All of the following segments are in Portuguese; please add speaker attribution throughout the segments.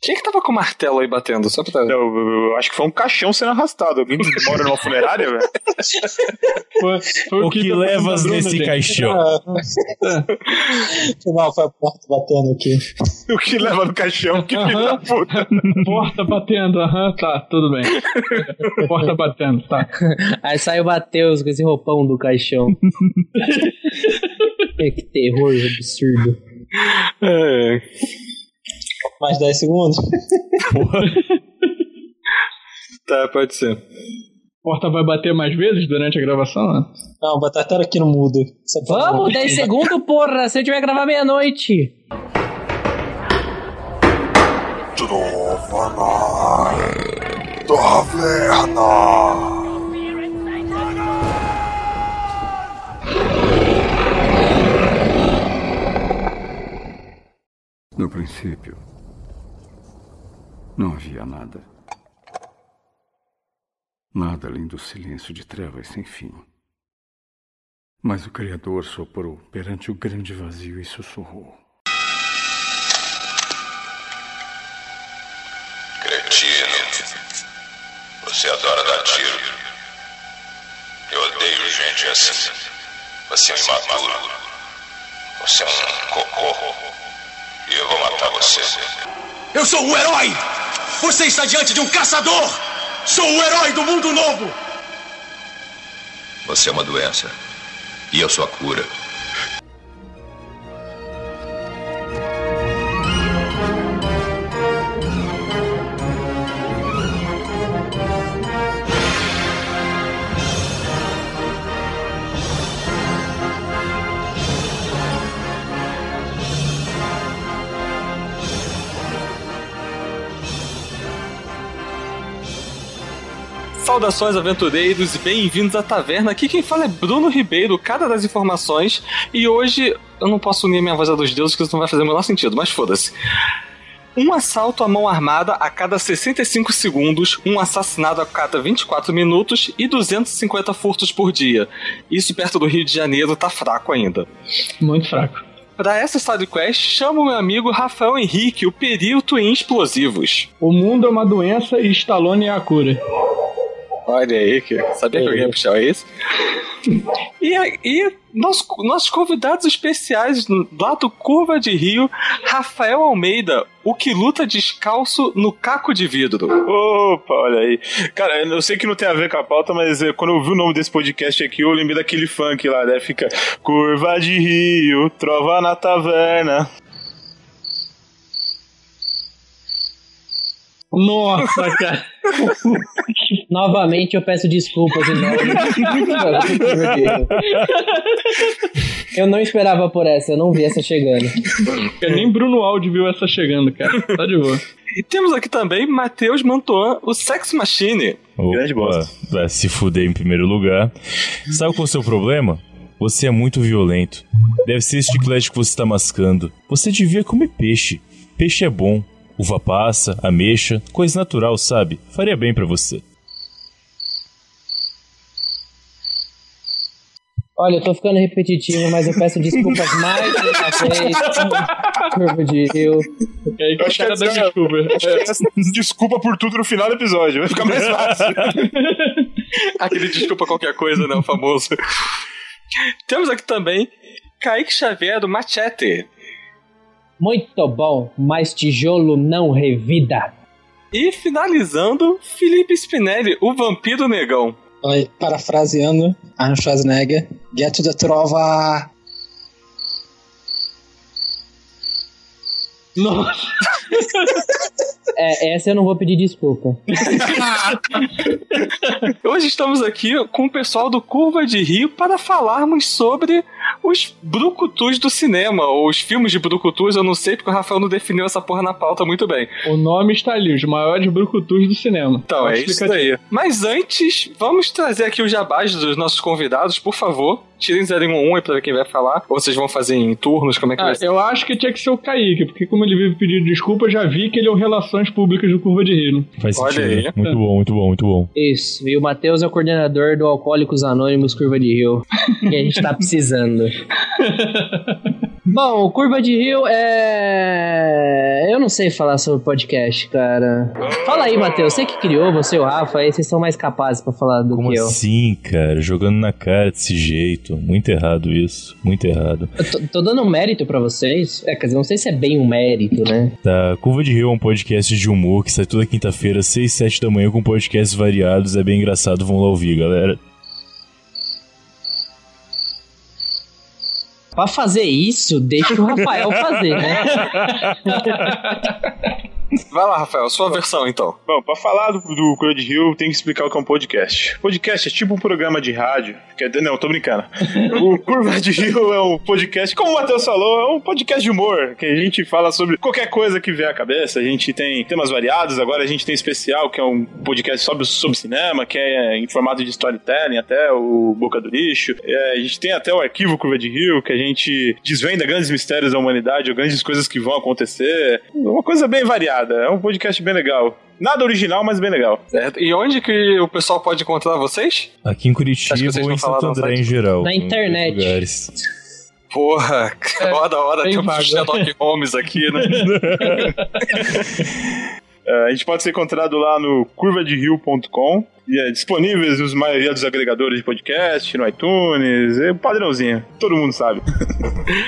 Speaker 1: Quem é que tava com o martelo aí batendo? Só pra.
Speaker 2: Eu, eu- eu acho que foi um caixão sendo arrastado. Alguém mora numa funerária, velho?
Speaker 3: Foi- foi
Speaker 4: O que
Speaker 3: tá
Speaker 4: levas
Speaker 3: fazendo a
Speaker 4: nesse
Speaker 3: Bruna, gente.
Speaker 4: caixão?
Speaker 5: Não, foi a porta batendo aqui.
Speaker 2: O que leva no caixão? Que filho da
Speaker 3: Aham.
Speaker 2: puta.
Speaker 3: Porta batendo, aham, tá, tudo bem. Porta batendo, tá.
Speaker 6: Aí sai o Matheus com esse roupão do caixão. É, que terror absurdo.
Speaker 1: É,
Speaker 5: Mais 10 segundos.
Speaker 1: tá, pode ser.
Speaker 3: Porta vai bater mais vezes durante a gravação, né?
Speaker 5: Não, Batatera aqui no mudo. Só pra-
Speaker 6: Vamos, 10 segundos, porra! Se eu tiver que gravar meia-noite.
Speaker 7: No princípio, não havia nada. Nada além do silêncio de trevas sem fim. Mas o Criador soprou perante o grande vazio e sussurrou.
Speaker 8: Cretino. Você adora dar tiro. Eu odeio gente assim. Você é um imaturo. Você é um cocô. E eu vou matar você.
Speaker 9: Eu sou o herói! Você está diante de um caçador! Sou o herói do mundo novo!
Speaker 8: Você é uma doença. E eu sou a cura.
Speaker 1: Saudações, aventureiros, e bem-vindos à taverna. Aqui quem fala é Bruno Ribeiro, o cara das informações. E hoje eu não posso unir minha voz à dos deuses, que isso não vai fazer o menor sentido, mas foda-se. Um assalto à mão armada a cada 65 segundos, um assassinato a cada 24 minutos e 250 furtos por dia. Isso perto do Rio de Janeiro tá fraco ainda.
Speaker 3: Muito fraco.
Speaker 1: Para essa sidequest, chamo meu amigo Rafael Henrique, o perito em explosivos.
Speaker 3: O mundo é uma doença e Stallone é a cura.
Speaker 1: Olha aí, que sabia que alguém ia puxar esse. Uhum. E, e nosso- nossos convidados especiais lá do Curva de Rio, Rafael Almeida, o que luta descalço no caco de vidro.
Speaker 2: Opa, olha aí. Cara, eu sei que não tem a ver com a pauta, mas eh, quando eu vi o nome desse podcast aqui, eu lembrei daquele funk lá, né? Fica Curva de Rio, Trova na Taverna.
Speaker 3: Nossa, cara.
Speaker 6: Novamente eu peço desculpas enormes. Eu não esperava por essa, eu não vi essa chegando.
Speaker 3: cara, Nem Bruno Aldi viu essa chegando, cara. Tá de boa.
Speaker 1: E temos aqui também Matheus Mantoan, o Sex Machine.
Speaker 2: Grande
Speaker 4: Opa,
Speaker 2: bosta.
Speaker 4: vai se fuder em primeiro lugar. Sabe qual é o seu problema? Você é muito violento. Deve ser esse chiclete que você está mascando. Você devia comer peixe. Peixe é bom. Uva passa, ameixa, coisa natural, sabe? Faria bem pra você.
Speaker 6: Olha, eu tô ficando repetitivo, mas eu peço desculpas mais uma vez. Curva de rio.
Speaker 3: E aí,
Speaker 2: Eu acho que
Speaker 3: cara,
Speaker 2: é
Speaker 3: dá
Speaker 2: essa-
Speaker 3: desculpa.
Speaker 2: Desculpa por tudo no final do episódio, vai ficar mais fácil.
Speaker 1: Aquele desculpa qualquer coisa, né? O famoso. Temos aqui também Kaique Xavier, do Machete.
Speaker 6: Muito bom, mas tijolo não revida.
Speaker 1: E finalizando, Felipe Spinelli, o Vampiro Negão.
Speaker 5: Vai, parafraseando Arnold Schwarzenegger. Get to the trova.
Speaker 3: Nossa,
Speaker 6: É, essa eu não vou pedir desculpa.
Speaker 1: Hoje estamos aqui com o pessoal do Curva de Rio para falarmos sobre os brucutus do cinema, ou os filmes de brucutus, eu não sei porque o Rafael não definiu essa porra na pauta muito bem.
Speaker 3: o nome está ali, os maiores brucutus do cinema.
Speaker 1: Então, é isso daí. Mas antes, vamos trazer aqui os jabás dos nossos convidados, por favor. Tirem 01 aí pra quem vai falar, ou vocês vão fazer em turnos, como é que
Speaker 3: Ah,
Speaker 1: vai ser?
Speaker 3: eu acho que tinha que ser o Kaique, porque como ele vive pedindo desculpa, eu já vi que ele é o Relações Públicas do Curva de Rio. né?
Speaker 4: Faz
Speaker 1: Olha
Speaker 4: sentido.
Speaker 1: aí.
Speaker 4: né? Muito bom, muito bom, muito bom.
Speaker 6: Isso. E o Matheus é o coordenador do Alcoólicos Anônimos Curva de Rio. que a gente tá precisando. Bom, o Curva de Rio é. Eu não sei falar sobre podcast, cara. Fala aí, Matheus. Você que criou, você e o Rafa, aí vocês são mais capazes pra falar do
Speaker 4: Como
Speaker 6: que eu.
Speaker 4: assim, cara? Jogando na cara desse jeito. Muito errado isso. Muito errado.
Speaker 6: Eu tô, tô dando um mérito pra vocês. É, quer dizer, não sei se é bem um mérito, né?
Speaker 4: Tá, Curva de Rio é um podcast de humor que sai toda quinta-feira, 6, 7 da manhã, com podcasts variados. É bem engraçado, vão lá ouvir, galera.
Speaker 6: Pra fazer isso, deixa o Rafael fazer, né?
Speaker 1: Vai lá, Rafael, sua versão então.
Speaker 2: Bom, pra falar do, do Cura de Rio, tem que explicar o que é um podcast. Podcast é tipo um programa de rádio. Que é- não, tô brincando. o Curva de Rio é um podcast, como o Matheus falou, é um podcast de humor, que a gente fala sobre qualquer coisa que vier à cabeça. A gente tem temas variados, agora a gente tem especial, que é um podcast sobre, sobre cinema, que é em formato de storytelling, até o Boca do Lixo. É, a gente tem até o arquivo Curva de Rio, que a gente desvenda grandes mistérios da humanidade, ou grandes coisas que vão acontecer. Uma coisa bem variada. É um podcast bem legal. Nada original, mas bem legal.
Speaker 1: Certo? E onde que o pessoal pode encontrar vocês?
Speaker 4: Aqui em
Speaker 1: Acho que
Speaker 4: Curitiba
Speaker 1: vocês
Speaker 4: ou
Speaker 1: vão
Speaker 4: em
Speaker 1: falar
Speaker 4: Santo
Speaker 1: no
Speaker 4: André
Speaker 1: site.
Speaker 4: em geral.
Speaker 6: Na
Speaker 4: em muitos
Speaker 6: internet.
Speaker 4: lugares.
Speaker 1: Porra, hora da hora
Speaker 3: bem
Speaker 1: tem
Speaker 3: vago,
Speaker 1: uns
Speaker 3: né?
Speaker 1: Sherlock Holmes aqui, né?
Speaker 2: É, a gente pode ser encontrado lá no curvaderio.com e é disponíveis os maioria dos agregadores de podcast, no iTunes, é padrãozinho. Todo mundo sabe.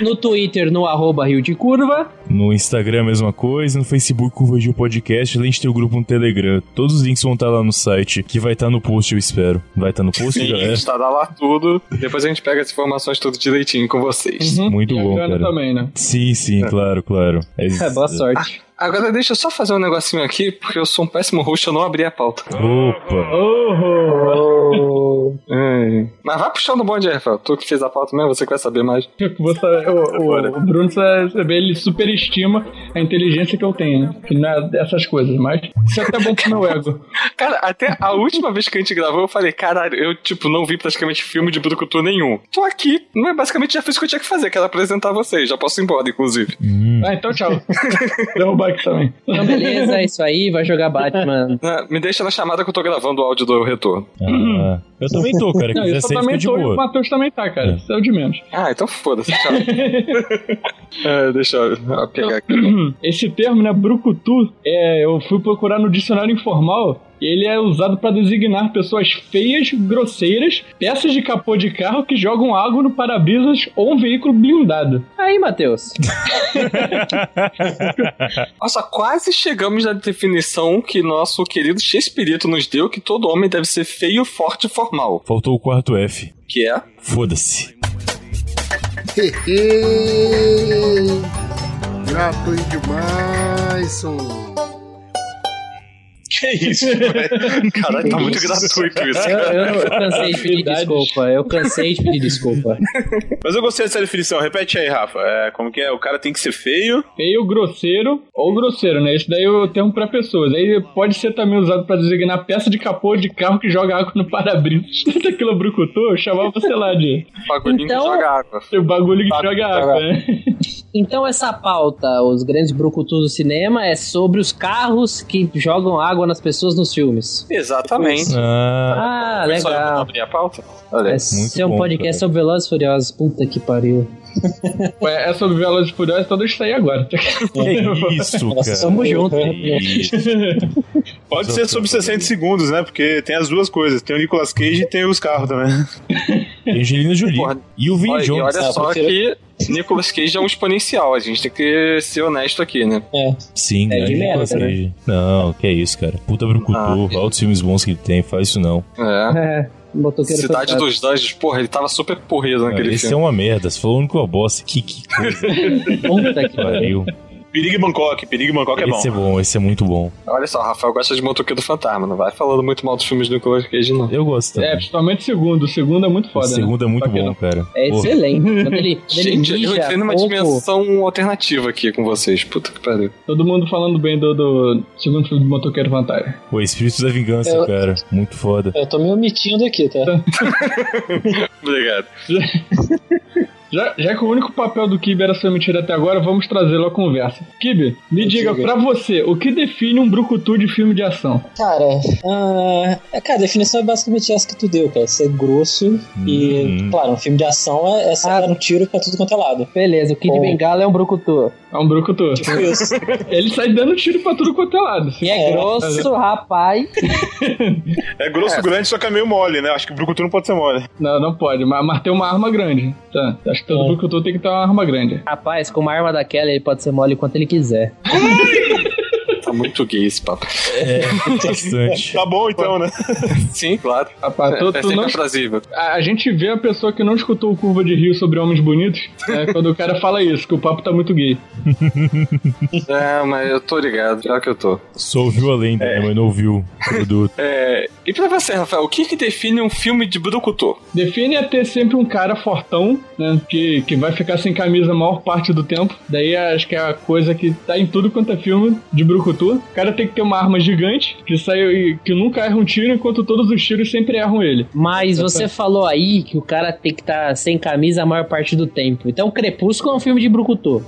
Speaker 6: No Twitter, no arroba Rio de Curva.
Speaker 4: No Instagram, a mesma coisa. No Facebook, Curva de Rio Podcast. Além de ter o um grupo no Telegram. Todos os links vão estar lá no site, que vai estar no post, eu espero. Vai estar no post,
Speaker 1: Sim,
Speaker 4: galera.
Speaker 1: está lá tudo. Depois a gente pega as informações tudo direitinho com vocês.
Speaker 3: Uhum.
Speaker 4: Muito
Speaker 3: E a
Speaker 4: bom,
Speaker 3: Jana
Speaker 4: cara.
Speaker 3: também, né?
Speaker 4: Sim, sim, claro, claro. É, isso.
Speaker 6: É, boa sorte.
Speaker 1: Agora deixa eu só fazer um negocinho aqui, porque eu sou um péssimo host, eu não abri a pauta.
Speaker 4: Opa!
Speaker 1: Mas vai puxando o bonde aí, Rafael. Tu que fez a pauta mesmo, você que vai saber mais.
Speaker 3: Você, o, o- o Bruno, você, você vê, ele superestima a inteligência que eu tenho, né? Que não é dessas coisas, mas isso é até bom pro meu ego.
Speaker 1: Cara, até a última vez que a gente gravou, eu falei, caralho, eu, tipo, não vi praticamente filme de brucutu nenhum. Tô aqui, mas basicamente já fiz o que eu tinha que fazer, que era apresentar vocês. Já posso ir embora, inclusive.
Speaker 4: Hum.
Speaker 3: Ah, então tchau. Derrubar aqui também.
Speaker 6: Então, beleza, é isso aí. Vai jogar Batman.
Speaker 1: Ah, Me deixa na chamada que eu tô gravando o áudio do retorno.
Speaker 4: Ah, eu também tô, cara.
Speaker 3: Não, eu
Speaker 4: Quiser
Speaker 3: só
Speaker 4: sair, fica
Speaker 3: também
Speaker 4: de
Speaker 3: tô e o
Speaker 4: boa.
Speaker 3: Matheus também tá, cara. Isso é o de menos.
Speaker 1: Ah, então foda-se, tchau. É, deixa eu ah, pegar aqui.
Speaker 3: Esse termo, né, brucutu, é, eu fui procurar no dicionário informal e ele é usado pra designar pessoas feias, grosseiras, peças de capô de carro que jogam água no para-brisas ou um veículo blindado.
Speaker 6: Aí, Matheus.
Speaker 1: Nossa, quase chegamos na definição que nosso querido Shakespeare nos deu, que todo homem deve ser feio, forte e formal.
Speaker 4: Faltou o quarto F.
Speaker 1: Que é...
Speaker 4: Foda-se.
Speaker 10: Gratuito demais, som.
Speaker 2: Que isso, velho.
Speaker 1: Caralho, tá muito gratuito isso,
Speaker 6: Eu,
Speaker 1: cara.
Speaker 6: eu cansei de pedir
Speaker 3: Verdade.
Speaker 6: desculpa. Eu cansei de pedir desculpa.
Speaker 2: Mas eu gostei dessa definição. Repete aí, Rafa. É, como que é? O cara tem que ser feio.
Speaker 3: Feio, grosseiro ou grosseiro, né? Isso daí é o termo pra pessoas. Aí pode ser também usado pra designar peça de capô de carro que joga água no para-brisas. Aquilo é brucutu, eu chamava, sei lá, de
Speaker 1: Bagulhinho
Speaker 6: Então-
Speaker 1: que joga água.
Speaker 3: o bagulho que joga
Speaker 1: joga
Speaker 3: água, né?
Speaker 6: Então, essa pauta, os grandes brucutus do cinema, é sobre os carros que jogam água nas pessoas nos filmes.
Speaker 1: Exatamente.
Speaker 6: Ah,
Speaker 4: Ah,
Speaker 1: Foi só eu não
Speaker 6: legal.
Speaker 1: abrir a pauta? Olha aí.
Speaker 6: É
Speaker 4: Muito
Speaker 6: ser um
Speaker 4: bom,
Speaker 6: podcast
Speaker 4: cara.
Speaker 6: sobre Velozes e Furiosos. Puta que pariu.
Speaker 3: Ué, é sobre Velozes e Furiosos, então deixa eu sair agora.
Speaker 4: que isso,
Speaker 5: Nossa,
Speaker 4: cara.
Speaker 6: Tamo junto.
Speaker 4: Isso.
Speaker 2: Pode ser sobre 60 segundos, né? Porque tem as duas coisas. Tem o Nicolas Cage e tem os carros também.
Speaker 4: Angelina Jolie.
Speaker 1: Porra.
Speaker 4: E o Vin
Speaker 1: Olha, e
Speaker 4: Jones.
Speaker 1: olha só que Nicolas Cage é um exponencial, a gente tem que ser honesto aqui, né?
Speaker 4: Sim,
Speaker 6: É de
Speaker 4: grande
Speaker 6: merda,
Speaker 4: Nicolas Cage. Não, que é isso, cara. Puta brucutu,
Speaker 1: Ah.
Speaker 4: altos filmes bons que ele tem, faz isso não.
Speaker 1: É.
Speaker 6: É, motoqueiro
Speaker 1: Cidade
Speaker 6: fantasma.
Speaker 1: dos Danjos, porra, ele tava super porreso
Speaker 4: Ah,
Speaker 1: naquele
Speaker 4: esse
Speaker 1: filme.
Speaker 4: é uma merda, você falou a única bosta. Que, que coisa,
Speaker 6: Puta que pariu.
Speaker 4: pariu.
Speaker 2: Perigo em Bangkok. Perigo em Bangkok é bom.
Speaker 4: esse é bom, esse é muito bom.
Speaker 1: Olha só, Rafael gosta de Motoqueiro do Fantasma, não vai falando muito mal dos filmes do Nicolas Cage, não.
Speaker 4: Eu gosto
Speaker 3: É,
Speaker 4: também.
Speaker 3: principalmente o segundo. O segundo é muito
Speaker 4: o
Speaker 3: foda, né?
Speaker 4: segundo é muito
Speaker 3: Só que
Speaker 4: bom,
Speaker 3: não.
Speaker 4: cara.
Speaker 6: É
Speaker 4: Porra,
Speaker 6: excelente. Quando ele, quando ele
Speaker 1: Gente, eu
Speaker 6: mija
Speaker 1: entrei numa
Speaker 6: pouco-
Speaker 1: dimensão alternativa aqui com vocês. Puta que pariu.
Speaker 3: Todo mundo falando bem do, do segundo filme do Motoqueiro Fantasma.
Speaker 4: O Espírito da Vingança,
Speaker 5: Eu-
Speaker 4: cara. Muito foda.
Speaker 5: Eu tô me omitindo aqui, tá?
Speaker 1: Obrigado.
Speaker 3: Já, já que o único papel do Kibe era sua mentira até agora, vamos trazê-lo à conversa. Kibe, me diga,
Speaker 5: diga.
Speaker 3: pra você, o que define um brucutu de filme de ação?
Speaker 5: Cara, ah, é, cara, a definição é basicamente essa que tu deu, cara. Ser grosso
Speaker 4: Uhum.
Speaker 5: e, claro, um filme de ação é, é
Speaker 1: Ah.
Speaker 5: sacar um tiro pra tudo quanto é lado.
Speaker 6: Beleza, o Kid
Speaker 5: Bom.
Speaker 6: Bengala é um brucutu.
Speaker 3: É um brucutu.
Speaker 5: Tipo isso.
Speaker 3: Ele sai dando tiro pra tudo quanto é lado.
Speaker 6: E é,
Speaker 5: É.
Speaker 6: grosso, rapaz.
Speaker 2: É grosso, grande, só que é meio mole, né? Acho que o brucutu não pode ser mole.
Speaker 3: Não, não pode, mas, mas tem uma arma grande. Tá, acho que todo brucutu tem que ter uma arma grande.
Speaker 6: Rapaz, com uma arma daquela ele pode ser mole quanto ele quiser.
Speaker 1: Tá muito gay esse papo.
Speaker 4: Bastante.
Speaker 2: Tá bom então, né?
Speaker 1: Sim, claro.
Speaker 3: Rapaz, tu,
Speaker 1: é, é
Speaker 3: tu
Speaker 1: sempre
Speaker 3: não
Speaker 1: aprazível.
Speaker 3: A, a gente vê a pessoa que não escutou o Curva de Rio sobre Homens Bonitos né, quando o cara fala isso, que o papo tá muito gay.
Speaker 1: É, mas eu tô ligado, já que eu tô.
Speaker 4: Só ouviu a lenda,
Speaker 6: É.
Speaker 4: né, mas não ouviu o produto.
Speaker 1: É, e pra você, Rafael, o que que define um filme de brucutu?
Speaker 3: Define é ter sempre um cara fortão, né, que, que vai ficar sem camisa a maior parte do tempo. Daí acho que é a coisa que tá em tudo quanto é filme de brucutu. O cara tem que ter uma arma gigante, que, sai, e- que nunca erra um tiro, enquanto todos os tiros sempre erram ele.
Speaker 6: Mas você falou aí que o cara tem que estar sem camisa a maior parte do tempo. Então Crepúsculo é um filme de brucutu.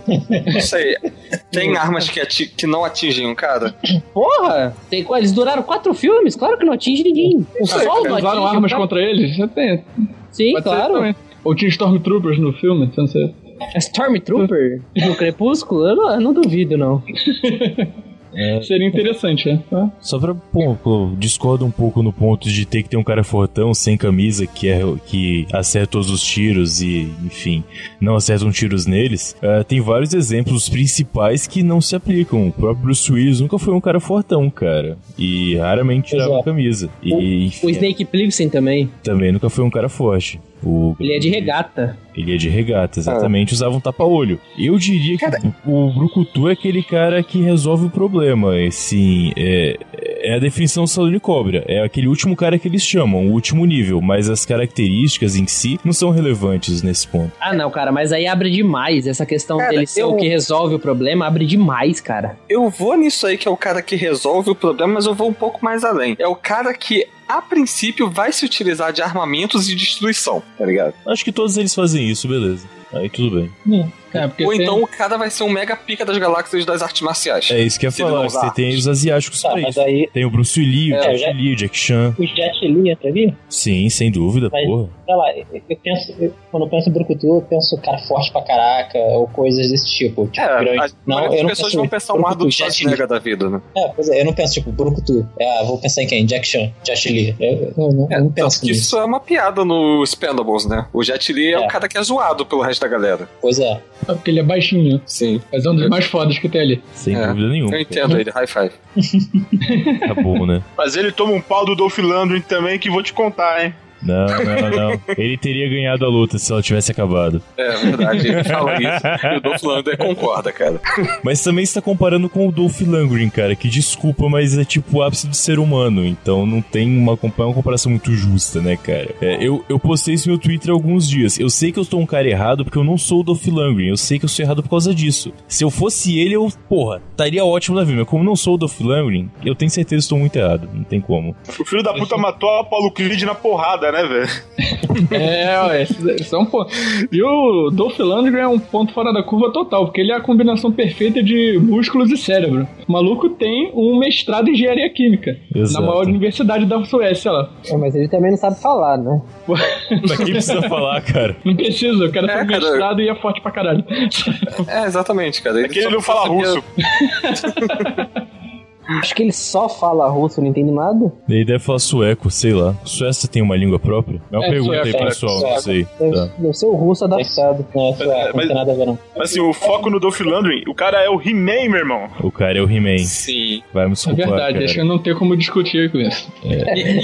Speaker 1: Isso aí. Tem armas que, ati- que não atingem um cara?
Speaker 6: Porra! Tem, qual- eles duraram quatro filmes? Claro que não atinge ninguém. O
Speaker 1: Isso aí,
Speaker 6: sol não é atinge.
Speaker 3: Usaram armas
Speaker 6: o cara.
Speaker 3: contra eles? Já tem.
Speaker 6: Sim,
Speaker 3: Pode ser
Speaker 6: claro. É
Speaker 3: também. Ou tinha Stormtroopers no filme, então se não sei.
Speaker 6: Stormtrooper no Crepúsculo? Eu não, eu não duvido, não.
Speaker 3: Seria interessante, né?
Speaker 1: Tá.
Speaker 4: Só pra. Pô, pô, discordo um pouco no ponto de ter que ter um cara fortão, sem camisa, que, é, que acerta todos os tiros e, enfim, não acertam tiros neles. Ah, tem vários exemplos principais que não se aplicam. O próprio Bruce Willis nunca foi um cara fortão, cara. E raramente tirava
Speaker 5: Exato.
Speaker 4: camisa. E, enfim,
Speaker 6: O Snake Plissken também.
Speaker 4: também nunca foi um cara forte. O-
Speaker 6: Ele é de regata.
Speaker 4: Ele é de regata, exatamente. Usava um tapa-olho. Eu diria que o Brucutu é aquele cara que resolve o problema. E, Sim, é, é a definição do Salão de Cobra. É aquele último cara que eles chamam, o último nível. Mas as características em si não são relevantes nesse ponto.
Speaker 6: Ah, não, cara, mas aí abre demais. Essa questão
Speaker 1: Cara,
Speaker 6: dele ser
Speaker 1: eu-
Speaker 6: o que resolve o problema abre demais, cara.
Speaker 1: Eu vou nisso aí, que é o cara que resolve o problema, mas eu vou um pouco mais além. É o cara que, a princípio, vai se utilizar de armamentos e destruição, tá ligado?
Speaker 4: Acho que todos eles fazem isso, beleza. Aí tudo bem.
Speaker 3: É, porque
Speaker 1: Ou
Speaker 3: tem-
Speaker 1: então o cara vai ser um mega pica das galáxias das artes marciais.
Speaker 4: É isso que eu ia
Speaker 1: Se ele não
Speaker 4: falar.
Speaker 1: usar
Speaker 4: Você tem os asiáticos
Speaker 5: Tá,
Speaker 4: pra
Speaker 5: mas
Speaker 4: isso.
Speaker 5: aí
Speaker 4: Tem o Bruce Lee, o
Speaker 5: É,
Speaker 4: Jet
Speaker 5: já-
Speaker 4: Li, o Jack Chan.
Speaker 5: o Jet Li entra ali?
Speaker 4: Sim, sem dúvida,
Speaker 5: Mas-
Speaker 4: porra.
Speaker 5: Sei lá, eu penso, eu- quando eu penso em Brucutu, eu penso cara forte pra caraca, ou coisas desse tipo. Tipo,
Speaker 1: É,
Speaker 5: grande.
Speaker 1: a maioria das pessoas vão pensar um ar do
Speaker 5: Brucutu, Jet Li.
Speaker 1: Schwarzenegger da vida, né?
Speaker 5: É, pois é, eu não penso, tipo, Brucutu. Ah, vou pensar em quem? Jack Chan, Jet Li. Eu, eu não, eu não
Speaker 1: Tanto
Speaker 5: penso
Speaker 1: que
Speaker 5: nisso.
Speaker 1: isso é uma piada no Spendables, né? O Jet Li é, o
Speaker 5: É.
Speaker 1: cara que é zoado pelo resto da galera.
Speaker 5: Pois é.
Speaker 3: É porque ele é baixinho,
Speaker 1: Sim.
Speaker 3: mas é um dos mais fodas que tem ali.
Speaker 4: Sem
Speaker 1: É,
Speaker 4: dúvida nenhuma.
Speaker 1: Eu entendo ele, high five.
Speaker 4: Tá bom, né?
Speaker 2: Mas ele toma um pau do Dolph Lundgren também, que vou te contar, hein?
Speaker 4: Não, não, não. Ele teria ganhado a luta se ela tivesse acabado.
Speaker 1: É verdade, ele fala isso. E o Dolph Lundgren concorda, cara.
Speaker 4: Mas também está comparando com o Dolph Lundgren, cara, que desculpa, mas é tipo o ápice do ser humano, então não tem uma, compa- uma comparação muito justa, né, cara? É, eu, eu postei isso no meu Twitter há alguns dias. Eu sei que eu estou um cara errado porque eu não sou o Dolph Lundgren, eu sei que eu sou errado por causa disso. Se eu fosse ele, eu, porra, estaria ótimo na vida, mas como eu não sou o Dolph Lundgren, eu tenho certeza que estou muito errado, não tem como.
Speaker 2: O filho da puta matou a Paulo Creed na porrada, né, velho?
Speaker 3: É, ó, esse, esse é um ponto. E o Dolph Lundgren é um ponto fora da curva total, porque ele é a combinação perfeita de músculos e cérebro. O maluco tem um mestrado em engenharia química
Speaker 4: Exato.
Speaker 3: na maior universidade da Suécia lá.
Speaker 6: É, mas ele também não sabe falar, né?
Speaker 4: pra quem precisa falar, cara?
Speaker 3: Não precisa, o cara
Speaker 1: É,
Speaker 3: tem um
Speaker 1: cara.
Speaker 3: mestrado e é forte pra caralho.
Speaker 1: É, exatamente, cara. Ele
Speaker 2: Aquele
Speaker 1: só
Speaker 2: não fala
Speaker 1: sabia-
Speaker 2: russo.
Speaker 6: Acho que ele só fala russo, não entende nada.
Speaker 4: Ele deve falar sueco, sei lá. Suécia tem uma língua própria? É uma
Speaker 3: É,
Speaker 4: pergunta aí,
Speaker 3: sueco,
Speaker 4: pessoal,
Speaker 5: sueco.
Speaker 4: não sei.
Speaker 6: Deve,
Speaker 4: Tá.
Speaker 6: deve ser o russo adaptado.
Speaker 5: Não, isso é, não
Speaker 2: Mas-
Speaker 5: tem nada a ver, não.
Speaker 2: Mas assim, o foco no Dolph Lundgren, o cara é o He-Man, meu irmão.
Speaker 4: O cara é o He-Man.
Speaker 1: Sim.
Speaker 4: Vai me
Speaker 3: É
Speaker 4: desculpar,
Speaker 3: verdade,
Speaker 4: cara.
Speaker 3: acho que eu não tenho como discutir com isso.
Speaker 1: E-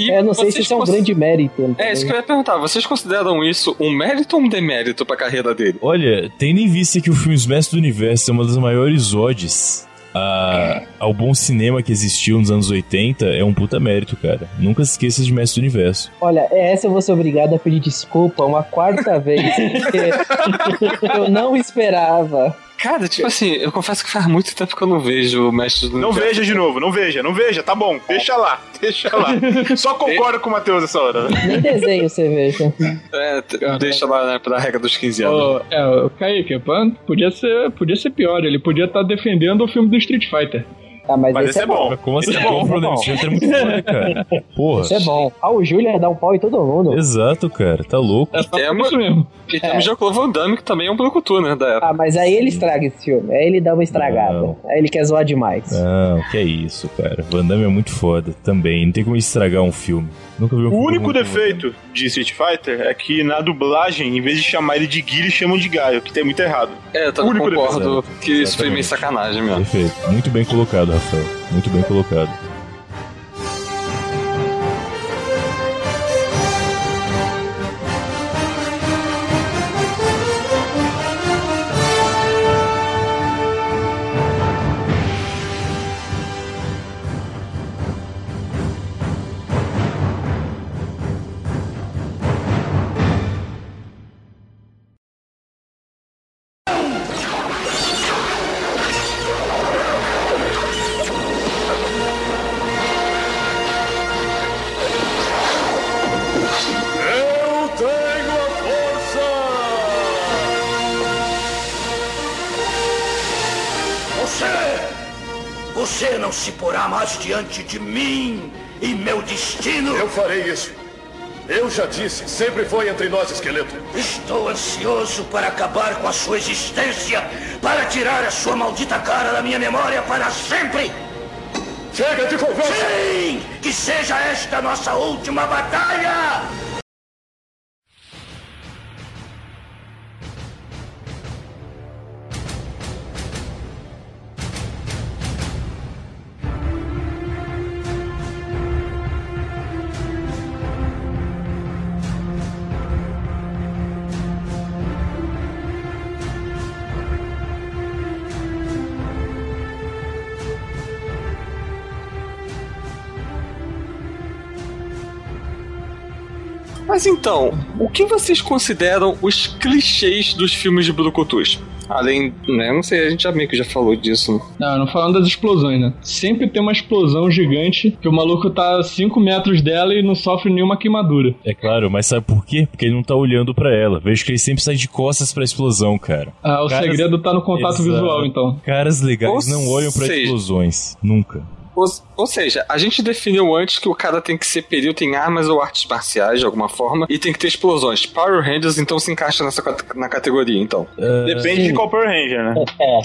Speaker 1: e
Speaker 6: Eu não sei se
Speaker 1: vocês
Speaker 6: isso é um
Speaker 1: cons-
Speaker 6: grande mérito. né?
Speaker 1: É, isso que eu ia perguntar. Vocês consideram isso um mérito ou um demérito pra carreira dele?
Speaker 4: Olha, tendo em vista que o filme Os Mestres do Universo é uma das maiores odes a- ao bom cinema que existiu nos anos 80, é um puta mérito, cara. Nunca se esqueça de Mestres do Universo.
Speaker 6: Olha, é, essa eu vou ser obrigado a pedir desculpa uma quarta vez. Porque eu não esperava.
Speaker 1: Cara, tipo assim, eu confesso que faz muito tempo que eu não vejo o Mestre do
Speaker 2: Não
Speaker 1: Universo.
Speaker 2: veja de novo, não veja, não veja, tá bom, deixa lá, deixa lá. Só concordo com o Matheus essa hora. né?
Speaker 6: Nem desenho você veja.
Speaker 1: É, t- deixa lá né, pra regra dos 15 anos.
Speaker 3: Ô, é, o Kaique, pan- podia ser, podia ser pior, ele podia estar defendendo o filme do Street Fighter.
Speaker 11: Ah, mas,
Speaker 2: Mas
Speaker 11: esse,
Speaker 2: esse é bom.
Speaker 4: Como assim?
Speaker 2: Esse é
Speaker 4: Qual
Speaker 2: bom,
Speaker 4: o problema?
Speaker 2: bom.
Speaker 4: Esse filme é muito foda, cara. Porra.
Speaker 11: esse é bom. Ah, o Júlia dá um pau em todo mundo.
Speaker 4: Exato, cara. Tá louco.
Speaker 1: E
Speaker 3: Por
Speaker 1: temos,
Speaker 3: isso mesmo.
Speaker 1: e temos é, Jean-Claude Van Damme, que também é um brucutu, né, da época.
Speaker 11: Ah, mas aí ele estraga esse filme. Aí ele dá uma estragada.
Speaker 4: Não.
Speaker 11: Aí ele quer zoar demais.
Speaker 4: Não, que é isso, cara. Van Damme é muito foda também. Não tem como estragar um filme. Nunca vi um
Speaker 2: O
Speaker 4: filme
Speaker 2: único
Speaker 4: muito bom.
Speaker 2: defeito de Street Fighter é que na dublagem, em vez de chamar ele de Guile, chamam de Gaio, que tem muito errado.
Speaker 1: É, eu também
Speaker 2: único
Speaker 1: concordo que isso foi meio
Speaker 4: Exatamente.
Speaker 1: sacanagem mesmo.
Speaker 4: Perfeito. Muito bem colocado, Rafael. Muito bem colocado.
Speaker 9: Você! Você não se porá mais diante de mim e meu destino!
Speaker 8: Eu farei isso. Eu já disse, sempre foi entre nós, esqueleto.
Speaker 9: Estou ansioso para acabar com a sua existência, para tirar a sua maldita cara da minha memória para sempre!
Speaker 8: Chega de conversa!
Speaker 9: Sim! Que seja esta nossa última batalha!
Speaker 1: Mas então, o que vocês consideram os clichês dos filmes de brucutus? Além, né, não sei, a gente já meio que já falou disso.
Speaker 3: Não, não falando das explosões, né? Sempre tem uma explosão gigante que o maluco tá a 5 metros dela e não sofre nenhuma queimadura.
Speaker 4: É claro, mas sabe por quê? Porque ele não tá olhando pra ela. Vejo que ele sempre sai de costas pra explosão, cara.
Speaker 3: Ah, o
Speaker 4: Caras-
Speaker 3: segredo tá no contato
Speaker 4: Exato.
Speaker 3: visual, então.
Speaker 4: Caras legais
Speaker 1: Ou
Speaker 4: não olham pra
Speaker 1: seja-
Speaker 4: explosões. Nunca.
Speaker 1: Ou, ou seja, a gente definiu antes que o cara tem que ser perito em armas ou artes marciais, de alguma forma, e tem que ter explosões. Power Rangers, então, se encaixa nessa cat- na categoria, então.
Speaker 2: Depende de qual Power Ranger, né?
Speaker 5: É,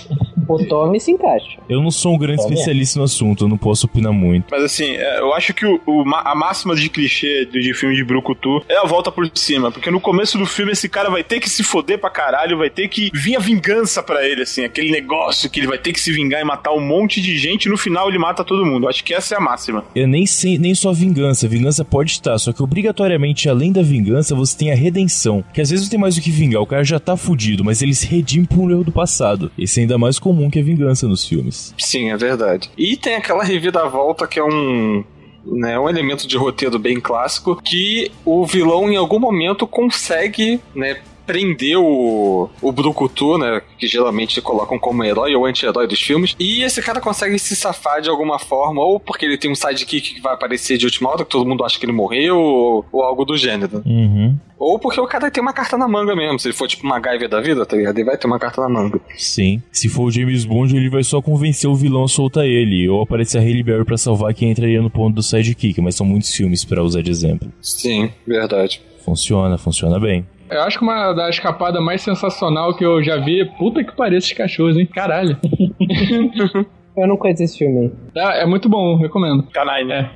Speaker 11: O Tommy se encaixa.
Speaker 4: Eu não sou um grande
Speaker 11: Tá vendo?
Speaker 4: especialista no assunto, eu não posso opinar muito.
Speaker 2: Mas assim, é, eu acho que o- o ma- a máxima de clichê de, de filme de Brucutu é a volta por cima. Porque no começo do filme esse cara vai ter que se foder pra caralho, vai ter que vir a vingança pra ele, assim, aquele negócio que ele vai ter que se vingar e matar um monte de gente e no final ele mata todo mundo. Eu Acho que essa é a máxima.
Speaker 4: Eu nem sei, nem só a vingança. Vingança pode estar, só que obrigatoriamente, além da vingança, você tem a redenção. Que às vezes não tem mais o que vingar, o cara já tá fudido, mas ele se redime por um erro do passado. Esse é ainda mais comum que a vingança nos filmes.
Speaker 1: Sim, é verdade. E tem aquela reviravolta que é um. Né, um elemento de roteiro bem clássico que o vilão em algum momento consegue né, prender o, o Brucutu, né, que geralmente colocam como herói ou anti-herói dos filmes, e esse cara consegue se safar de alguma forma, ou porque ele tem um sidekick que vai aparecer de última hora que todo mundo acha que ele morreu, ou, ou algo do gênero.
Speaker 4: Uhum.
Speaker 1: Ou porque o cara tem uma carta na manga mesmo, se ele for tipo uma gaiva da vida, tá ligado? Ele vai ter uma carta na manga.
Speaker 4: Sim. Se for o James Bond, ele vai só convencer o vilão a soltar ele, ou aparecer a Hailey Berry pra salvar quem entraria no ponto do sidekick, mas são muitos filmes pra usar de exemplo.
Speaker 1: Sim, verdade.
Speaker 4: Funciona, funciona bem.
Speaker 3: Eu acho que uma da escapada mais sensacional que eu já vi. Puta que pariu esses cachorros, hein? Caralho.
Speaker 11: Eu não conheço esse filme. aí.
Speaker 3: Ah, é muito bom, recomendo.
Speaker 2: Canai, né?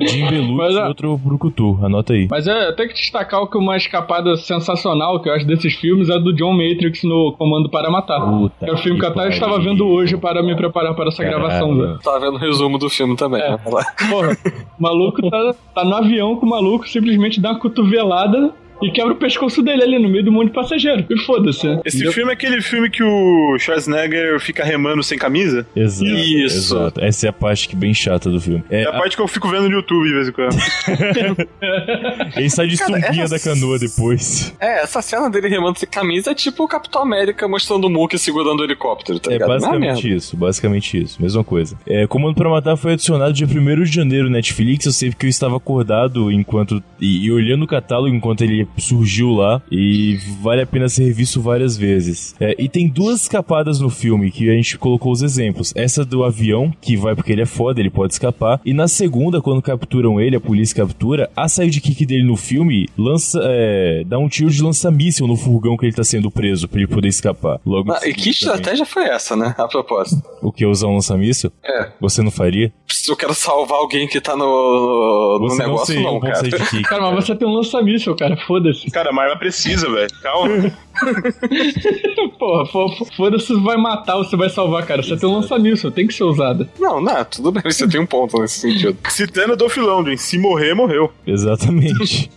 Speaker 4: Jim
Speaker 3: Mas,
Speaker 4: Belucci,
Speaker 3: ó-
Speaker 4: outro Brucutu, anota aí.
Speaker 3: Mas é, eu tenho que destacar o que uma escapada sensacional que eu acho desses filmes é do John Matrix no Comando para Matar.
Speaker 4: Puta
Speaker 3: é o filme que até eu
Speaker 4: pariu.
Speaker 3: estava vendo hoje para me preparar para essa gravação, velho.
Speaker 4: Caralho.
Speaker 1: Tá vendo o resumo do filme também.
Speaker 3: É.
Speaker 1: né?
Speaker 3: Porra, o maluco tá, tá no avião com o maluco, simplesmente dá uma cotovelada e quebra o pescoço dele ali no meio do monte de passageiro. E foda-se. né?
Speaker 2: Esse
Speaker 3: Entendeu?
Speaker 2: filme é aquele filme que o Schwarzenegger fica remando sem camisa?
Speaker 4: Exato.
Speaker 2: Isso.
Speaker 4: exato. Essa é a parte que bem chata do filme.
Speaker 2: É, a parte que eu fico vendo no YouTube de vez em quando.
Speaker 4: Ele sai de
Speaker 1: Cara,
Speaker 4: sunguinha
Speaker 1: essa-
Speaker 4: da canoa depois.
Speaker 1: É, essa cena dele remando sem camisa é tipo o Capitão América mostrando o Mookie segurando o helicóptero, tá
Speaker 4: É
Speaker 1: ligado?
Speaker 4: basicamente isso, basicamente isso, mesma coisa. É, Comando pra Matar foi adicionado dia 1 de janeiro no Netflix, eu sei porque eu estava acordado enquanto e, e olhando o catálogo enquanto ele surgiu lá e vale a pena ser revisto várias vezes. É, e tem duas escapadas no filme que a gente colocou os exemplos. Essa do avião, que vai porque ele é foda, ele pode escapar. E na segunda, quando capturam ele, a polícia captura, a sidekick dele no filme lança, é, dá um tiro de lança-míssil no furgão que ele tá sendo preso pra ele poder escapar. Logo em
Speaker 1: Ah, e que
Speaker 4: seguida também.
Speaker 1: estratégia foi essa, né? A propósito.
Speaker 4: O que? Usar um lança-míssil?
Speaker 1: É.
Speaker 4: Você não faria?
Speaker 1: Se eu quero salvar alguém que tá no, no
Speaker 4: Você não
Speaker 1: negócio,
Speaker 4: seria
Speaker 1: não,
Speaker 4: um bom
Speaker 1: cara.
Speaker 4: sidekick.
Speaker 3: Cara, mas você tem um lança-míssel, cara. Foda-se.
Speaker 2: Cara, mas ela precisa, velho. Calma.
Speaker 3: Porra, fo- fo- foda-se, vai matar ou você vai salvar, cara. Você tem um lança-míssel, tem que ser usado.
Speaker 1: Não, não, tudo bem, você tem um ponto nesse sentido.
Speaker 2: Citando do Filandro, se morrer, morreu.
Speaker 4: Exatamente.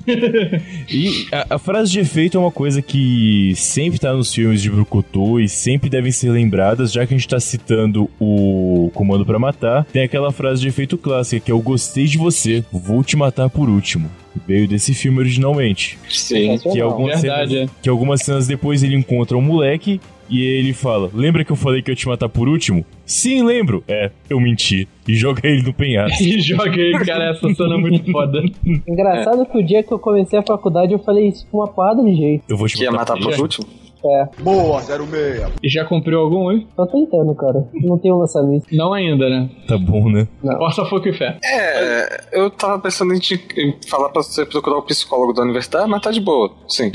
Speaker 4: e a, a frase de efeito é uma coisa que sempre tá nos filmes de Brucutu e sempre devem ser lembradas, já que a gente tá citando o Comando pra Matar. Tem aquela frase de efeito clássica que é: Eu gostei de você, vou te matar por último. Veio desse filme originalmente.
Speaker 1: Sim.
Speaker 4: Que algumas,
Speaker 3: Verdade,
Speaker 4: cenas, que algumas cenas depois ele encontra um moleque e ele fala: Lembra que eu falei que eu ia te matar por último? Sim, lembro. É, eu menti. E joga ele no penhasco.
Speaker 3: E joguei, cara, essa cena é muito foda.
Speaker 11: Engraçado que o dia que eu comecei a faculdade eu falei isso com uma porrada de jeito.
Speaker 4: Eu vou te
Speaker 1: Que ia matar por último?
Speaker 11: É,
Speaker 10: Boa, 06.
Speaker 3: E já cumpriu algum, hein?
Speaker 11: tô tentando, cara. Não tenho lançamento.
Speaker 3: Não ainda, né?
Speaker 4: Tá bom, né?
Speaker 3: Força, foco e fé.
Speaker 1: É, eu tava pensando em, te, em falar pra você procurar o psicólogo da universidade, mas tá de boa, sim.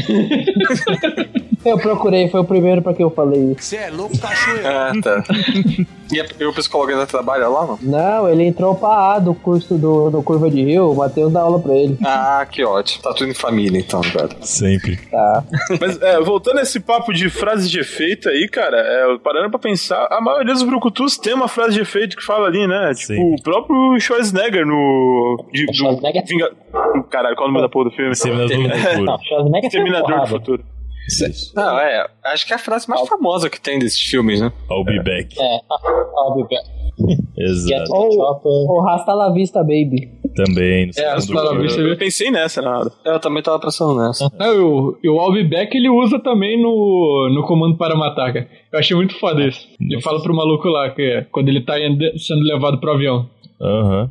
Speaker 11: Eu procurei, foi o primeiro pra quem eu falei isso.
Speaker 9: Você é louco, cachoeira.
Speaker 1: Ah, tá. E, a- e o psicólogo ainda trabalha lá, não?
Speaker 11: Não, ele entrou pra A do curso do, do Curva de Rio, o Matheus dá aula pra ele.
Speaker 1: Ah, que ótimo. Tá tudo em família, então, cara.
Speaker 4: Sempre.
Speaker 11: Tá.
Speaker 2: Mas, é, voltando a esse papo de frases de efeito aí, cara, é, parando pra pensar, a maioria dos brucutus tem uma frase de efeito que fala ali, né? Tipo,
Speaker 4: Sim.
Speaker 2: o próprio Schwarzenegger no... De, do
Speaker 5: Schwarzenegger? é
Speaker 2: Vinga... Caralho, qual é o nome da porra do filme? né?
Speaker 4: Exterminador do
Speaker 5: Não,
Speaker 4: futuro.
Speaker 5: Schwarzenegger foi
Speaker 2: Exterminador do
Speaker 5: porrada.
Speaker 2: Futuro.
Speaker 1: Não, é. Acho que é a frase mais famosa que tem desses filmes, né?
Speaker 4: I'll be back.
Speaker 5: É, óbvio, Get
Speaker 4: Exato.
Speaker 5: the Chopper.
Speaker 11: O Rasta La Vista, baby.
Speaker 4: Também. No
Speaker 3: É,
Speaker 4: segundo
Speaker 3: Rasta La Vista.
Speaker 4: filme.
Speaker 2: Eu pensei nessa na hora.
Speaker 1: Eu também tava pensando nessa.
Speaker 3: Não, e Ah, o, e o Albeck ele usa também no, no comando para matar, cara. Eu achei muito foda isso. Ele fala pro maluco lá que é quando ele tá indo- sendo levado pro avião.
Speaker 4: Aham.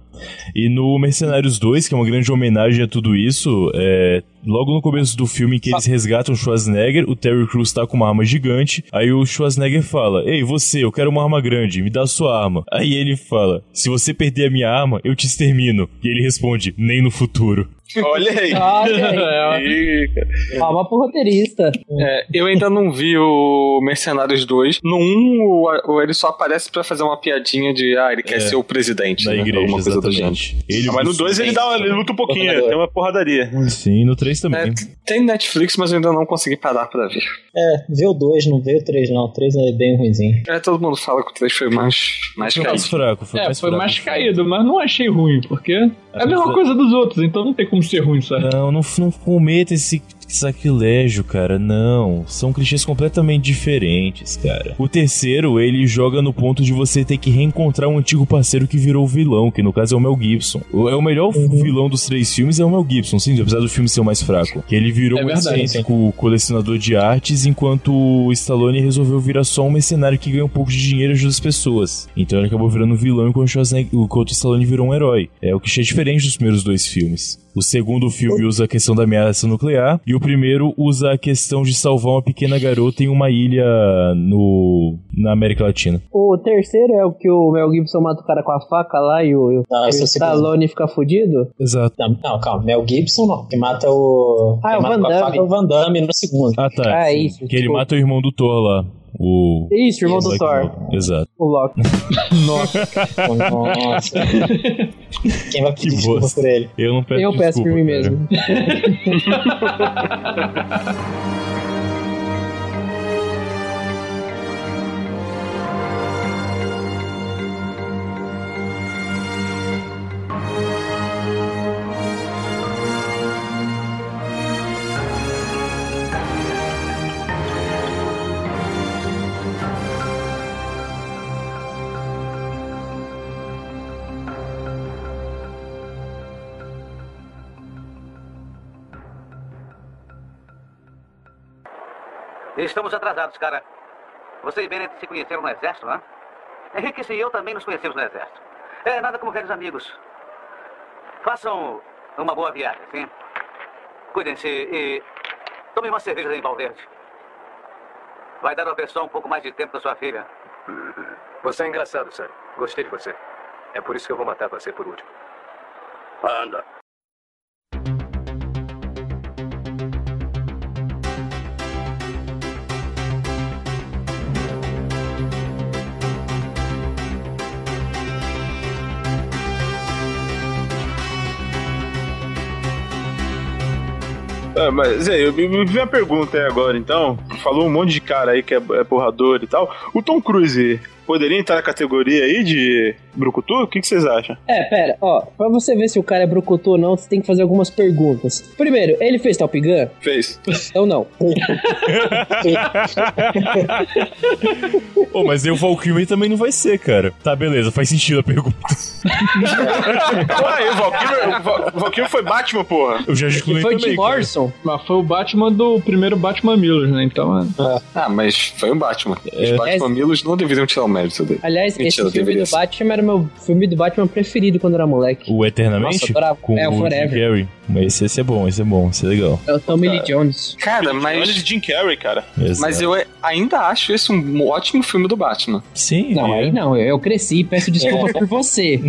Speaker 4: E no Mercenários 2, que é uma grande homenagem a tudo isso, é, logo no começo do filme em que
Speaker 2: Ah.
Speaker 4: eles resgatam o Schwarzenegger, o Terry Crews tá com uma arma gigante, aí o Schwarzenegger fala, Ei, você, eu quero uma arma grande, me dá sua arma. Aí ele fala, se você perder a minha arma, eu te extermino. E ele responde, nem no futuro.
Speaker 2: Olha aí.
Speaker 11: Ah, gente.
Speaker 3: É,
Speaker 2: Ih, cara.
Speaker 11: Palma Ah, pro roteirista.
Speaker 1: É, eu ainda não vi o Mercenários 2. No 1, o- o- ele só aparece pra fazer uma piadinha de, ah, ele quer
Speaker 4: É.
Speaker 1: ser o presidente.
Speaker 4: Na
Speaker 1: né?
Speaker 4: igreja,
Speaker 1: Alguma coisa do gênero.
Speaker 4: exatamente. É. Ele,
Speaker 2: Ah, mas no 2 ele, dá uma- ele luta um pouquinho, né? tem uma porradaria.
Speaker 4: Sim, no 3 também. um
Speaker 1: É, tem Netflix, mas eu ainda não consegui parar pra ver.
Speaker 5: É, vê o 2, não vê o 3, não. O 3 é bem ruimzinho.
Speaker 1: É, todo mundo fala que o 3 foi mais, mais
Speaker 4: Foi
Speaker 2: é.
Speaker 4: mais
Speaker 1: caído.
Speaker 4: fraco, foi mais
Speaker 3: É, foi
Speaker 4: fraco.
Speaker 3: mais caído, mas não achei ruim, porque é a mesma
Speaker 4: Mas-
Speaker 3: coisa dos outros, então não tem como ser ruim, sabe?
Speaker 4: Não, não, f- não cometa esse sacrilégio, cara. Não. São clichês completamente diferentes, cara. O terceiro, ele joga no ponto de você ter que reencontrar um antigo parceiro que virou vilão, que no caso é o Mel Gibson. O, é o melhor
Speaker 3: Uhum.
Speaker 4: vilão dos três filmes é o Mel Gibson, sim, apesar do filme ser o mais fraco. Que ele virou
Speaker 3: É
Speaker 4: um
Speaker 3: verdade,
Speaker 4: excêntrico colecionador de artes, enquanto o Stallone resolveu virar só um mercenário que ganha um pouco de dinheiro e ajuda as pessoas. Então ele acabou virando um vilão enquanto o Schwarzenegger- enquanto o Stallone virou um herói. É o que é diferente dos primeiros dois filmes. O segundo filme usa a questão da ameaça nuclear e o primeiro usa a questão de salvar uma pequena garota em uma ilha no na América Latina.
Speaker 11: O terceiro é o que o Mel Gibson mata o cara com a faca lá e o,
Speaker 5: Não,
Speaker 11: e o
Speaker 5: esse é o segundo.
Speaker 11: Stallone fica fudido?
Speaker 4: Exato.
Speaker 5: Não, não, calma. Mel Gibson não. Que mata o.
Speaker 11: Ah,
Speaker 5: que
Speaker 11: o
Speaker 5: mata
Speaker 11: Van
Speaker 5: com a
Speaker 11: Damme.
Speaker 5: faca é o Van Damme no segundo.
Speaker 4: Ah, tá.
Speaker 11: Ah,
Speaker 4: sim.
Speaker 11: isso,
Speaker 4: Que ele
Speaker 11: desculpa.
Speaker 4: mata o irmão do Thor lá. O
Speaker 11: Isso, irmão do
Speaker 4: Black
Speaker 11: Thor.
Speaker 4: Bolt. Exato.
Speaker 11: O Loki.
Speaker 5: Nossa. Quem vai pedir
Speaker 4: Que
Speaker 5: desculpa
Speaker 4: bosta.
Speaker 5: por ele?
Speaker 4: Eu não peço
Speaker 11: Eu peço
Speaker 4: desculpa,
Speaker 11: por mim
Speaker 4: cara.
Speaker 11: mesmo.
Speaker 12: Estamos atrasados, cara. Você e Bennett se conheceram no exército, né? Henrique e eu também nos conhecemos no exército. É nada como velhos amigos. Façam uma boa viagem, sim? Cuidem-se e tomem uma cerveja em Valverde. Vai dar ao pessoal um pouco mais de tempo da sua filha.
Speaker 13: Você é engraçado, Sam. Gostei de você. É por isso que eu vou matar você por último.
Speaker 12: Anda.
Speaker 2: É, mas é, eu me me vi uma pergunta aí agora, então. Falou um monte de cara aí que é, é porrador e tal. O Tom Cruise poderia entrar na categoria aí de brucutu? O que, que vocês acham?
Speaker 6: É, pera, ó, pra você ver se o cara é brucutu ou não, você tem que fazer algumas perguntas. Primeiro, ele fez Top Gun?
Speaker 2: Fez.
Speaker 6: Ou não?
Speaker 4: Ô, mas aí o Valkyrie também não vai ser, cara. Tá, beleza, faz sentido a pergunta.
Speaker 1: Ah,
Speaker 2: Aí, o Valkyrie, o Val- o Valkyrie foi Batman, porra.
Speaker 4: Eu já
Speaker 3: E foi Tim Morrison, mas foi o Batman do primeiro Batman Miller, né? Então é.
Speaker 1: Ah, mas foi um Batman.
Speaker 3: É.
Speaker 1: Os Batman Milos não deveriam tirar o mérito dele.
Speaker 6: Aliás,
Speaker 1: Mentira,
Speaker 6: esse filme
Speaker 1: deveria
Speaker 6: do
Speaker 1: ser.
Speaker 6: Batman era o meu filme do Batman preferido quando eu era moleque.
Speaker 4: O Eternamente?
Speaker 6: Nossa, eu adorava.
Speaker 4: com
Speaker 6: É, o
Speaker 4: o Jim
Speaker 6: Forever.
Speaker 4: Carrey. Mas esse, esse é bom, esse é bom, esse é legal.
Speaker 6: É o Tommy Lee Jones.
Speaker 1: Cara, mas.
Speaker 2: Olha de Jim Carrey, cara.
Speaker 4: Exato.
Speaker 1: Mas eu é- ainda acho esse um ótimo filme do Batman.
Speaker 4: Sim.
Speaker 6: Não, aí não, eu eu cresci e peço desculpa por você.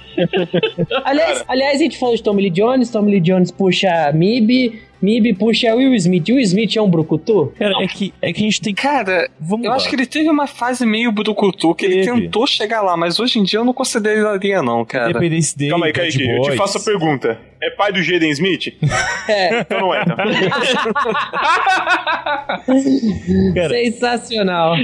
Speaker 6: aliás, aliás, a gente falou de Tommy Lee Jones, Tommy Lee Jones puxa MIB, MIB puxa Will Smith. Will Smith é um brucutu?
Speaker 4: Cara, é que, é que a gente tem
Speaker 1: Cara, eu
Speaker 6: lá.
Speaker 1: acho que ele teve uma fase meio brucutu, que ele
Speaker 4: Teve.
Speaker 1: tentou chegar lá, mas hoje em dia eu não consideraria não, cara.
Speaker 4: Independência dele,
Speaker 2: Calma aí, Kaique, eu te faço a pergunta. É pai do Jaden Smith?
Speaker 6: É.
Speaker 2: Então não é, então.
Speaker 6: Sensacional.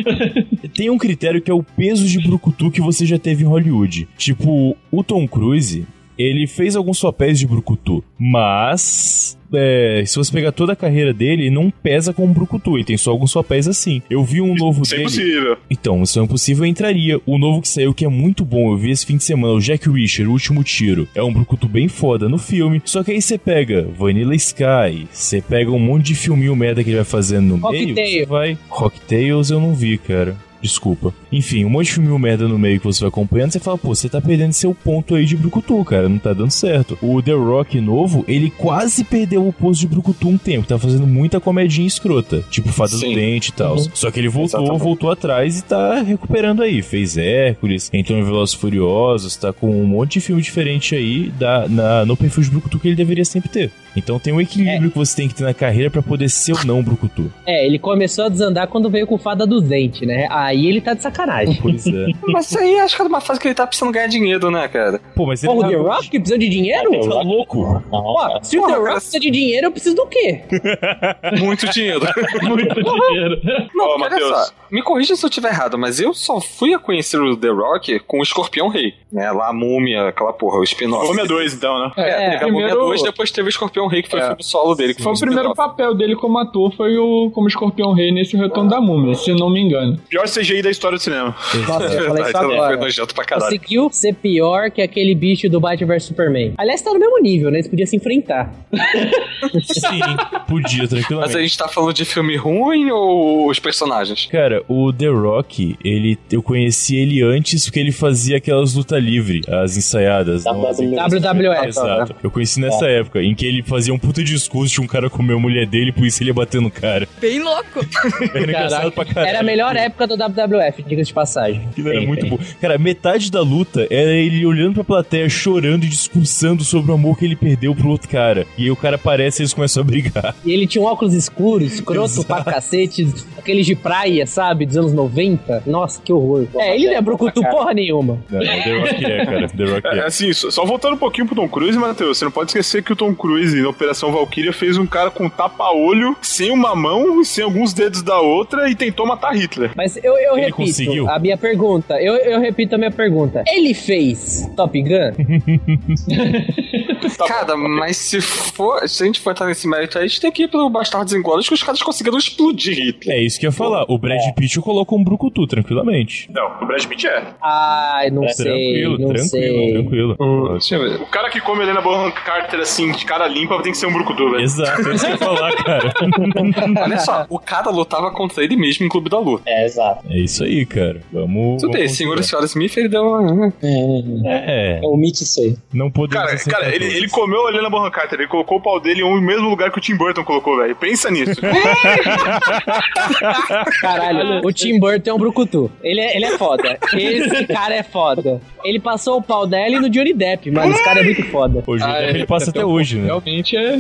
Speaker 4: Tem um critério que é o peso de brucutu que você já teve em Hollywood. Tipo, o Tom Cruise, ele fez alguns papéis de brucutu, mas... é, se você pegar toda a carreira dele, não pesa com brucutu. Ele tem só alguns papéis assim. Eu vi um novo
Speaker 2: Isso é
Speaker 4: dele...
Speaker 2: impossível.
Speaker 4: Então, isso é impossível, eu entraria. O novo que saiu, que é muito bom, eu vi esse fim de semana, o Jack Reacher, O Último Tiro. É um brucutu bem foda no filme, só que aí você pega Vanilla Sky, você pega um monte de filminho merda que ele vai fazendo no meio, você
Speaker 6: Cocktail.
Speaker 4: vai... Rocktails eu não vi, cara. Desculpa. Enfim, um monte de filminho merda no meio que você vai acompanhando, você fala, pô, você tá perdendo seu ponto aí de brucutu, cara, não tá dando certo. O The Rock novo, ele quase perdeu o posto de brucutu um tempo, tá fazendo muita comedinha escrota, tipo Fada do Dente e tal.
Speaker 6: Uhum.
Speaker 4: Só que ele voltou,
Speaker 6: Exatamente.
Speaker 4: voltou atrás e tá recuperando aí. Fez Hércules, entrou em Velozes e Furiosos, tá com um monte de filme diferente aí da, na- no perfil de Brucutu que ele deveria sempre ter. Então tem um equilíbrio que você tem que ter na carreira pra poder ser ou não Brucutu.
Speaker 6: É, ele começou a desandar quando veio com fada do dente, né? Aí ele tá de sacanagem.
Speaker 4: Pois é.
Speaker 1: Mas isso aí acho que é uma fase que ele tá precisando ganhar dinheiro, né, cara?
Speaker 4: Pô, mas tá
Speaker 6: Porra, o The Rock precisa de dinheiro?
Speaker 1: Tá
Speaker 4: louco?
Speaker 6: Ó, se o The Rock precisa de dinheiro, eu preciso do quê?
Speaker 1: Muito dinheiro.
Speaker 3: Muito dinheiro.
Speaker 1: Não, porque olha só, me corrija se eu estiver errado, mas eu só fui a conhecer o The Rock com o Escorpião Rei, né? Lá a múmia, aquela porra, o spin-off.
Speaker 2: Homem é dois, então, né?
Speaker 1: É,
Speaker 3: É,
Speaker 1: teve a
Speaker 3: primeiro- É.
Speaker 1: Múmia 2, depois teve o Escorpião Rei, que foi o filme solo dele. Que
Speaker 3: Foi o
Speaker 1: um
Speaker 3: primeiro
Speaker 1: spin-off.
Speaker 3: papel dele como ator, foi o como escorpião rei nesse Retorno da Múmia, se não me engano.
Speaker 2: Pior CGI da história do cinema.
Speaker 6: Nossa, eu
Speaker 1: né?
Speaker 6: falei isso
Speaker 2: também,
Speaker 3: é.
Speaker 6: agora.
Speaker 2: foi nojento pra caralho.
Speaker 6: Conseguiu ser pior que aquele bicho do Batman vs Superman. Aliás, tá no mesmo nível, né? Eles podiam se enfrentar.
Speaker 4: Sim, podia tranquilamente.
Speaker 1: Mas a gente tá falando de filme ruim ou os personagens?
Speaker 4: Cara, o The Rock, ele, eu conheci ele antes porque ele fazia aquelas luta livre, as ensaiadas. não as-
Speaker 6: WWF.
Speaker 4: Exato. Eu conheci nessa época, em que ele fazia um puta discurso de um cara comeu a mulher dele, por isso ele ia bater no cara.
Speaker 6: Bem louco.
Speaker 4: Era engraçado pra caralho.
Speaker 6: Era a melhor época do WWF, diga-se de passagem.
Speaker 4: Aquilo era muito bom. Cara, metade da luta era ele olhando pra plateia, chorando e discursando sobre o amor que ele perdeu pro outro cara. E aí o cara aparece e eles começam a brigar.
Speaker 6: E ele tinha um óculos escuros, escroto pra cacete, aqueles de praia, sabe? Dos anos 90. Nossa, que horror. É, ele não é brucutu porra nenhuma.
Speaker 4: Não, não, The Rock é, cara. The Rock
Speaker 2: É,
Speaker 4: é.
Speaker 2: assim, só, só voltando um pouquinho pro Tom Cruise, Matheus, você não pode esquecer que o Tom Cruise, na Operação Valkyria, fez um cara com tapa-olho, sem uma mão e sem alguns dedos da outra e tentou matar Hitler.
Speaker 6: Mas eu, eu
Speaker 2: Ele
Speaker 6: repito
Speaker 2: conseguiu?
Speaker 6: a minha pergunta. Eu, eu repito a minha pergunta. Ele fez Top Gun?
Speaker 3: Tá
Speaker 1: Cara, mas se for. Se a gente for entrar nesse mérito aí, a gente tem que ir pro Bastardos Inglórios que os caras conseguiram explodir Hitler.
Speaker 4: É isso que eu ia falar. O Brad Pitt eu coloco um brucutu tranquilamente.
Speaker 2: Não, o Brad Pitt é.
Speaker 6: Ai, não sei.
Speaker 4: Tranquilo,
Speaker 6: não
Speaker 4: tranquilo,
Speaker 6: sei.
Speaker 4: tranquilo.
Speaker 2: O cara que come Helena Bonham Carter assim, de cara limpa, tem que ser um brucutu, velho.
Speaker 4: Exato, é isso que eu ia falar, cara.
Speaker 1: Olha só, o cara lutava contra ele mesmo em Clube da Luta.
Speaker 5: É, exato.
Speaker 4: É isso aí, cara. Vamos.
Speaker 1: Tudo bem,
Speaker 4: vamos
Speaker 1: senhor e senhora Smith, ele deu uma. né?
Speaker 4: É.
Speaker 5: É o Mitch isso aí.
Speaker 4: Não podemos
Speaker 2: Cara,
Speaker 4: aceitar
Speaker 2: cara ele,
Speaker 4: todos.
Speaker 2: ele comeu a Helena Bonham Carter, ele colocou o pau dele no mesmo lugar que o Tim Burton colocou, velho. Pensa nisso.
Speaker 6: Caralho, o Tim Burton é um brucutu. Ele é, ele é foda. Esse cara é foda. Ele passou o pau dela e no Johnny Depp, mano. Esse cara é muito foda.
Speaker 4: Hoje
Speaker 3: Ah,
Speaker 4: é,
Speaker 3: é,
Speaker 4: ele passa até
Speaker 3: então,
Speaker 4: hoje, né?
Speaker 3: Realmente é.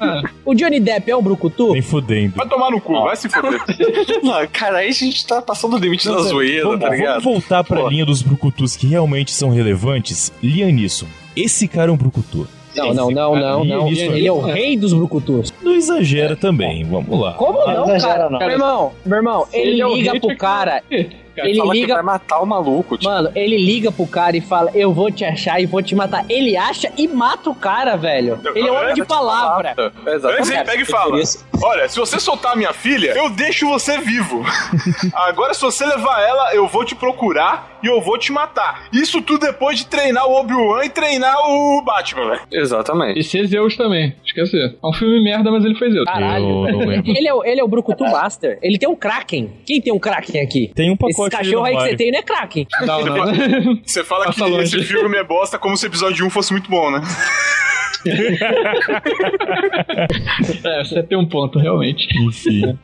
Speaker 3: Ah,
Speaker 6: O Johnny Depp é um brucutu?
Speaker 4: Nem fudendo.
Speaker 2: Vai tomar no cu, vai se foder.
Speaker 1: Não, cara, aí a gente tá passando o limite da
Speaker 4: Vamos-
Speaker 1: zoeira,
Speaker 4: vamos,
Speaker 1: tá ligado?
Speaker 4: vamos voltar pra linha dos brucutus que realmente são relevantes. Lianisson, esse cara é um brucutu.
Speaker 6: Não, não, não, não, não.
Speaker 4: Isso,
Speaker 6: Ele é o rei dos brucutus.
Speaker 4: Não exagera também, vamos lá.
Speaker 6: Como não,
Speaker 5: Não exagera,
Speaker 6: cara?
Speaker 5: não.
Speaker 6: Meu irmão, meu irmão, ele,
Speaker 3: ele é o
Speaker 6: liga
Speaker 3: rei,
Speaker 6: pro
Speaker 3: tinha que-
Speaker 6: cara.
Speaker 3: Cara,
Speaker 6: Ele
Speaker 1: Fala que vai
Speaker 6: liga.
Speaker 1: matar o maluco, tipo.
Speaker 6: Mano, ele liga pro cara e fala: Eu vou te achar e vou te matar. Ele acha e mata o cara, velho. Ele é um homem de palavra.
Speaker 1: É,
Speaker 2: Antes
Speaker 1: Exatamente.
Speaker 2: ele pega e fala: Olha, se você soltar a minha filha, eu deixo você vivo. Agora, se você levar ela, eu vou te procurar e eu vou te matar. Isso tudo depois de treinar o Obi-Wan e treinar o Batman, velho.
Speaker 1: É. Exatamente.
Speaker 3: E é Zeus também, esqueci. É um filme merda, mas ele fez Zeus.
Speaker 6: Caralho.
Speaker 4: Eu não lembro.
Speaker 6: Ele é, o, ele é o Brucutu Master. Ele tem um Kraken. Quem tem um Kraken aqui?
Speaker 4: Tem um
Speaker 6: Esse
Speaker 4: pacote ali no
Speaker 6: cachorro aí que você
Speaker 4: armário.
Speaker 6: tem não é Kraken.
Speaker 3: Não, não.
Speaker 2: Você fala
Speaker 3: Passa
Speaker 2: que
Speaker 3: longe.
Speaker 2: esse filme é bosta como se o episódio 1 fosse muito bom, né?
Speaker 3: É, você tem um ponto, realmente.
Speaker 4: Enfim,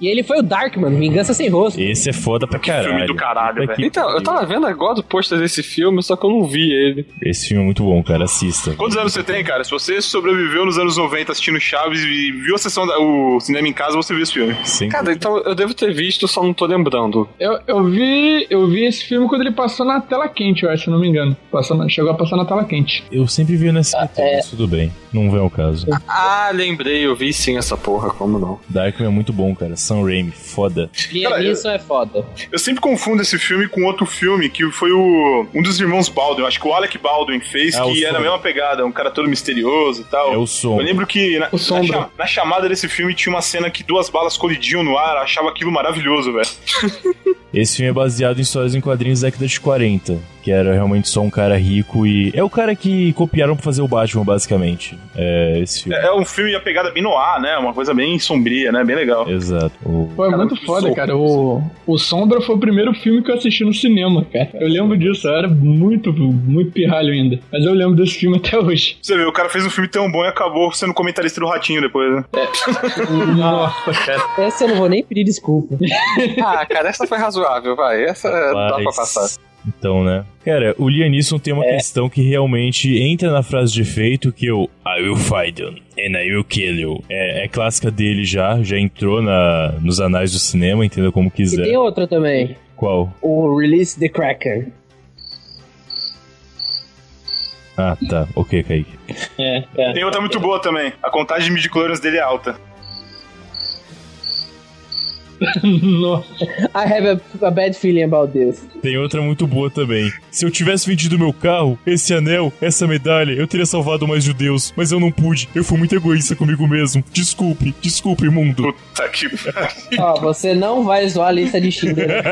Speaker 6: E ele foi o Darkman, Vingança Sem Rosto.
Speaker 4: esse é foda pra caralho.
Speaker 2: filme do caralho,
Speaker 4: Puta
Speaker 2: velho.
Speaker 4: que
Speaker 1: Então, eu
Speaker 4: pariu.
Speaker 1: tava vendo agora o pôster desse filme, só que eu não vi ele.
Speaker 4: Esse filme é muito bom, cara, assista.
Speaker 2: Quantos anos você tem, cara? Se você sobreviveu nos anos 90 assistindo Chaves e viu a sessão da, o cinema em casa, você viu esse filme.
Speaker 4: Sem-
Speaker 1: Cara, então eu devo ter visto, só não tô lembrando.
Speaker 3: Eu, eu, vi, eu vi esse filme quando ele passou na tela quente, eu acho, se não me engano. Passou na- chegou a passar na tela quente.
Speaker 4: Eu sempre vi no SBT,
Speaker 6: Ah, é.
Speaker 4: mas tudo bem. Não vem ao caso.
Speaker 1: Ah, lembrei, eu vi sim essa porra, como não?
Speaker 4: Darkman é muito bom, cara. Sam Raimi, foda.
Speaker 6: Lianisson é foda.
Speaker 2: Eu sempre confundo esse filme com outro filme que foi o um dos irmãos Baldwin, acho que o Alec Baldwin fez,
Speaker 4: Ah, o
Speaker 2: que era a
Speaker 4: Sombra.
Speaker 2: mesma pegada, um cara todo misterioso e tal.
Speaker 4: É o som.
Speaker 2: Eu lembro que na, na
Speaker 3: Sombra.
Speaker 2: cha- na chamada desse filme tinha uma cena que duas balas colidiam no ar, eu achava aquilo maravilhoso, velho.
Speaker 4: Esse filme é baseado em histórias em quadrinhos da década de 40, que era realmente só um cara rico e. É o cara que copiaram pra fazer o Batman, basicamente. É esse filme.
Speaker 2: É, é um filme e a pegada bem no ar, né? Uma coisa bem sombria, né? Bem
Speaker 4: É.
Speaker 2: legal.
Speaker 4: Exato. O-
Speaker 3: Pô, é muito
Speaker 1: que
Speaker 3: foda,
Speaker 1: soco.
Speaker 3: cara. O, o Sombra foi o primeiro filme que eu assisti no cinema, cara. Eu lembro disso, eu era muito, muito pirralho ainda. Mas eu lembro desse filme até hoje.
Speaker 2: Você vê, o cara fez um filme tão bom e acabou sendo comentarista do Ratinho depois, né?
Speaker 3: Nossa, cara.
Speaker 6: Esse eu não vou nem pedir desculpa.
Speaker 1: Ah, cara, essa foi razoável, vai. Essa É, dá pra
Speaker 4: Mas-
Speaker 1: passar. É.
Speaker 4: Então, né? Cara, o Lianisson tem uma questão que realmente entra na frase de efeito que eu I will find you and I will kill you. É, é clássica dele já, já entrou na, nos anais do cinema, entenda como
Speaker 6: E
Speaker 4: quiser.
Speaker 6: tem outra também.
Speaker 4: Qual?
Speaker 6: O Release the Cracker.
Speaker 4: Ah, tá. Ok, Kaique.
Speaker 5: É, é.
Speaker 2: Tem outra muito boa também. A contagem de midichlorians dele é alta.
Speaker 3: Nossa.
Speaker 6: I have a, a bad feeling about this.
Speaker 4: Tem outra muito boa também. Se eu tivesse vendido meu carro, esse anel, essa medalha, eu teria salvado mais judeus. Mas eu não pude. Eu fui muito egoísta comigo mesmo. Desculpe, desculpe, mundo.
Speaker 2: Puta que pariu.
Speaker 6: Ó, você não vai zoar a lista de Schindler.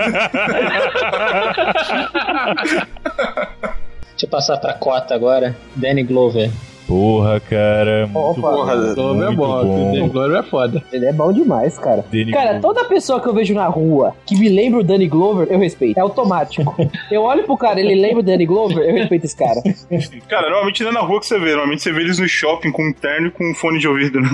Speaker 5: Deixa eu passar pra cota agora. Danny Glover.
Speaker 4: Porra, cara. Muito
Speaker 6: Opa.
Speaker 1: Porra,
Speaker 3: Globo é
Speaker 4: Muito
Speaker 3: bom,
Speaker 4: bom.
Speaker 3: bom. Globo é foda.
Speaker 6: Ele é bom demais, cara.
Speaker 4: Danny
Speaker 6: cara,
Speaker 4: Glover.
Speaker 6: toda pessoa que eu vejo na rua que me lembra o Danny Glover, eu respeito. É automático. Eu olho pro cara, ele lembra o Danny Glover, eu respeito esse cara.
Speaker 2: Cara, normalmente não é na rua que você vê. Normalmente você vê eles no shopping com um terno e com um fone de ouvido, né?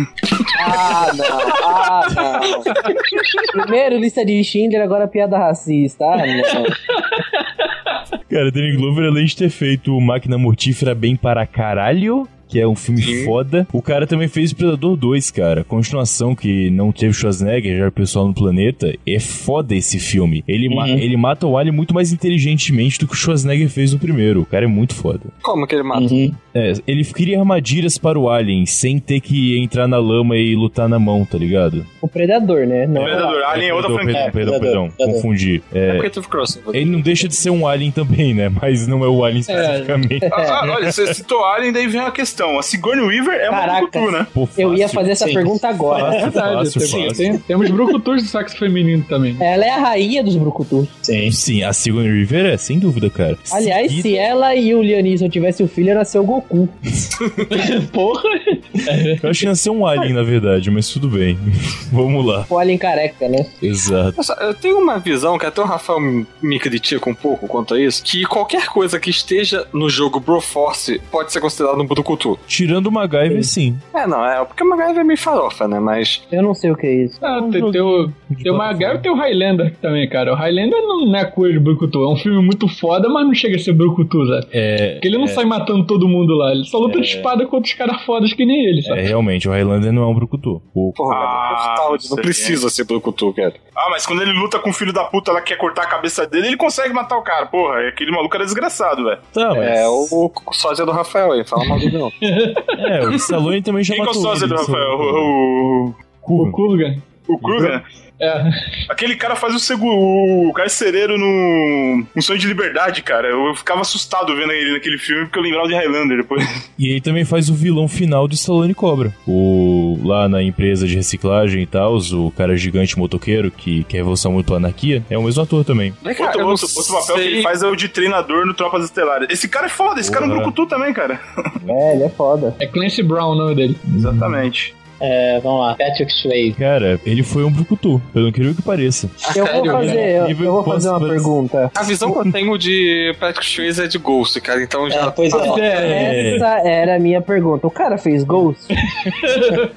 Speaker 6: Ah, não. Ah, não. Primeiro lista de Schindler, agora piada racista. Ah, não.
Speaker 4: Cara, Danny Glover, além de ter feito o Máquina Mortífera bem para caralho, que é um filme foda, o cara também fez Predador 2, cara. Continuação que não teve Schwarzenegger, já era o pessoal no planeta. É foda esse filme. Ele, ma-
Speaker 2: Uhum.
Speaker 4: ele mata o alien muito mais inteligentemente do que o Schwarzenegger fez no primeiro. O cara é muito foda.
Speaker 1: Como que ele mata?
Speaker 5: Uhum.
Speaker 4: É, ele cria armadilhas para o alien, sem ter que entrar na lama e lutar na mão, tá ligado?
Speaker 6: O Predador, né? Não
Speaker 2: Predador, Alien é outra
Speaker 4: perdão,
Speaker 2: franquia.
Speaker 4: perdão, perdão, perdão, confundi. É,
Speaker 1: porque teve crossover.
Speaker 4: ele não deixa de ser um alien também, né? Mas não é o alien especificamente.
Speaker 2: Ah, ah, olha, você citou Alien, daí vem a questão. A Sigourney Weaver é uma
Speaker 6: Caraca,
Speaker 2: brucutu, né?
Speaker 6: eu ia fazer essa pergunta agora.
Speaker 3: É verdade,
Speaker 4: fácil,
Speaker 3: tem-
Speaker 4: fácil.
Speaker 3: tem- temos brucutus de sexo feminino também.
Speaker 6: Ela é a rainha dos brucutus.
Speaker 4: Sim. Sim, a Sigourney Weaver é, sem dúvida, cara.
Speaker 6: Aliás,
Speaker 4: Seguida-
Speaker 6: se é. ela e o Leonison tivessem um filho, ia nascer o Goku.
Speaker 3: Porra!
Speaker 4: Eu acho que nasceu um alien, na verdade, mas tudo bem. Vamos lá.
Speaker 6: O Alien careca, né?
Speaker 4: Exato.
Speaker 1: Nossa, eu tenho uma visão que até o Rafael me- me critica um pouco quanto a isso, que qualquer coisa que esteja no jogo Broforce pode ser considerado um brucutu.
Speaker 4: Tirando o MacGyver, sim.
Speaker 1: É, não, é porque o MacGyver é meio farofa, né? Mas
Speaker 6: Eu não sei o que é isso.
Speaker 3: Ah,
Speaker 4: um
Speaker 3: tem, tem o, tem o Magal e tem o Highlander também, cara. O Highlander não é coisa de Brucutu. É um filme muito foda, mas não chega a ser Brucutu, sabe?
Speaker 4: É,
Speaker 3: Porque ele não sai matando todo mundo lá. Ele só luta de espada contra os caras fodas que nem ele,
Speaker 4: é,
Speaker 3: sabe?
Speaker 4: realmente, o Highlander não é um brucutu. O...
Speaker 2: Ah,
Speaker 1: Stout, não
Speaker 2: sei.
Speaker 1: precisa ser brucutu, cara.
Speaker 2: Ah, mas quando ele luta com o filho da puta, ela quer cortar a cabeça dele, ele consegue matar o cara. Porra, aquele maluco era desgraçado, velho.
Speaker 4: Tá, mas...
Speaker 1: É o, o sósia do Rafael aí, fala mal dele não.
Speaker 4: É, o Stallone também já
Speaker 2: Quem que é o
Speaker 4: matou
Speaker 2: sósia
Speaker 4: ele,
Speaker 2: do
Speaker 4: sabe?
Speaker 2: Rafael? O,
Speaker 4: É,
Speaker 3: O Kulgan.
Speaker 2: o, o Kruger?
Speaker 3: É.
Speaker 2: Aquele cara faz o, segu... o carcereiro no um sonho de liberdade, cara. Eu ficava assustado vendo ele naquele filme porque eu lembrava de Highlander depois.
Speaker 4: E ele também faz o vilão final do Stallone Cobra. O lá na empresa de reciclagem e tal, o cara gigante motoqueiro que quer revolução muito pra anarquia, é o mesmo ator também.
Speaker 1: Vem cá,
Speaker 2: Outro,
Speaker 1: eu não
Speaker 2: outro, outro papel que ele
Speaker 1: sei-
Speaker 2: faz é o de treinador no Tropas Estelares. Esse cara é foda, esse cara é um
Speaker 4: Porra.
Speaker 2: brucutu também, cara.
Speaker 6: É, ele é foda.
Speaker 3: É Clancy Brown o nome dele.
Speaker 2: Exatamente.
Speaker 5: É, vamos lá. Patrick Swayze.
Speaker 4: Cara, ele foi um brucutu, pelo incrível que pareça.
Speaker 6: Eu vou
Speaker 1: Sério,
Speaker 6: fazer, eu, eu vou fazer uma pergunta.
Speaker 1: A visão que eu tenho de Patrick Swayze é de Ghost, cara, então já...
Speaker 5: É, pois é.
Speaker 4: É.
Speaker 6: Essa era a minha pergunta. O cara fez gols?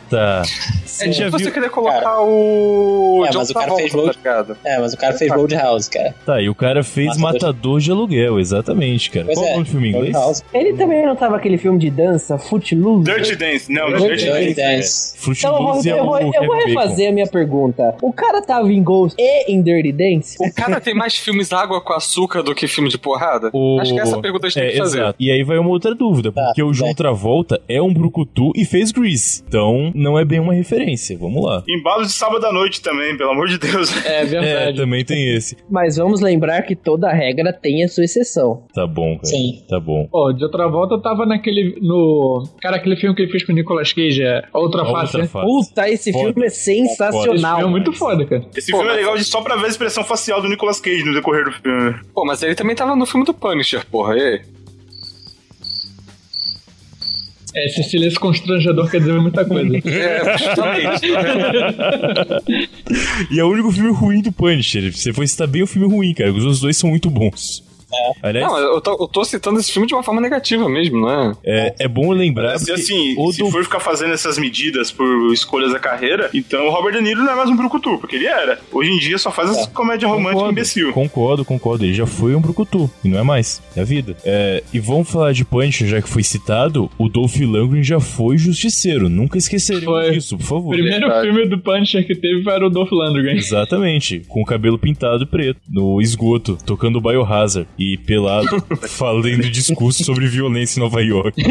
Speaker 4: Tá.
Speaker 1: É
Speaker 4: Você
Speaker 1: tipo
Speaker 4: já
Speaker 1: você
Speaker 4: viu...
Speaker 1: querer colocar o...
Speaker 5: É,
Speaker 1: John
Speaker 5: mas o cara
Speaker 1: Travolta,
Speaker 5: fez gol-
Speaker 1: tá ligado?
Speaker 5: É, mas o cara fez Roadhouse, cara.
Speaker 4: Tá, e o cara fez
Speaker 5: Matador.
Speaker 4: Matador de Aluguel, exatamente, cara.
Speaker 5: Pois
Speaker 4: Qual é o
Speaker 5: é.
Speaker 4: nome do filme em inglês?
Speaker 5: Roadhouse.
Speaker 6: Ele também não tava aquele filme de dança, Footloose?
Speaker 2: Dirty Dance. Não, não,
Speaker 6: Dirty
Speaker 2: Dirty Dance.
Speaker 5: Dirty Dance.
Speaker 4: Fruit
Speaker 6: Então eu vou,
Speaker 4: Loops é
Speaker 6: eu vou-
Speaker 4: o
Speaker 6: eu
Speaker 4: Kevin
Speaker 6: vou
Speaker 4: Bacon.
Speaker 6: refazer a minha pergunta. O cara tava em Ghost e em Dirty Dance?
Speaker 1: O cara tem mais filmes água com açúcar do que filme de porrada?
Speaker 4: O-
Speaker 1: Acho que essa pergunta a gente
Speaker 4: é,
Speaker 1: tem que fazer.
Speaker 4: exato. E aí vai uma outra dúvida,
Speaker 5: Tá,
Speaker 4: porque o João
Speaker 5: vai.
Speaker 4: Travolta é um brucutu e fez Grease. Então, não é bem uma referência. Vamos lá.
Speaker 2: Embalo de sábado à noite também, pelo amor de Deus.
Speaker 3: É
Speaker 4: É,
Speaker 3: verdade.
Speaker 4: também tem esse.
Speaker 6: Mas vamos lembrar que toda regra tem a sua exceção.
Speaker 4: Tá bom, cara.
Speaker 5: Sim.
Speaker 4: Tá bom.
Speaker 3: Pô, de outra volta eu tava naquele. no. Cara, aquele filme que ele fez com o Nicolas Cage, é A Outra
Speaker 4: A outra
Speaker 3: Face. né?
Speaker 4: face.
Speaker 6: Puta, esse
Speaker 4: Foda.
Speaker 6: filme é
Speaker 3: Esse filme é
Speaker 6: sensacional.
Speaker 3: muito foda, cara.
Speaker 2: Esse
Speaker 1: Pô,
Speaker 2: filme é
Speaker 1: mas-
Speaker 2: legal de- só pra ver a expressão facial do Nicolas Cage no decorrer do filme.
Speaker 1: Pô, mas ele também tava no filme do Punisher, porra, e aí?
Speaker 3: É, esse silêncio constrangedor quer dizer muita coisa.
Speaker 1: É, justamente. né?
Speaker 4: E é o único filme ruim do Punisher. Você foi citar bem o filme ruim, cara. Os outros dois são muito bons.
Speaker 5: É.
Speaker 4: Aliás,
Speaker 1: Não, eu tô, eu tô citando esse filme de uma forma negativa mesmo, né?
Speaker 4: é, é bom lembrar.
Speaker 2: Se
Speaker 4: porque
Speaker 2: assim,
Speaker 4: o
Speaker 2: se
Speaker 4: do-
Speaker 2: for ficar fazendo essas medidas por escolhas da carreira, então o Robert De Niro não é mais um brucutu, porque ele era. Hoje em dia só faz essas comédia romântica
Speaker 4: É. Concordo,
Speaker 2: imbecil.
Speaker 4: Concordo, concordo. Ele já foi um brucutu. E não é mais. É a vida. É, e vamos falar de Punisher, já que foi citado. O Dolph Lundgren já foi justiceiro. Nunca esqueceremos
Speaker 3: Foi.
Speaker 4: disso, por
Speaker 3: O
Speaker 4: favor.
Speaker 3: primeiro filme do Punisher que teve foi o Dolph Lundgren.
Speaker 4: Exatamente. Com o cabelo pintado e preto. No esgoto. Tocando Biohazard. E pelado. falando discurso sobre violência em Nova York.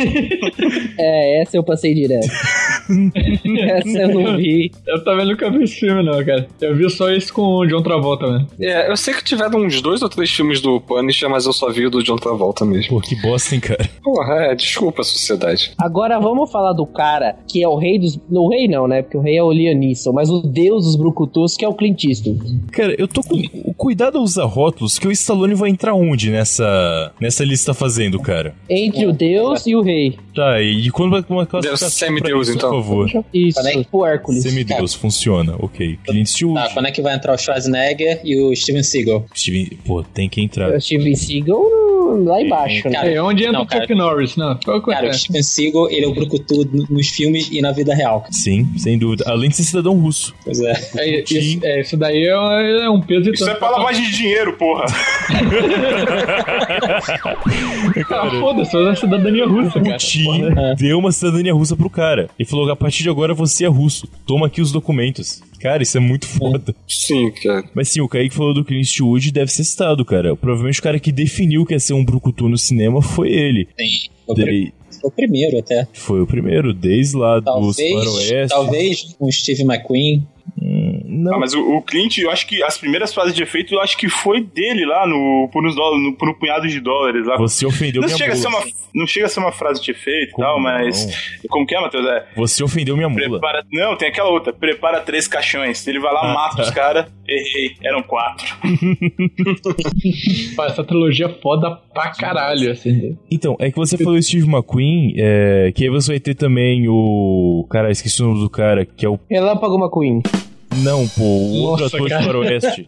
Speaker 6: É, essa eu passei direto. essa eu não vi.
Speaker 3: Eu também nunca vi esse filme, não, cara. Eu vi só esse com o John Travolta, mano.
Speaker 1: É, eu sei que tiveram uns dois ou três filmes do Punisher, mas eu só vi o do John Travolta mesmo.
Speaker 4: Pô, que bosta, hein, cara.
Speaker 1: Porra, é, desculpa a sociedade.
Speaker 6: Agora vamos falar do cara que é o rei dos. Não, o rei não, né? Porque o rei é o Leonisson, mas o deus dos brucutus, que é o Clint Eastwood.
Speaker 4: Cara, eu tô com. o Cuidado a usar rótulos, que o Stallone vai entrar onde nessa. nessa lista fazendo, cara?
Speaker 6: Entre o deus e o rei.
Speaker 4: Tá, e quando vai uma classificação.
Speaker 1: Deus, semideus,
Speaker 4: pra isso,
Speaker 1: então.
Speaker 4: Por favor.
Speaker 6: Isso,
Speaker 5: Peraí.
Speaker 6: o Hércules.
Speaker 4: Semideus, funciona, ok. Clint Eastwood.
Speaker 5: Tá, quando é que vai entrar o Schwarzenegger e o Steven Seagal?
Speaker 4: Steven- Pô, tem que entrar.
Speaker 6: O Steven Seagal no- lá embaixo, né?
Speaker 5: Cara,
Speaker 3: É, onde entra
Speaker 5: não,
Speaker 3: o
Speaker 5: cara.
Speaker 3: Chuck Norris, não? Qual que é?
Speaker 5: Cara, o Steven Seagal, ele é o brucutu no- nos filmes e na vida real. cara.
Speaker 4: Sim, sem dúvida. Além de ser cidadão russo.
Speaker 5: Pois é.
Speaker 3: É, isso, é, isso daí é, é um peso e
Speaker 2: Isso é
Speaker 3: tanto.
Speaker 2: pra lavagem de dinheiro, porra.
Speaker 3: Ah, foda-se, eu sou da cidadania russa, cara. né?
Speaker 4: Putin deu uma cidadania russa pro cara. E falou: a partir de agora você é russo. Toma aqui os documentos. Cara, isso é muito foda.
Speaker 1: Sim, é, cara.
Speaker 4: Mas sim, o Kaique falou do Clint Eastwood deve ser citado, cara. Provavelmente o cara que definiu que ia ser um brucutu no cinema foi ele.
Speaker 5: Sim.
Speaker 4: Dele-
Speaker 5: Foi o primeiro até.
Speaker 4: Foi o primeiro, desde lá dos
Speaker 5: Talvez,
Speaker 4: Faroeste.
Speaker 5: talvez com o Steve McQueen.
Speaker 4: não.
Speaker 2: Ah, mas o, o Clint, eu acho que as primeiras fases de efeito, eu acho que foi dele lá no, por, uns dólares, no, por um punhado de dólares lá.
Speaker 4: Você ofendeu
Speaker 2: não
Speaker 4: minha
Speaker 2: chega a ser
Speaker 4: mula.
Speaker 2: uma Não chega a ser uma frase de efeito e tal, mas. Como que é, Matheus? É,
Speaker 4: Você ofendeu minha mula.
Speaker 2: prepara- não, tem aquela outra. Prepara três caixões. Ele vai lá,
Speaker 4: Ah,
Speaker 2: mata
Speaker 4: tá.
Speaker 2: os caras. Errei, eram quatro.
Speaker 3: Pá, essa trilogia é foda pra caralho, assim.
Speaker 4: Então, é que você falou Steve McQueen, é, que aí você vai ter também o. Cara, esqueci o nome do cara, que é o.
Speaker 6: Relâmpago McQueen.
Speaker 4: Não, pô, o outro
Speaker 6: Nossa,
Speaker 4: ator
Speaker 6: cara.
Speaker 4: de Faroeste.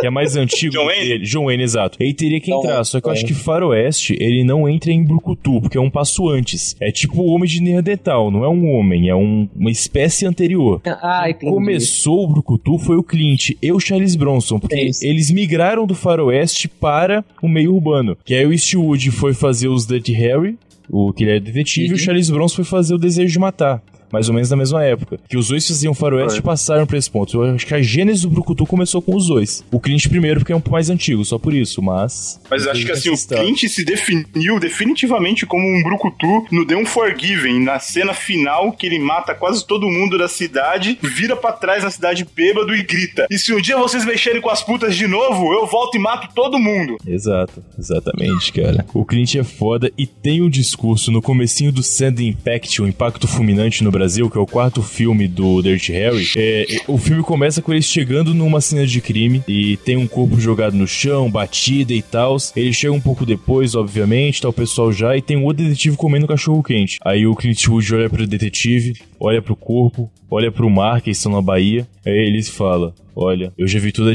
Speaker 4: Que é mais antigo John dele. John Wayne, exato. Ele teria que entrar, só que eu acho que Faroeste, ele não entra em Brucutu, porque é um passo antes. É tipo o homem de Neandertal, não é um homem, é um- uma espécie anterior.
Speaker 6: Ah, entendi.
Speaker 4: Começou o Brucutu foi o Clint e o Charles Bronson, porque eles migraram do faroeste para o meio urbano. Que aí o Eastwood foi fazer os Dirty Harry, o que ele é detetive, e o Charles Bronson foi fazer o Desejo de Matar. Mais ou menos na mesma época. Que os dois faziam faroeste e passaram pra esse ponto. Eu acho que a gênese do Brucutu começou com os dois. O Clint primeiro, porque é um pouco mais antigo, só por isso, mas...
Speaker 2: Mas acho que assim, o Clint se definiu definitivamente como um brucutu no The Unforgiven, na cena final que ele mata quase todo mundo da cidade, vira pra trás na cidade bêbado e grita: "E se um dia vocês mexerem com as putas de novo, eu volto e mato todo mundo".
Speaker 4: Exato, exatamente, cara. O Clint é foda e tem um discurso no comecinho do Sand Impact, o Impacto Fulminante no Brasil, que é o quarto filme do Dirty Harry. É, é, o filme começa com eles chegando numa cena de crime e tem um corpo jogado no chão, batida e tal. Ele chega um pouco depois, obviamente, tá o pessoal já, e tem um outro detetive comendo cachorro quente. Aí o Clint Wood olha pro detetive, olha pro corpo, olha pro mar, que eles estão na Bahia. Aí ele fala... Olha, eu já vi toda a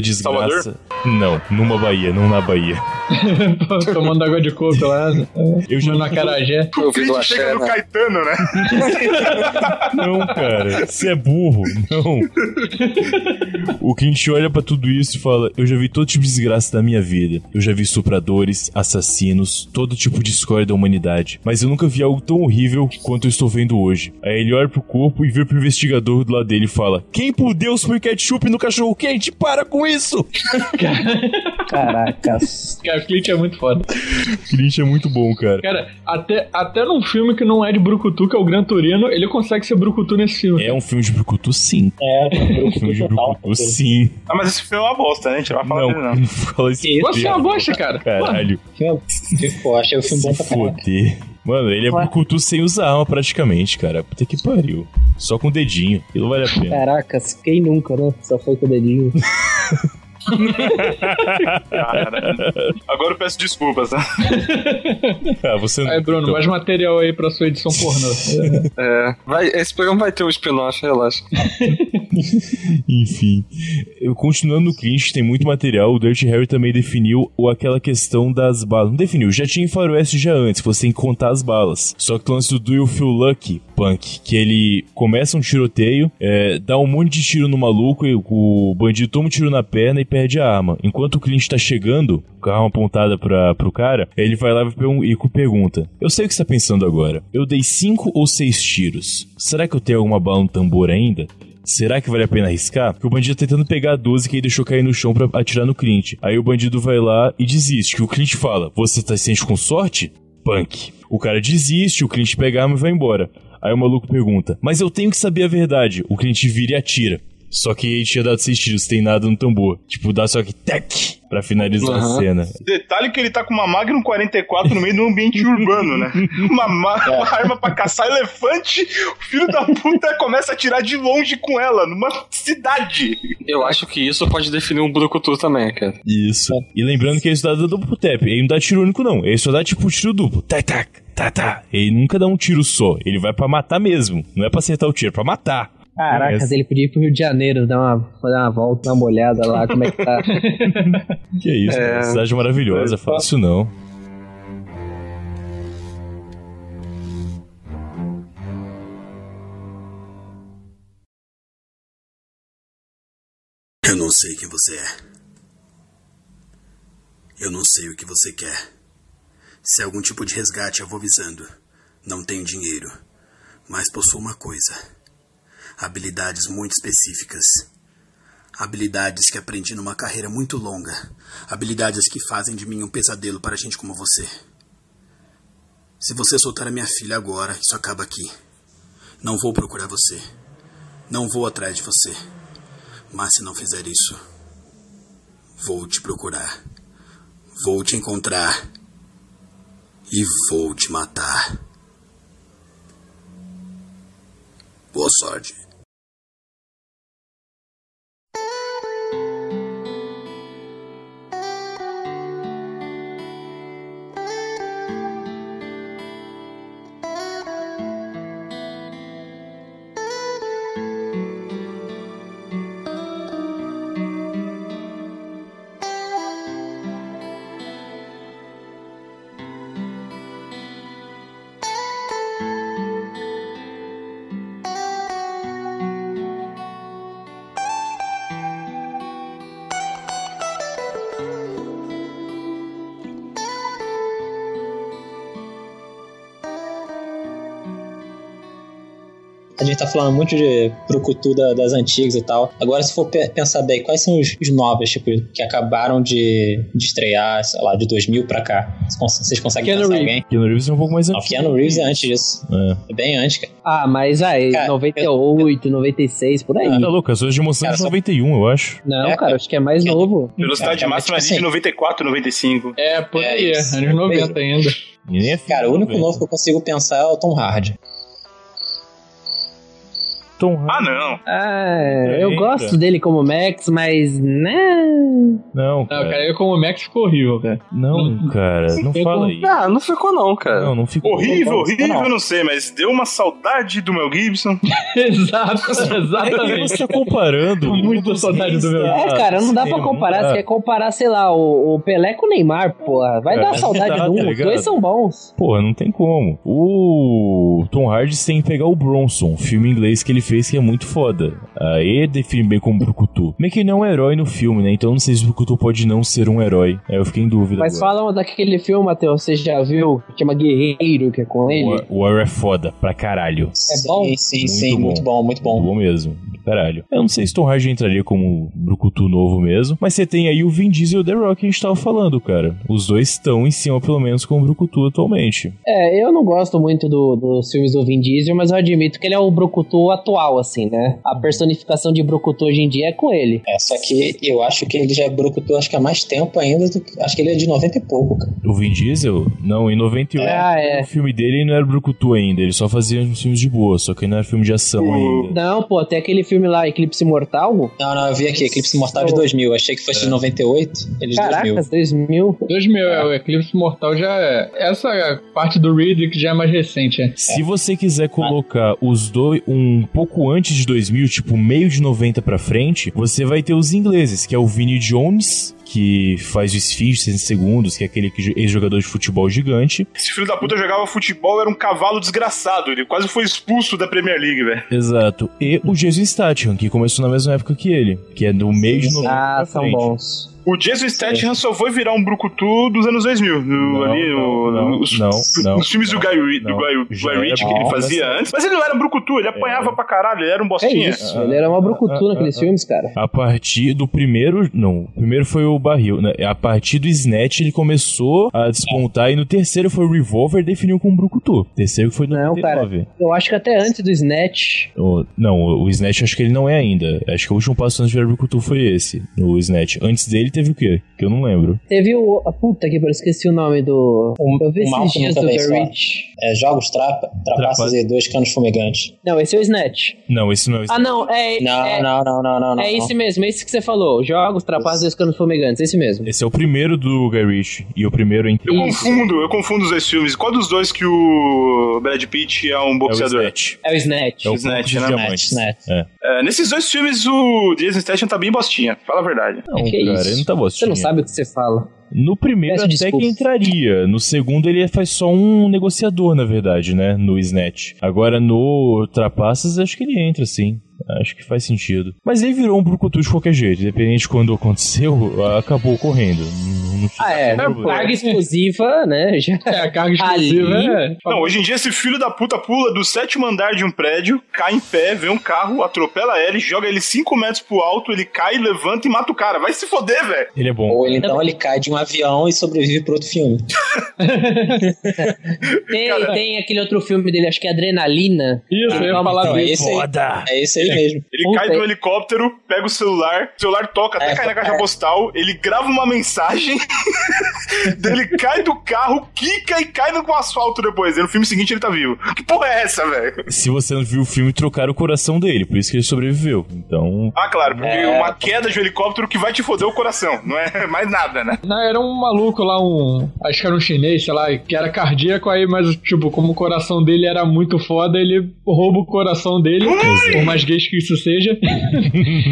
Speaker 3: Salvador?
Speaker 4: desgraça. Não, numa Bahia, não na Bahia.
Speaker 3: Pô, Tomando água de coco lá.
Speaker 4: Eu já
Speaker 3: na carajé.
Speaker 2: O Clint chega no Caetano, né?
Speaker 4: Não, cara, você é burro, não. O Clint olha pra tudo isso e fala: Eu já vi todo tipo de desgraça da minha vida. Eu já vi supradores, assassinos, todo tipo de escória da humanidade. Mas eu nunca vi algo tão horrível quanto eu estou vendo hoje. Aí ele olha pro corpo e vira pro investigador do lado dele e fala: Quem por Deus foi ketchup no cachorro quente? Para com isso!
Speaker 6: Caracas.
Speaker 3: Cara, o Clint é muito foda.
Speaker 4: Clint é muito bom, cara.
Speaker 3: Cara, até, até num filme que não é de Brucutu, que é o Gran Turino, ele consegue ser Brucutu nesse filme.
Speaker 4: É um filme de Brucutu, sim.
Speaker 5: É,
Speaker 4: É um filme de Brucutu, sim.
Speaker 2: Ah, mas esse filme é uma bosta, né? A gente não vai falar dele, não.
Speaker 4: Não fala isso.
Speaker 3: Você é uma bosta, cara.
Speaker 4: Caralho.
Speaker 5: Pô, achei o filme bom pra caralho.
Speaker 4: Foder. Mano, ele é
Speaker 5: Ué.
Speaker 4: brucutu sem usar arma praticamente, cara. Puta que pariu. Só com o dedinho. E não vale a pena.
Speaker 6: Caracas, quem nunca, né? Só foi com o dedinho.
Speaker 2: Cara, Agora eu peço desculpas, tá?
Speaker 4: Ah, você
Speaker 3: Aí, Bruno, mais material aí pra sua edição pornô.
Speaker 1: É, vai, esse programa vai ter um spin-off, relaxa.
Speaker 4: Enfim. Eu, continuando no Clint, tem muito material. O Dirty Harry também definiu o- aquela questão das balas. Não definiu, já tinha em Faroeste já antes, que você tem que contar as balas. Só que o lance do Do You Feel Lucky, Punk, que ele começa um tiroteio, é, dá um monte de tiro no maluco, e o bandido toma um tiro na perna e perde a arma. Enquanto o Clint tá chegando, com a arma apontada pra, pro cara, ele vai lá e pergun- e pergunta: Eu sei o que você tá pensando agora. Eu dei cinco ou seis tiros. Será que eu tenho alguma bala no tambor ainda? Será que vale a pena arriscar? Porque o bandido tá tentando pegar a 12 que ele deixou cair no chão pra atirar no Clint. Aí o bandido vai lá e desiste. Que o Clint fala: Você tá se sente com sorte? Punk. O cara desiste, o Clint pega a arma e vai embora. Aí o maluco pergunta: Mas eu tenho que saber a verdade. O Clint vira e atira. Só que ele tinha dado seis tiros, tem nada no tambor. Tipo, dá só que tec pra finalizar a
Speaker 2: Aham.
Speaker 4: cena.
Speaker 2: Detalhe que ele tá com uma Magnum 44 no meio de um ambiente urbano, né? Uma,
Speaker 4: É.
Speaker 2: ma- uma arma pra caçar elefante, o filho da puta começa a atirar de longe com ela, numa cidade.
Speaker 1: Eu acho que isso pode definir um brucutu também, cara.
Speaker 4: Isso. E lembrando que ele só dá duplo tap. Ele não dá tiro único, não. Ele só dá tipo tiro duplo. Tac, tac, tá, tá. Ele nunca dá um tiro só. Ele vai pra matar mesmo. Não é pra acertar o tiro, é pra matar.
Speaker 6: Caracas,
Speaker 4: Essa-
Speaker 6: ele podia ir pro Rio de Janeiro, dar uma, dar uma volta, dar uma olhada lá, como é que tá.
Speaker 4: Que é isso,
Speaker 6: É.
Speaker 4: cara. Cidade maravilhosa, fácil não.
Speaker 14: Eu não sei quem você é. Eu não sei o que você quer. Se é algum tipo de resgate, eu vou avisando. Não tenho dinheiro, mas possuo uma coisa: habilidades muito específicas. Habilidades que aprendi numa carreira muito longa. Habilidades que fazem de mim um pesadelo para gente como você. Se você soltar a minha filha agora, isso acaba aqui. Não vou procurar você. Não vou atrás de você. Mas se não fizer isso, vou te procurar. Vou te encontrar. E vou te matar. Boa sorte.
Speaker 5: A gente tá falando muito de Brucutu da- das antigas e tal. Agora, se for pe- pensar bem, quais são os, os novos, tipo, que acabaram de, de estrear, sei lá, de 2000 pra cá? Vocês cons- Vocês conseguem
Speaker 4: Keanu
Speaker 5: pensar
Speaker 4: Reeves.
Speaker 5: alguém?
Speaker 4: Keanu Reeves é um pouco mais
Speaker 5: Não, Keanu Reeves é antes disso. É bem antes, cara.
Speaker 6: Ah, mas aí, 98, 96, por aí.
Speaker 4: Tá louco, as suas de emoção é de 91, eu acho.
Speaker 6: Não, cara, acho que é mais novo.
Speaker 4: É,
Speaker 2: Velocidade máxima ali de 94, 95.
Speaker 3: É, por aí, anos 90 ainda.
Speaker 4: é
Speaker 5: Cara, o único
Speaker 4: um.
Speaker 5: novo que eu consigo pensar é o Tom Hardy.
Speaker 2: Ah, não.
Speaker 6: Ah, eu
Speaker 3: Eita.
Speaker 6: gosto dele como Max, mas. né? Não.
Speaker 4: Não,
Speaker 3: cara. eu como Max ficou horrível, cara.
Speaker 4: Não, cara, não fala isso.
Speaker 1: Ah, não ficou não, cara.
Speaker 4: Não, não ficou.
Speaker 2: Horrível,
Speaker 4: Não,
Speaker 2: horrível,
Speaker 4: não.
Speaker 2: eu não sei, mas deu uma saudade do Mel Gibson.
Speaker 3: Exato,
Speaker 4: É que você tá comparando. Muita saudade do meu.
Speaker 6: É, cara, não dá pra
Speaker 4: Ah,
Speaker 6: comparar. Você quer comparar, sei lá, o, o Pelé com o Neymar, porra. Vai
Speaker 4: É,
Speaker 6: dar
Speaker 4: mas
Speaker 6: saudade
Speaker 4: tá,
Speaker 6: de um.
Speaker 4: tá
Speaker 6: Os
Speaker 4: ligado?
Speaker 6: dois são bons.
Speaker 4: Pô, não tem como. O Tom Hardy tem que pegar o Bronson, um filme inglês que ele fez que é muito foda. Aí define bem como Brucutu. Meio que ele não é um herói no filme, né? Então não sei se o Brucutu pode não ser um herói. Aí eu fiquei em dúvida.
Speaker 6: Mas
Speaker 4: agora.
Speaker 6: falam daquele filme, Matheus, você já viu? Que chama Guerreiro, que é com ele.
Speaker 4: O Warrior é foda pra caralho.
Speaker 5: É bom? Sim, sim, sim, muito bom, muito bom.
Speaker 4: Muito bom mesmo. Caralho. Eu não sei se Tom Hardy entraria como Brucutu novo mesmo, mas você tem aí o Vin Diesel e o The Rock que a gente tava falando, cara. Os dois estão em cima, pelo menos, com o Brucutu atualmente.
Speaker 6: É, eu não gosto muito do- dos filmes do Vin Diesel, mas eu admito que ele é o Brucutu atual, assim, né? A personificação de Brucutu hoje em dia é com ele.
Speaker 5: É, só que eu acho que ele já é brucutu, acho que há mais tempo ainda. do que- acho que ele é de 90 e pouco, cara.
Speaker 4: O Vin Diesel? Não, em 98.
Speaker 6: Ah, é.
Speaker 4: O filme dele ele não era Brucutu ainda, ele só fazia uns filmes de boa, só que não era filme de ação ainda.
Speaker 6: Não, pô, até aquele filme lá, Eclipse Mortal.
Speaker 5: Não, não, eu vi aqui, Eclipse Mortal de 2000. Achei que fosse
Speaker 4: É.
Speaker 5: de 98, ele de
Speaker 6: Caracas,
Speaker 5: 2000.
Speaker 6: 2000.
Speaker 3: 2000, é, o Eclipse Mortal já é. Essa parte do Ridley que já é mais recente, é.
Speaker 4: Se você quiser colocar os dois um pouco antes de 2000, tipo meio de 90 pra frente, você vai ter os ingleses, que é o Vinnie Jones, que faz o Esfinge 60 segundos, que é aquele que- ex-jogador de futebol gigante.
Speaker 2: Esse filho da puta jogava futebol, era um cavalo desgraçado. Ele quase foi expulso da Premier League, velho.
Speaker 4: Exato. E o Jason Statham, que começou na mesma época que ele, que é do meio de 90 pra
Speaker 6: Ah, são
Speaker 4: frente.
Speaker 6: bons.
Speaker 2: O Jason Statham só foi virar um brucutu dos anos 2000. No, ali, o-
Speaker 4: É. não,
Speaker 2: os,
Speaker 4: não, não,
Speaker 2: os filmes do Guy, Ri- do Guy, do
Speaker 4: Já
Speaker 2: Guy
Speaker 4: era
Speaker 2: Ritchie que ele
Speaker 4: bom,
Speaker 2: fazia
Speaker 4: mas- É.
Speaker 2: antes. Mas ele não era um brucutu, ele apanhava pra caralho, ele era um
Speaker 6: Que
Speaker 2: bostinha.
Speaker 6: isso, ele era uma Brucutu naqueles filmes, cara.
Speaker 4: A partir do primeiro. Não, o primeiro foi o barril, né? A partir do Snatch ele começou a despontar. E no terceiro foi o Revolver, definiu com o Brucutu. Terceiro foi no
Speaker 6: Não, cara.
Speaker 4: 99.
Speaker 6: Eu acho que até antes do Snatch.
Speaker 4: O- não, o o Snatch acho que ele não é ainda. Acho que o último passo antes de virar Brucutu foi esse, no Snatch. Antes dele teve o quê? Que eu não lembro.
Speaker 6: Teve o. A puta que eu esqueci o nome do. eu vi
Speaker 5: o
Speaker 6: esses
Speaker 5: Malcolm
Speaker 6: dias do
Speaker 5: também
Speaker 6: The
Speaker 5: só.
Speaker 6: Rich.
Speaker 5: É, jogos trapa, trapaças e dois canos fumegantes.
Speaker 6: Não, esse é o Snatch.
Speaker 4: Não, esse não é o
Speaker 6: Ah, não, é.
Speaker 5: Não,
Speaker 6: é,
Speaker 5: não, não, não, não, não.
Speaker 6: É esse mesmo, é esse que você falou. Jogos, Trapaços, Dois Canos Fumegantes, esse mesmo.
Speaker 4: Esse é o primeiro do Guy Ritchie. E o primeiro entre
Speaker 2: Eu confundo, eu confundo os dois filmes. Qual dos dois que o Brad Pitt é um boxeador?
Speaker 4: Snatch.
Speaker 6: É o Snatch.
Speaker 4: É o
Speaker 2: Snatch,
Speaker 4: Corpo de
Speaker 2: né?
Speaker 4: Diamantes. É.
Speaker 2: É, nesses dois filmes o Jason Statham tá bem bostinha, fala a verdade.
Speaker 6: É
Speaker 4: Não, cara, ele não tá
Speaker 6: Você
Speaker 4: bostinha.
Speaker 6: não sabe o que você fala.
Speaker 4: No primeiro
Speaker 6: Peço
Speaker 4: até
Speaker 6: desculpas.
Speaker 4: que entraria. No segundo ele faz só um negociador, na verdade, né? No Snatch. Agora no Trapaças acho que ele entra, sim. Acho que faz sentido. Mas ele virou um brucutu de qualquer jeito, independente de quando aconteceu, acabou ocorrendo. Não, não
Speaker 6: Ah, é. Carga exclusiva, né? Já... É, a carga
Speaker 3: é,
Speaker 2: Não, hoje em dia esse filho da puta pula do sétimo andar de um prédio, cai em pé, vê um carro, atropela ele, joga ele 5 metros pro alto, ele cai, levanta e mata o cara. Vai se foder, velho.
Speaker 4: Ele é bom.
Speaker 5: Ou ele, então ele cai de um avião e sobrevive pro outro filme.
Speaker 6: Tem, tem aquele outro filme dele, acho que é Adrenalina.
Speaker 3: Isso,
Speaker 6: Ele
Speaker 3: eu ia
Speaker 6: toma-
Speaker 3: falar
Speaker 6: Então,
Speaker 3: dele.
Speaker 6: esse aí-
Speaker 5: É esse aí mesmo.
Speaker 2: Ele cai do helicóptero, pega o celular, o celular toca até
Speaker 5: É,
Speaker 2: cair na caixa
Speaker 5: é.
Speaker 2: postal, ele grava uma mensagem, daí ele cai do carro, quica e cai no asfalto depois. E no filme seguinte ele tá vivo. Que porra é essa, velho?
Speaker 4: Se você não viu o filme, trocaram o coração dele, por isso que ele sobreviveu. Então.
Speaker 2: Ah, claro, porque
Speaker 4: É.
Speaker 2: uma queda de um helicóptero que vai te foder o coração, não é mais nada, né?
Speaker 3: Não, era um maluco lá, um. Acho que era um chinês, sei lá, que era cardíaco aí, mas, tipo, como o coração dele era muito foda, ele rouba o coração dele, por mais gays que isso seja,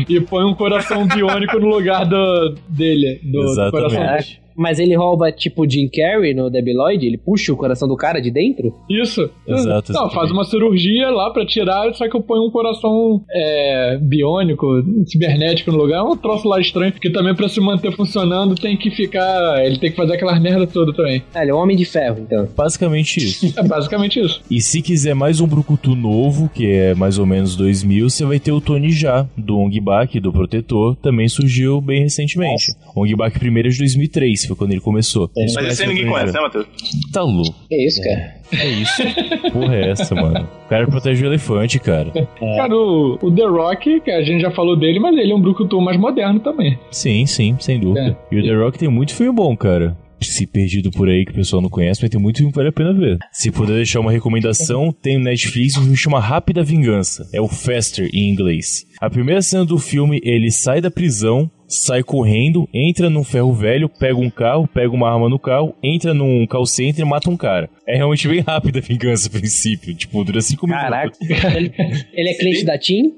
Speaker 3: e põe um coração biônico no lugar do, dele, do, do coração
Speaker 6: É,
Speaker 3: dele.
Speaker 6: Mas ele rouba, tipo, o Jim Carrey no Debiloid? Ele puxa o coração do cara de dentro?
Speaker 3: Isso.
Speaker 6: Exato,
Speaker 3: Não,
Speaker 6: exatamente.
Speaker 3: faz uma cirurgia lá pra tirar, só que eu ponho um coração é, biônico, cibernético no lugar. É um troço lá estranho, porque também pra se manter funcionando tem que ficar. Ele tem que fazer aquelas merdas todas também.
Speaker 6: É, ele é um homem de ferro, então.
Speaker 4: Basicamente isso.
Speaker 3: É basicamente isso.
Speaker 4: E se quiser mais um Brucutu novo, que é mais ou menos 2000, você vai ter o Tony Já, do Ong Bak, do Protetor, também surgiu bem recentemente. Ong Bak primeiro é de 2003, foi quando ele começou. Vocês
Speaker 2: Mas esse
Speaker 4: conhecem
Speaker 2: aí
Speaker 4: o
Speaker 2: ninguém
Speaker 4: Tony
Speaker 2: conhece,
Speaker 4: Já?
Speaker 2: né, Matheus?
Speaker 4: Tá louco.
Speaker 5: É isso, cara.
Speaker 4: É isso. Porra, é essa, mano? O cara protege o elefante, cara.
Speaker 3: Cara, o, o The Rock, que a gente já falou dele, mas ele é um brucutu mais moderno também.
Speaker 4: Sim, sim, sem dúvida. E o The Rock tem muito filme bom, cara. Se perdido por aí que o pessoal não conhece, mas tem muito filme que vale a pena ver. Se puder deixar uma recomendação, tem no Netflix um filme que chama Rápida Vingança. É o Faster em inglês. A primeira cena do filme, ele sai da prisão, sai correndo, entra num ferro velho, pega um carro, pega uma arma no carro, entra num call center e mata um cara. É realmente bem rápida a vingança a princípio. Tipo, dura cinco minutos. Caraca.
Speaker 6: Ele, ele é cliente da TIM?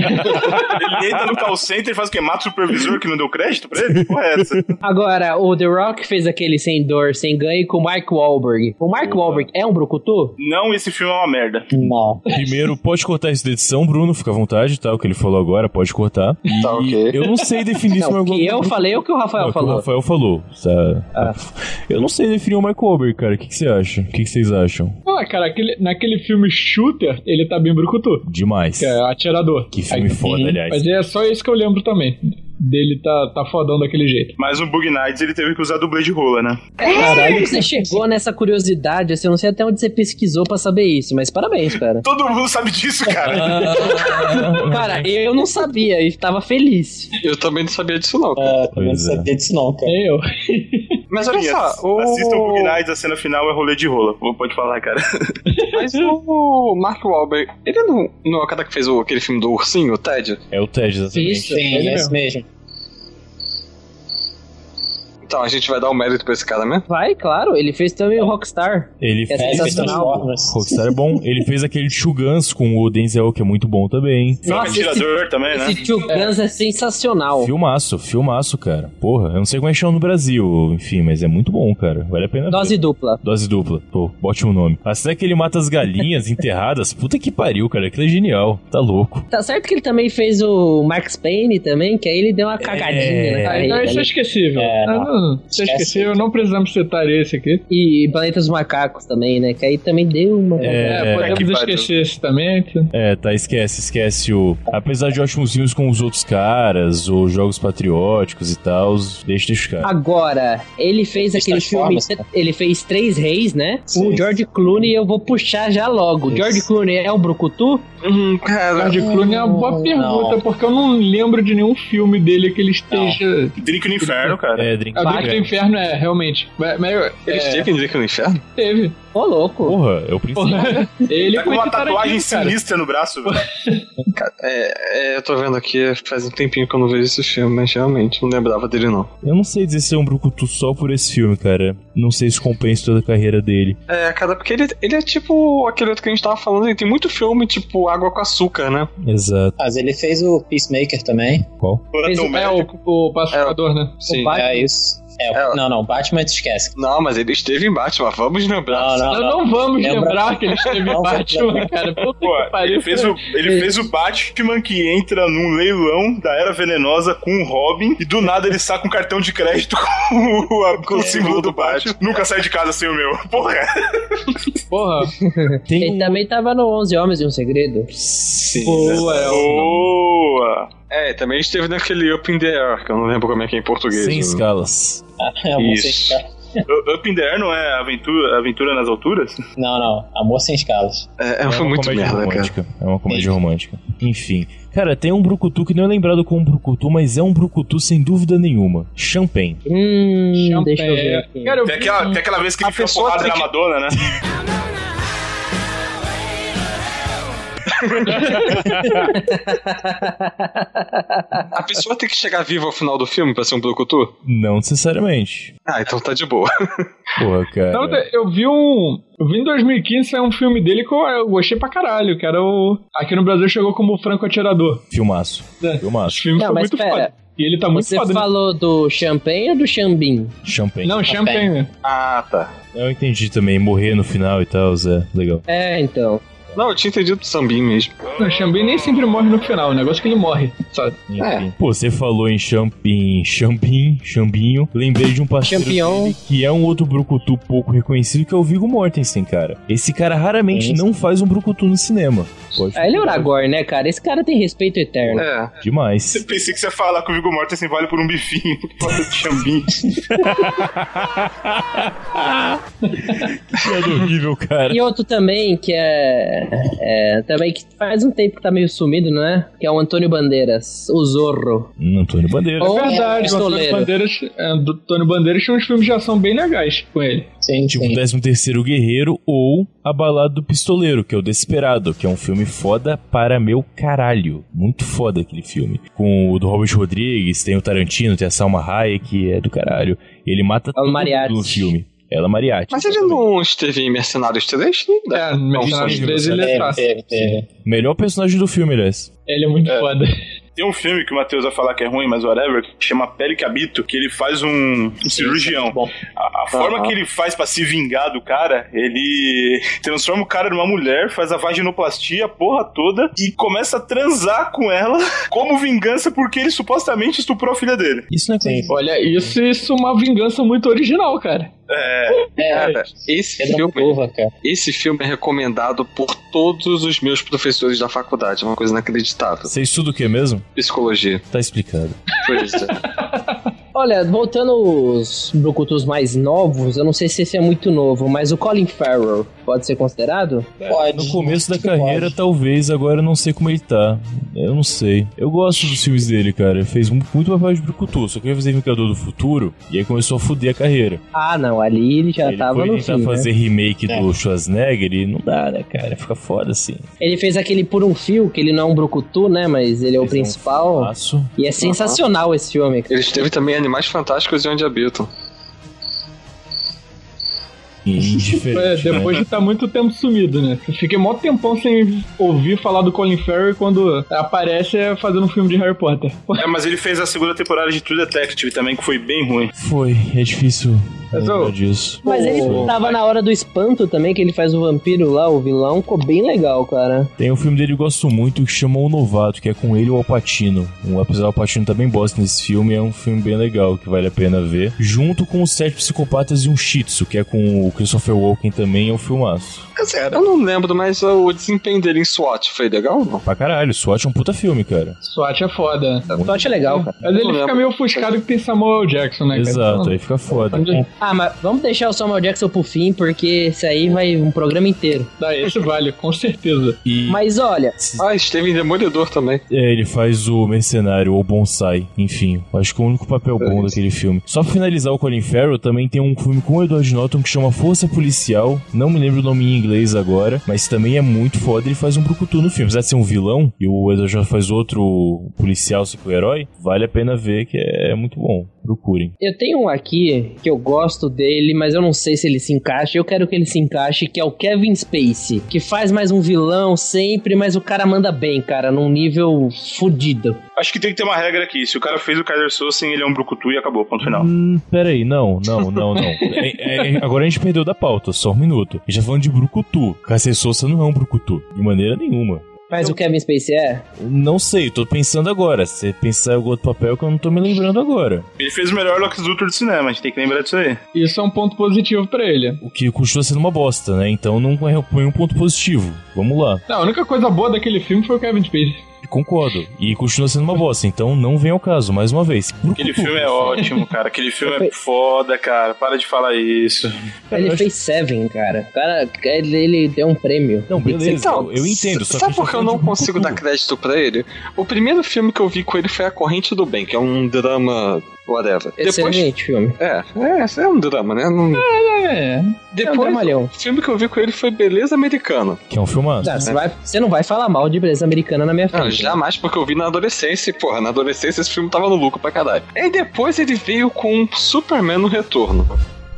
Speaker 2: Ele entra tá no call center e faz o quê? Mata o supervisor que não deu crédito pra ele? Que Porra, é essa?
Speaker 6: Agora, o The Rock fez aquele sem dor, sem ganho com o Mark Wahlberg. O Mark Wahlberg é um brucutu?
Speaker 2: Não, esse filme é uma merda.
Speaker 5: Não.
Speaker 4: Primeiro, pode cortar isso da edição, Bruno, fica à vontade, tá? O que ele falou agora, pode cortar. E Eu não sei definir isso.
Speaker 6: Não, o que eu falei é o que o Rafael
Speaker 4: Não, é o que
Speaker 6: falou. Ah.
Speaker 4: O Rafael falou. tá? Eu não sei definir o Mark Wahlberg, cara. O que, que você acha? O que, que vocês acham?
Speaker 3: Ah, cara, aquele- naquele filme Shooter, ele tá bem brucutu.
Speaker 4: Demais.
Speaker 3: Que é atirador.
Speaker 4: Que filme foda, aliás.
Speaker 3: Mas é só esse que eu lembro também. Dele tá, tá fodão daquele jeito.
Speaker 2: Mas o Bug Nights ele teve que usar dublê de rola, né?
Speaker 6: Caralho, como você chegou nessa curiosidade, assim, eu não sei até onde você pesquisou pra saber isso, mas parabéns, cara.
Speaker 2: Todo mundo sabe disso, cara.
Speaker 6: Cara, eu não sabia e tava feliz.
Speaker 1: Eu também não sabia disso, não.
Speaker 5: É, também não sabia disso, não,
Speaker 6: É
Speaker 5: cara.
Speaker 3: É Eu.
Speaker 1: Mas olha
Speaker 2: Sim,
Speaker 1: só,
Speaker 2: ass-
Speaker 1: o...
Speaker 2: Assista o Bug Nights, a cena final é rolê de rola. Pô, Pode falar, cara.
Speaker 1: Mas o Mark Wahlberg, ele não, não é o cara que fez o- aquele filme do ursinho, o Ted?
Speaker 4: É o Ted, exatamente.
Speaker 5: Isso, Sim, é esse mesmo.
Speaker 1: Então, a gente vai dar o mérito pra esse cara mesmo?
Speaker 6: Vai, claro, ele fez também o Rockstar.
Speaker 4: Ele
Speaker 6: É
Speaker 4: fez.
Speaker 6: sensacional.
Speaker 4: Rockstar é bom. Ele fez aquele Two Guns com o Denzel, que é muito bom também.
Speaker 6: Nossa,
Speaker 2: atirador também, né?
Speaker 6: esse Two Guns é sensacional.
Speaker 4: Filmaço, filmaço, cara. Porra, eu não sei como é que chama no Brasil, enfim, mas é muito bom, cara. Vale a pena
Speaker 6: Dose dupla.
Speaker 4: Dose dupla. Pô, ótimo nome. A série que ele mata as galinhas enterradas. Puta que pariu, cara. Aquilo é genial. Tá louco.
Speaker 6: Tá certo que ele também fez o Max Payne também, que aí ele deu uma cagadinha. né?
Speaker 3: Ah, então isso é esquecível. Ah, não, isso é esquecível, não precisamos citar esse aqui.
Speaker 6: E Planeta dos Macacos também, né? Que aí também deu uma.
Speaker 4: É,
Speaker 3: podemos esquecer esse também. que-
Speaker 4: É, tá, esquece, esquece o. Apesar de ótimos filmes com os outros caras, ou jogos patrióticos e tal, deixa deixa os caras.
Speaker 6: Agora, ele fez aquele filme.
Speaker 4: Transformers,
Speaker 6: Ele fez Três Reis, né? O George Clooney, eu vou puxar já logo. O George Clooney é um brucutu?
Speaker 1: Hum, cara.
Speaker 3: George Clooney é uma boa pergunta, porque eu não lembro de nenhum filme dele que ele esteja.
Speaker 2: Drink no Inferno, cara.
Speaker 4: É, Drink
Speaker 3: A Drink do Inferno é, realmente. Mas, mas, é,
Speaker 1: Ele esteve em Drink no um Inferno?
Speaker 3: Teve.
Speaker 6: Ô, louco.
Speaker 4: Porra, é o principal.
Speaker 3: Ele
Speaker 2: tá com uma
Speaker 3: foi Tarantino,
Speaker 2: tatuagem
Speaker 3: é cara.
Speaker 2: sinistra no braço, velho.
Speaker 1: Cara, é, é, eu tô vendo aqui, faz um tempinho que eu não vejo esse filme, mas realmente não lembrava dele, não.
Speaker 4: Eu não sei dizer se é um brucutu só por esse filme, cara. Não sei se compensa toda a carreira dele.
Speaker 1: É, cara, porque ele, ele é tipo aquele outro que a gente tava falando, ele tem muito filme, tipo Água com Açúcar, né?
Speaker 4: Exato.
Speaker 5: Mas ele fez o Peacemaker também.
Speaker 4: Qual?
Speaker 3: Fez o- é o, o pacificador, né?
Speaker 1: Sim.
Speaker 5: É isso. É, o- Não, não, Batman tu esquece.
Speaker 1: Não, mas ele esteve em Batman, vamos lembrar.
Speaker 5: Não, não,
Speaker 3: Não, não vamos lembrar que ele esteve
Speaker 2: Não,
Speaker 3: Batman, cara. Puta
Speaker 2: Pô,
Speaker 3: que pariu.
Speaker 2: ele, fez o, ele fez o Batman que entra num leilão da Era Venenosa com o Robin e do nada ele saca um cartão de crédito com o, a- com o símbolo do Batman. Nunca sai de casa sem o meu. Porra.
Speaker 3: Porra.
Speaker 6: Ele também tava no 11 Homens e um Segredo.
Speaker 1: Sim.
Speaker 6: Boa,
Speaker 1: né?
Speaker 6: é
Speaker 2: Boa!
Speaker 1: É, também esteve naquele Up in the Air, que eu não lembro como é que é em português.
Speaker 4: Sem
Speaker 1: né?
Speaker 4: escalas.
Speaker 5: É
Speaker 1: Isso.
Speaker 2: U- Up in the Air não é aventura, aventura nas alturas?
Speaker 5: Não, não. Amor sem escalas.
Speaker 1: É,
Speaker 4: uma comédia romântica. É uma comédia romântica. Enfim. Cara, tem um brucutu que não é lembrado como brucutu, mas é um brucutu sem dúvida nenhuma. Champagne.
Speaker 6: Hum, deixa eu ver.
Speaker 2: É, tem,
Speaker 3: um-
Speaker 2: aquela, tem aquela vez que ele ficou porrada na Madonna, né?
Speaker 1: A pessoa tem que chegar viva ao final do filme pra ser um brucutu?
Speaker 4: Não necessariamente.
Speaker 1: Ah, então tá de boa.
Speaker 4: Porra, cara.
Speaker 3: Não, eu vi um. Eu vi em 2015 saiu um filme dele que eu, eu gostei pra caralho, que era o. Aqui no Brasil chegou como Franco Atirador.
Speaker 4: Filmaço. Filmaço.
Speaker 3: filme
Speaker 6: Não,
Speaker 3: foi
Speaker 6: mas
Speaker 3: muito
Speaker 6: pera.
Speaker 3: foda. E ele tá muito
Speaker 6: Você
Speaker 3: foda, né?
Speaker 6: falou do champanhe ou do chambim?
Speaker 4: Champagne.
Speaker 3: Não, Champagne.
Speaker 1: Ah, tá.
Speaker 4: Eu entendi também. Morrer no final e tal, Zé. Legal.
Speaker 6: É, então.
Speaker 1: Não, eu tinha entendido do Sambim mesmo.
Speaker 3: Não, o Xambim nem sempre morre no final, o negócio é que ele morre, sabe?
Speaker 4: Enfim. Pô, você falou em champim, champim, chambinho. Lembrei de um parceiro
Speaker 3: Champion.
Speaker 4: dele que é um outro brucutu pouco reconhecido, que é o Viggo Mortensen, cara. Esse cara raramente não faz um brucutu no cinema. Pode
Speaker 6: Ah, ele é o Aragorn, né, cara? Esse cara tem respeito eterno.
Speaker 1: É.
Speaker 4: Demais.
Speaker 2: Pensei que você ia falar que o Viggo Mortensen vale por um bifinho. Porra, de Xambim.
Speaker 4: Que piada É horrível, cara.
Speaker 6: E outro também que é, é, Também que faz um tempo que tá meio sumido, não é? Que é o Antônio Bandeiras, o Zorro.
Speaker 4: Hum, Antônio Bandeira.
Speaker 6: Ou
Speaker 3: É verdade, o Antônio
Speaker 6: pistoleiro.
Speaker 3: Bandeiras, é, do Antônio Bandeiras tinha uns filmes de ação bem legais com ele.
Speaker 5: Sim,
Speaker 4: Tipo, 13 terceiro Guerreiro ou A Balada do Pistoleiro, que é o Desesperado, que é um filme foda para meu caralho. Muito foda aquele filme. Com o do Robert Rodrigues, tem o Tarantino, tem a Salma Hayek, é do caralho. Ele mata todo mundo
Speaker 1: Mariachi.
Speaker 4: no filme. Ela é mariachi.
Speaker 1: Mas ele não esteve em Mercenários 3? Não dá.
Speaker 3: É, Mercenários
Speaker 1: Não,
Speaker 3: 3
Speaker 1: só-
Speaker 3: ele é traço.
Speaker 4: Melhor personagem do filme, aliás.
Speaker 3: Ele é muito foda.
Speaker 2: Tem um filme que o Matheus vai falar que é ruim, mas whatever, que chama Pele que Habito, que ele faz um, um cirurgião. A, a forma que ele faz pra se vingar do cara, ele transforma o cara numa mulher, faz a vaginoplastia, a porra toda, e começa a transar com ela como vingança porque ele supostamente estuprou a filha dele.
Speaker 4: Isso não é
Speaker 5: coisa.
Speaker 3: Olha, isso, isso é uma vingança muito original, cara.
Speaker 2: É.
Speaker 1: Cara, esse filme,
Speaker 5: cara.
Speaker 1: esse filme é recomendado por todos os meus professores da faculdade. É uma coisa inacreditável.
Speaker 4: Você estuda o que mesmo?
Speaker 1: Psicologia.
Speaker 4: Tá explicado.
Speaker 1: Pois é.
Speaker 6: Olha, voltando aos Brucutus mais novos, eu não sei se esse é muito novo, mas o Colin Farrell pode ser considerado?
Speaker 4: É, No começo da carreira, talvez, agora eu não sei como ele tá. Eu não sei. Eu gosto dos filmes dele, cara. Ele fez mu- muito papel de brucutu, só que ele fez Vingador do Futuro e aí começou a fuder a carreira.
Speaker 6: Ah, não, ali ele já
Speaker 4: ele
Speaker 6: tava
Speaker 4: foi
Speaker 6: no
Speaker 4: tentar
Speaker 6: fim,
Speaker 4: fazer
Speaker 6: né?
Speaker 4: remake do Schwarzenegger e não dá, né, cara? Fica foda assim.
Speaker 6: Ele fez aquele Por um Fio, que ele não é um Brucutu, né, mas ele é o
Speaker 4: um
Speaker 6: principal.
Speaker 4: filmaço.
Speaker 6: e é sensacional esse filme.
Speaker 1: Ele esteve também em Animais Fantásticos e Onde Habitam.
Speaker 3: É,
Speaker 4: Indiferente.
Speaker 3: depois de
Speaker 4: né?
Speaker 3: estar muito tempo sumido, né? Eu Fiquei mó tempão sem ouvir falar do Colin Farrell quando aparece é, fazendo um filme de Harry Potter.
Speaker 2: É, mas ele fez a segunda temporada de True Detective também, que foi bem ruim.
Speaker 4: Foi, é difícil lembrar disso.
Speaker 6: Mas ele
Speaker 4: Foi.
Speaker 6: tava na hora do espanto também, que ele faz o vampiro lá, o vilão, ficou bem legal, cara.
Speaker 4: Tem um filme dele que eu gosto muito que chama O Novato, que é com ele e o Alpatino. Um, apesar do Alpatino tá bem bosta nesse filme, é um filme bem legal que vale a pena ver. Junto com os Sete Psicopatas e um Shih Tzu, que é com o Christopher Walken também, é um filmaço.
Speaker 1: Quer dizer, eu não lembro, mas o desempenho dele em SWAT foi legal ou não?
Speaker 4: Pra caralho, SWAT é um puta filme, cara.
Speaker 3: SWAT é foda.
Speaker 6: SWAT é legal, cara.
Speaker 3: Mas ele fica meio ofuscado que tem Samuel Jackson, né? cara?
Speaker 4: Exato,
Speaker 3: Então,
Speaker 4: aí fica foda. Um
Speaker 6: Ah, mas vamos deixar o Samuel Jackson pro fim, porque esse aí vai um programa inteiro.
Speaker 3: Então, Dá, esse vale, com certeza.
Speaker 4: E-
Speaker 6: Mas olha,
Speaker 1: Ah, esteve em Demolidor também.
Speaker 4: É, ele faz o mercenário ou bonsai, enfim. Acho que é o único papel bom daquele filme. Só pra finalizar o Colin Farrell, também tem um filme com o Edward Norton que chama Força Policial. Não me lembro o nome em inglês agora, mas também é muito foda. Ele faz um brucutu no filme. Apesar de ser um vilão, tipo, um e o Edward Norton faz outro policial, só que o herói, vale a pena ver que é muito bom. Procurem.
Speaker 6: Eu tenho um aqui que eu gosto dele, mas eu não sei se ele se encaixa. Eu quero que ele se encaixe, que é o Kevin Spacey, que faz mais um vilão sempre, mas o cara manda bem, cara, num nível fudido.
Speaker 2: Acho que tem que ter uma regra aqui. Se o cara fez o Kaiser Sossen, ele é um brucutu e acabou, ponto final.
Speaker 4: Hum, peraí, não, não, não, não. É- é- agora a gente perdeu da pauta, só um minuto. A gente tá falando de brucutu. Cacê Souza não é um brucutu, de maneira nenhuma.
Speaker 6: Mas o Kevin Spacey é?
Speaker 4: Não sei, tô pensando agora. Se você pensar em algum outro papel que eu não tô me lembrando agora.
Speaker 2: Ele fez o melhor Lex Luthor do cinema, a gente tem que lembrar disso aí.
Speaker 3: Isso é um ponto positivo pra ele.
Speaker 4: O que continua sendo uma bosta, né? Então não é- põe um ponto positivo. Vamos lá.
Speaker 3: Não, a única coisa boa daquele filme foi o Kevin Spacey.
Speaker 4: Concordo. E continua sendo uma bosta, então não vem ao caso, mais uma vez.
Speaker 2: Aquele filme é ótimo, cara. Aquele filme é foda, cara. Para de falar isso.
Speaker 6: Ele fez Seven, cara. O cara, ele, ele deu um prêmio.
Speaker 4: Não,
Speaker 1: Então, Sabe por que
Speaker 6: tá
Speaker 1: eu
Speaker 6: um
Speaker 1: não consigo dar crédito pra ele? O primeiro filme que eu vi com ele foi A Corrente do Bem, que é um drama. Whatever.
Speaker 6: Excelente filme.
Speaker 1: É, é, é um drama, né? Não...
Speaker 6: É, é.
Speaker 1: Depois, o filme que eu vi com ele foi Beleza Americana.
Speaker 4: Que é um filmaço.
Speaker 6: Tá, Você vai- você não vai falar mal de beleza americana na minha frente.
Speaker 1: Não, jamais, porque eu vi na adolescência, e, porra, na adolescência esse filme tava no lucro pra caralho. E depois ele veio com um Superman no retorno.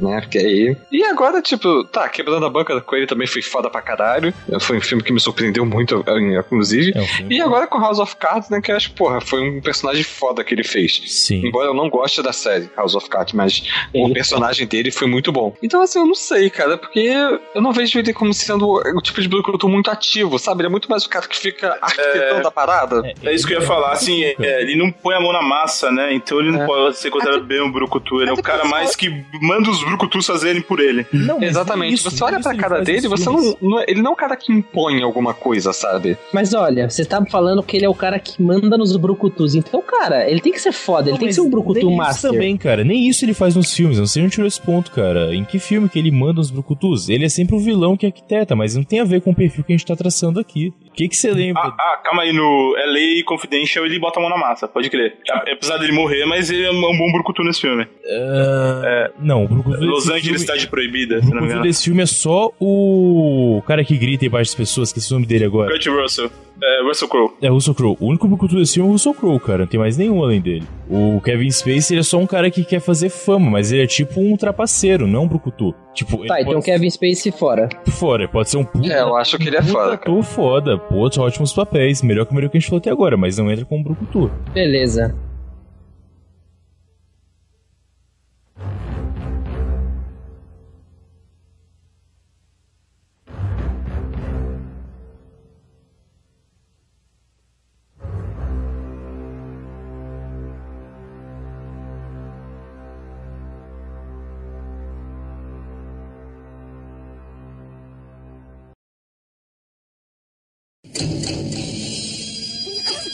Speaker 1: Né, porque aí. E agora, tipo, tá, Quebrando a Banca com ele também foi foda pra caralho. Foi um filme que me surpreendeu muito, inclusive.
Speaker 4: É um
Speaker 1: e agora com House of Cards, né, que eu acho, porra, foi um personagem foda que ele fez.
Speaker 4: Sim.
Speaker 1: Embora eu não goste da série House of Cards, mas o personagem dele foi muito bom. Então, assim, eu não sei, cara, porque eu não vejo ele como sendo o tipo de brucutu muito ativo, sabe? Ele é muito mais o cara que fica arquitetando a parada.
Speaker 2: É isso que eu ia falar, assim, é, é, ele não põe a mão na massa, né? Então ele
Speaker 4: É.
Speaker 2: não pode ser considerado bem um brucutu. Ele é o cara mais que manda os brucutus fazerem por ele.
Speaker 1: Exatamente. você olha pra cara
Speaker 2: faz
Speaker 1: dele,
Speaker 2: nos
Speaker 1: você não, não é- Ele não é um cara que impõe alguma coisa, sabe?
Speaker 6: Mas olha, você tá falando que ele é o cara que manda nos brucutus. Então, cara, ele tem que ser foda, ele tem que ser um brucutu
Speaker 4: Nem isso
Speaker 6: master.
Speaker 4: também, cara. Nem isso ele faz nos filmes. Eu não sei onde tirou esse ponto, cara. Em que filme que ele manda os brucutus? Ele é sempre o vilão que arquiteta, mas não tem a ver com o perfil que a gente tá traçando aqui. O que que você lembra?
Speaker 2: Ah, ah, calma aí, no LA Confidential ele bota a mão na massa, pode crer. Ah, Apesar dele morrer, mas ele é um bom brucutu nesse filme.
Speaker 4: Ah, Não, o brucutu
Speaker 2: Los
Speaker 4: desse
Speaker 2: Angeles,
Speaker 4: filme-
Speaker 1: tá
Speaker 2: cidade proibida,
Speaker 4: O
Speaker 2: se não me
Speaker 4: brucutu
Speaker 2: engano.
Speaker 4: desse filme é só o cara que grita embaixo das pessoas, que é o nome dele agora.
Speaker 2: Kurt Russell. É, Russell Crowe.
Speaker 4: É o Russell Crowe. O único brucutu desse filme é o Russell Crowe, cara. Não tem mais nenhum além dele. O Kevin Spacey ele é só um cara que quer fazer fama, mas ele é tipo um trapaceiro, não um brucutu. Tipo,
Speaker 6: Tá,
Speaker 4: ele
Speaker 6: então Kevin Spacey fora.
Speaker 4: pode... fora, ele pode ser um puta.
Speaker 1: É, eu acho que ele é foda.
Speaker 4: Brucutu foda, pô, são ótimos papéis. Melhor que o melhor que a gente falou até agora, mas não entra como brucutu.
Speaker 6: Beleza.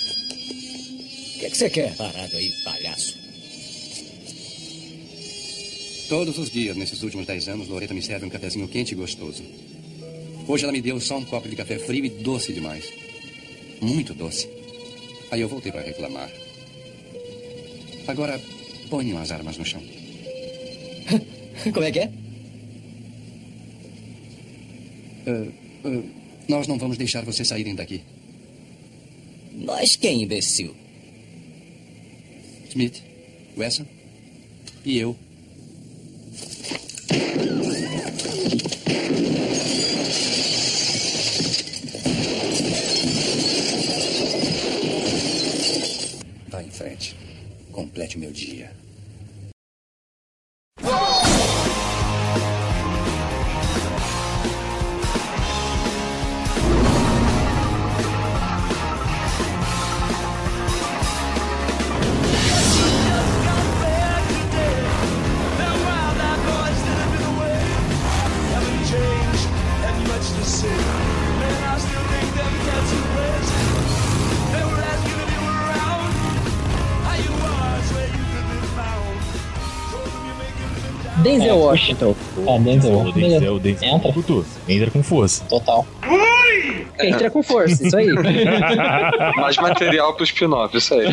Speaker 15: O que, que você
Speaker 4: Tá.
Speaker 15: quer? Parado aí, palhaço. Todos os dias, nesses últimos dez anos, Loreta me serve um cafezinho quente e gostoso. Hoje ela me deu só um copo de café frio e doce demais. Muito doce. Aí eu voltei para reclamar. Agora, ponham as armas no chão. Como é que é? nós não vamos deixar vocês saírem daqui. Nós quem, imbecil? Smith, Wesson e eu. Vá em frente. Complete o meu dia.
Speaker 6: Denzel Washington.
Speaker 4: É, Denzel. Denzel, Denzel. Entra. Brucutu. Entra com força.
Speaker 5: Total.
Speaker 6: Entra com força, isso aí.
Speaker 1: Mais material pro spin-off, isso aí.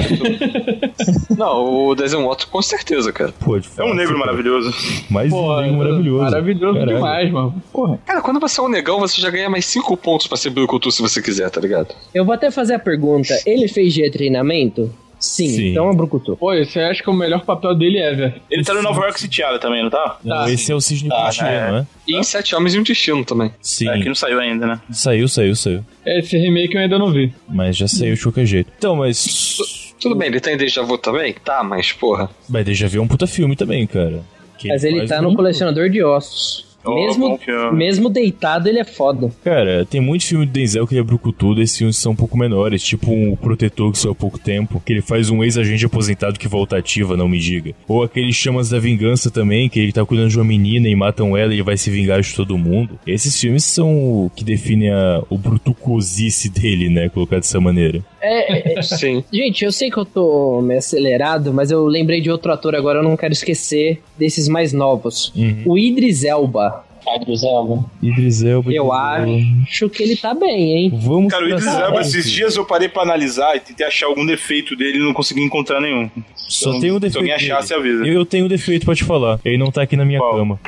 Speaker 1: Não, o Desen Watson com certeza, cara.
Speaker 4: Pô, de
Speaker 1: é um negro maravilhoso.
Speaker 4: Mas
Speaker 1: negro maravilhoso.
Speaker 3: né? Maravilhoso
Speaker 1: Caralho.
Speaker 3: demais, mano. Porra.
Speaker 1: Cara, quando você é um negão, você já ganha mais 5 pontos pra ser brucutu se você quiser, tá ligado?
Speaker 6: Eu vou até fazer a pergunta. Ele fez de treinamento? Sim, então é um brucutu.
Speaker 3: Pô, esse eu acho que o melhor papel dele é, velho.
Speaker 2: Ele tá no Nova York Sitiada também, não tá?
Speaker 4: Não, esse é o Cisne
Speaker 2: Tá,
Speaker 4: Platino,
Speaker 2: é.
Speaker 4: né?
Speaker 1: E em Sete Homens e um Destino também.
Speaker 4: Sim.
Speaker 2: É, que não saiu ainda, né?
Speaker 4: Saiu, saiu, saiu.
Speaker 3: Esse remake eu ainda não vi.
Speaker 4: Mas já saiu de qualquer jeito. Então, mas.
Speaker 1: Tudo bem, ele tem Deja Vu também? Tá, mas porra.
Speaker 4: Mas Deja Vu é um puta filme também, cara. Que
Speaker 6: Mas ele
Speaker 4: faz
Speaker 6: tá
Speaker 4: um-
Speaker 6: no colecionador de ossos.
Speaker 4: Oh, bom
Speaker 6: mesmo,
Speaker 4: que é.
Speaker 6: mesmo deitado, ele é foda.
Speaker 4: Cara, tem muito filme do Denzel que ele é brucutu, esses filmes são um pouco menores, tipo o Protetor que saiu há pouco tempo, que ele faz um ex-agente aposentado que volta ativa, não me diga. Ou aquele Chamas da Vingança também, que ele tá cuidando de uma menina e matam ela e ele vai se vingar de todo mundo. Esses filmes são o que definem a, o brutucosice dele, né, colocar dessa maneira.
Speaker 6: É, é-
Speaker 1: Sim.
Speaker 6: Gente, eu sei que eu tô meio acelerado, mas eu lembrei de outro ator agora, eu não quero esquecer desses mais novos.
Speaker 4: Uhum.
Speaker 6: O Idris Elba.
Speaker 5: Idris Elba.
Speaker 4: Idris Elba.
Speaker 6: Eu acho que ele tá bem, hein?
Speaker 4: Vamos
Speaker 2: Cara, o Idris Elba, esses dias eu parei pra analisar e tentei achar algum defeito dele e não consegui encontrar nenhum.
Speaker 4: Só tem um
Speaker 2: Se
Speaker 4: defeito.
Speaker 2: alguém achar, você avisa.
Speaker 4: dele. Eu, eu tenho um defeito pra te falar. Ele não tá aqui na minha cama.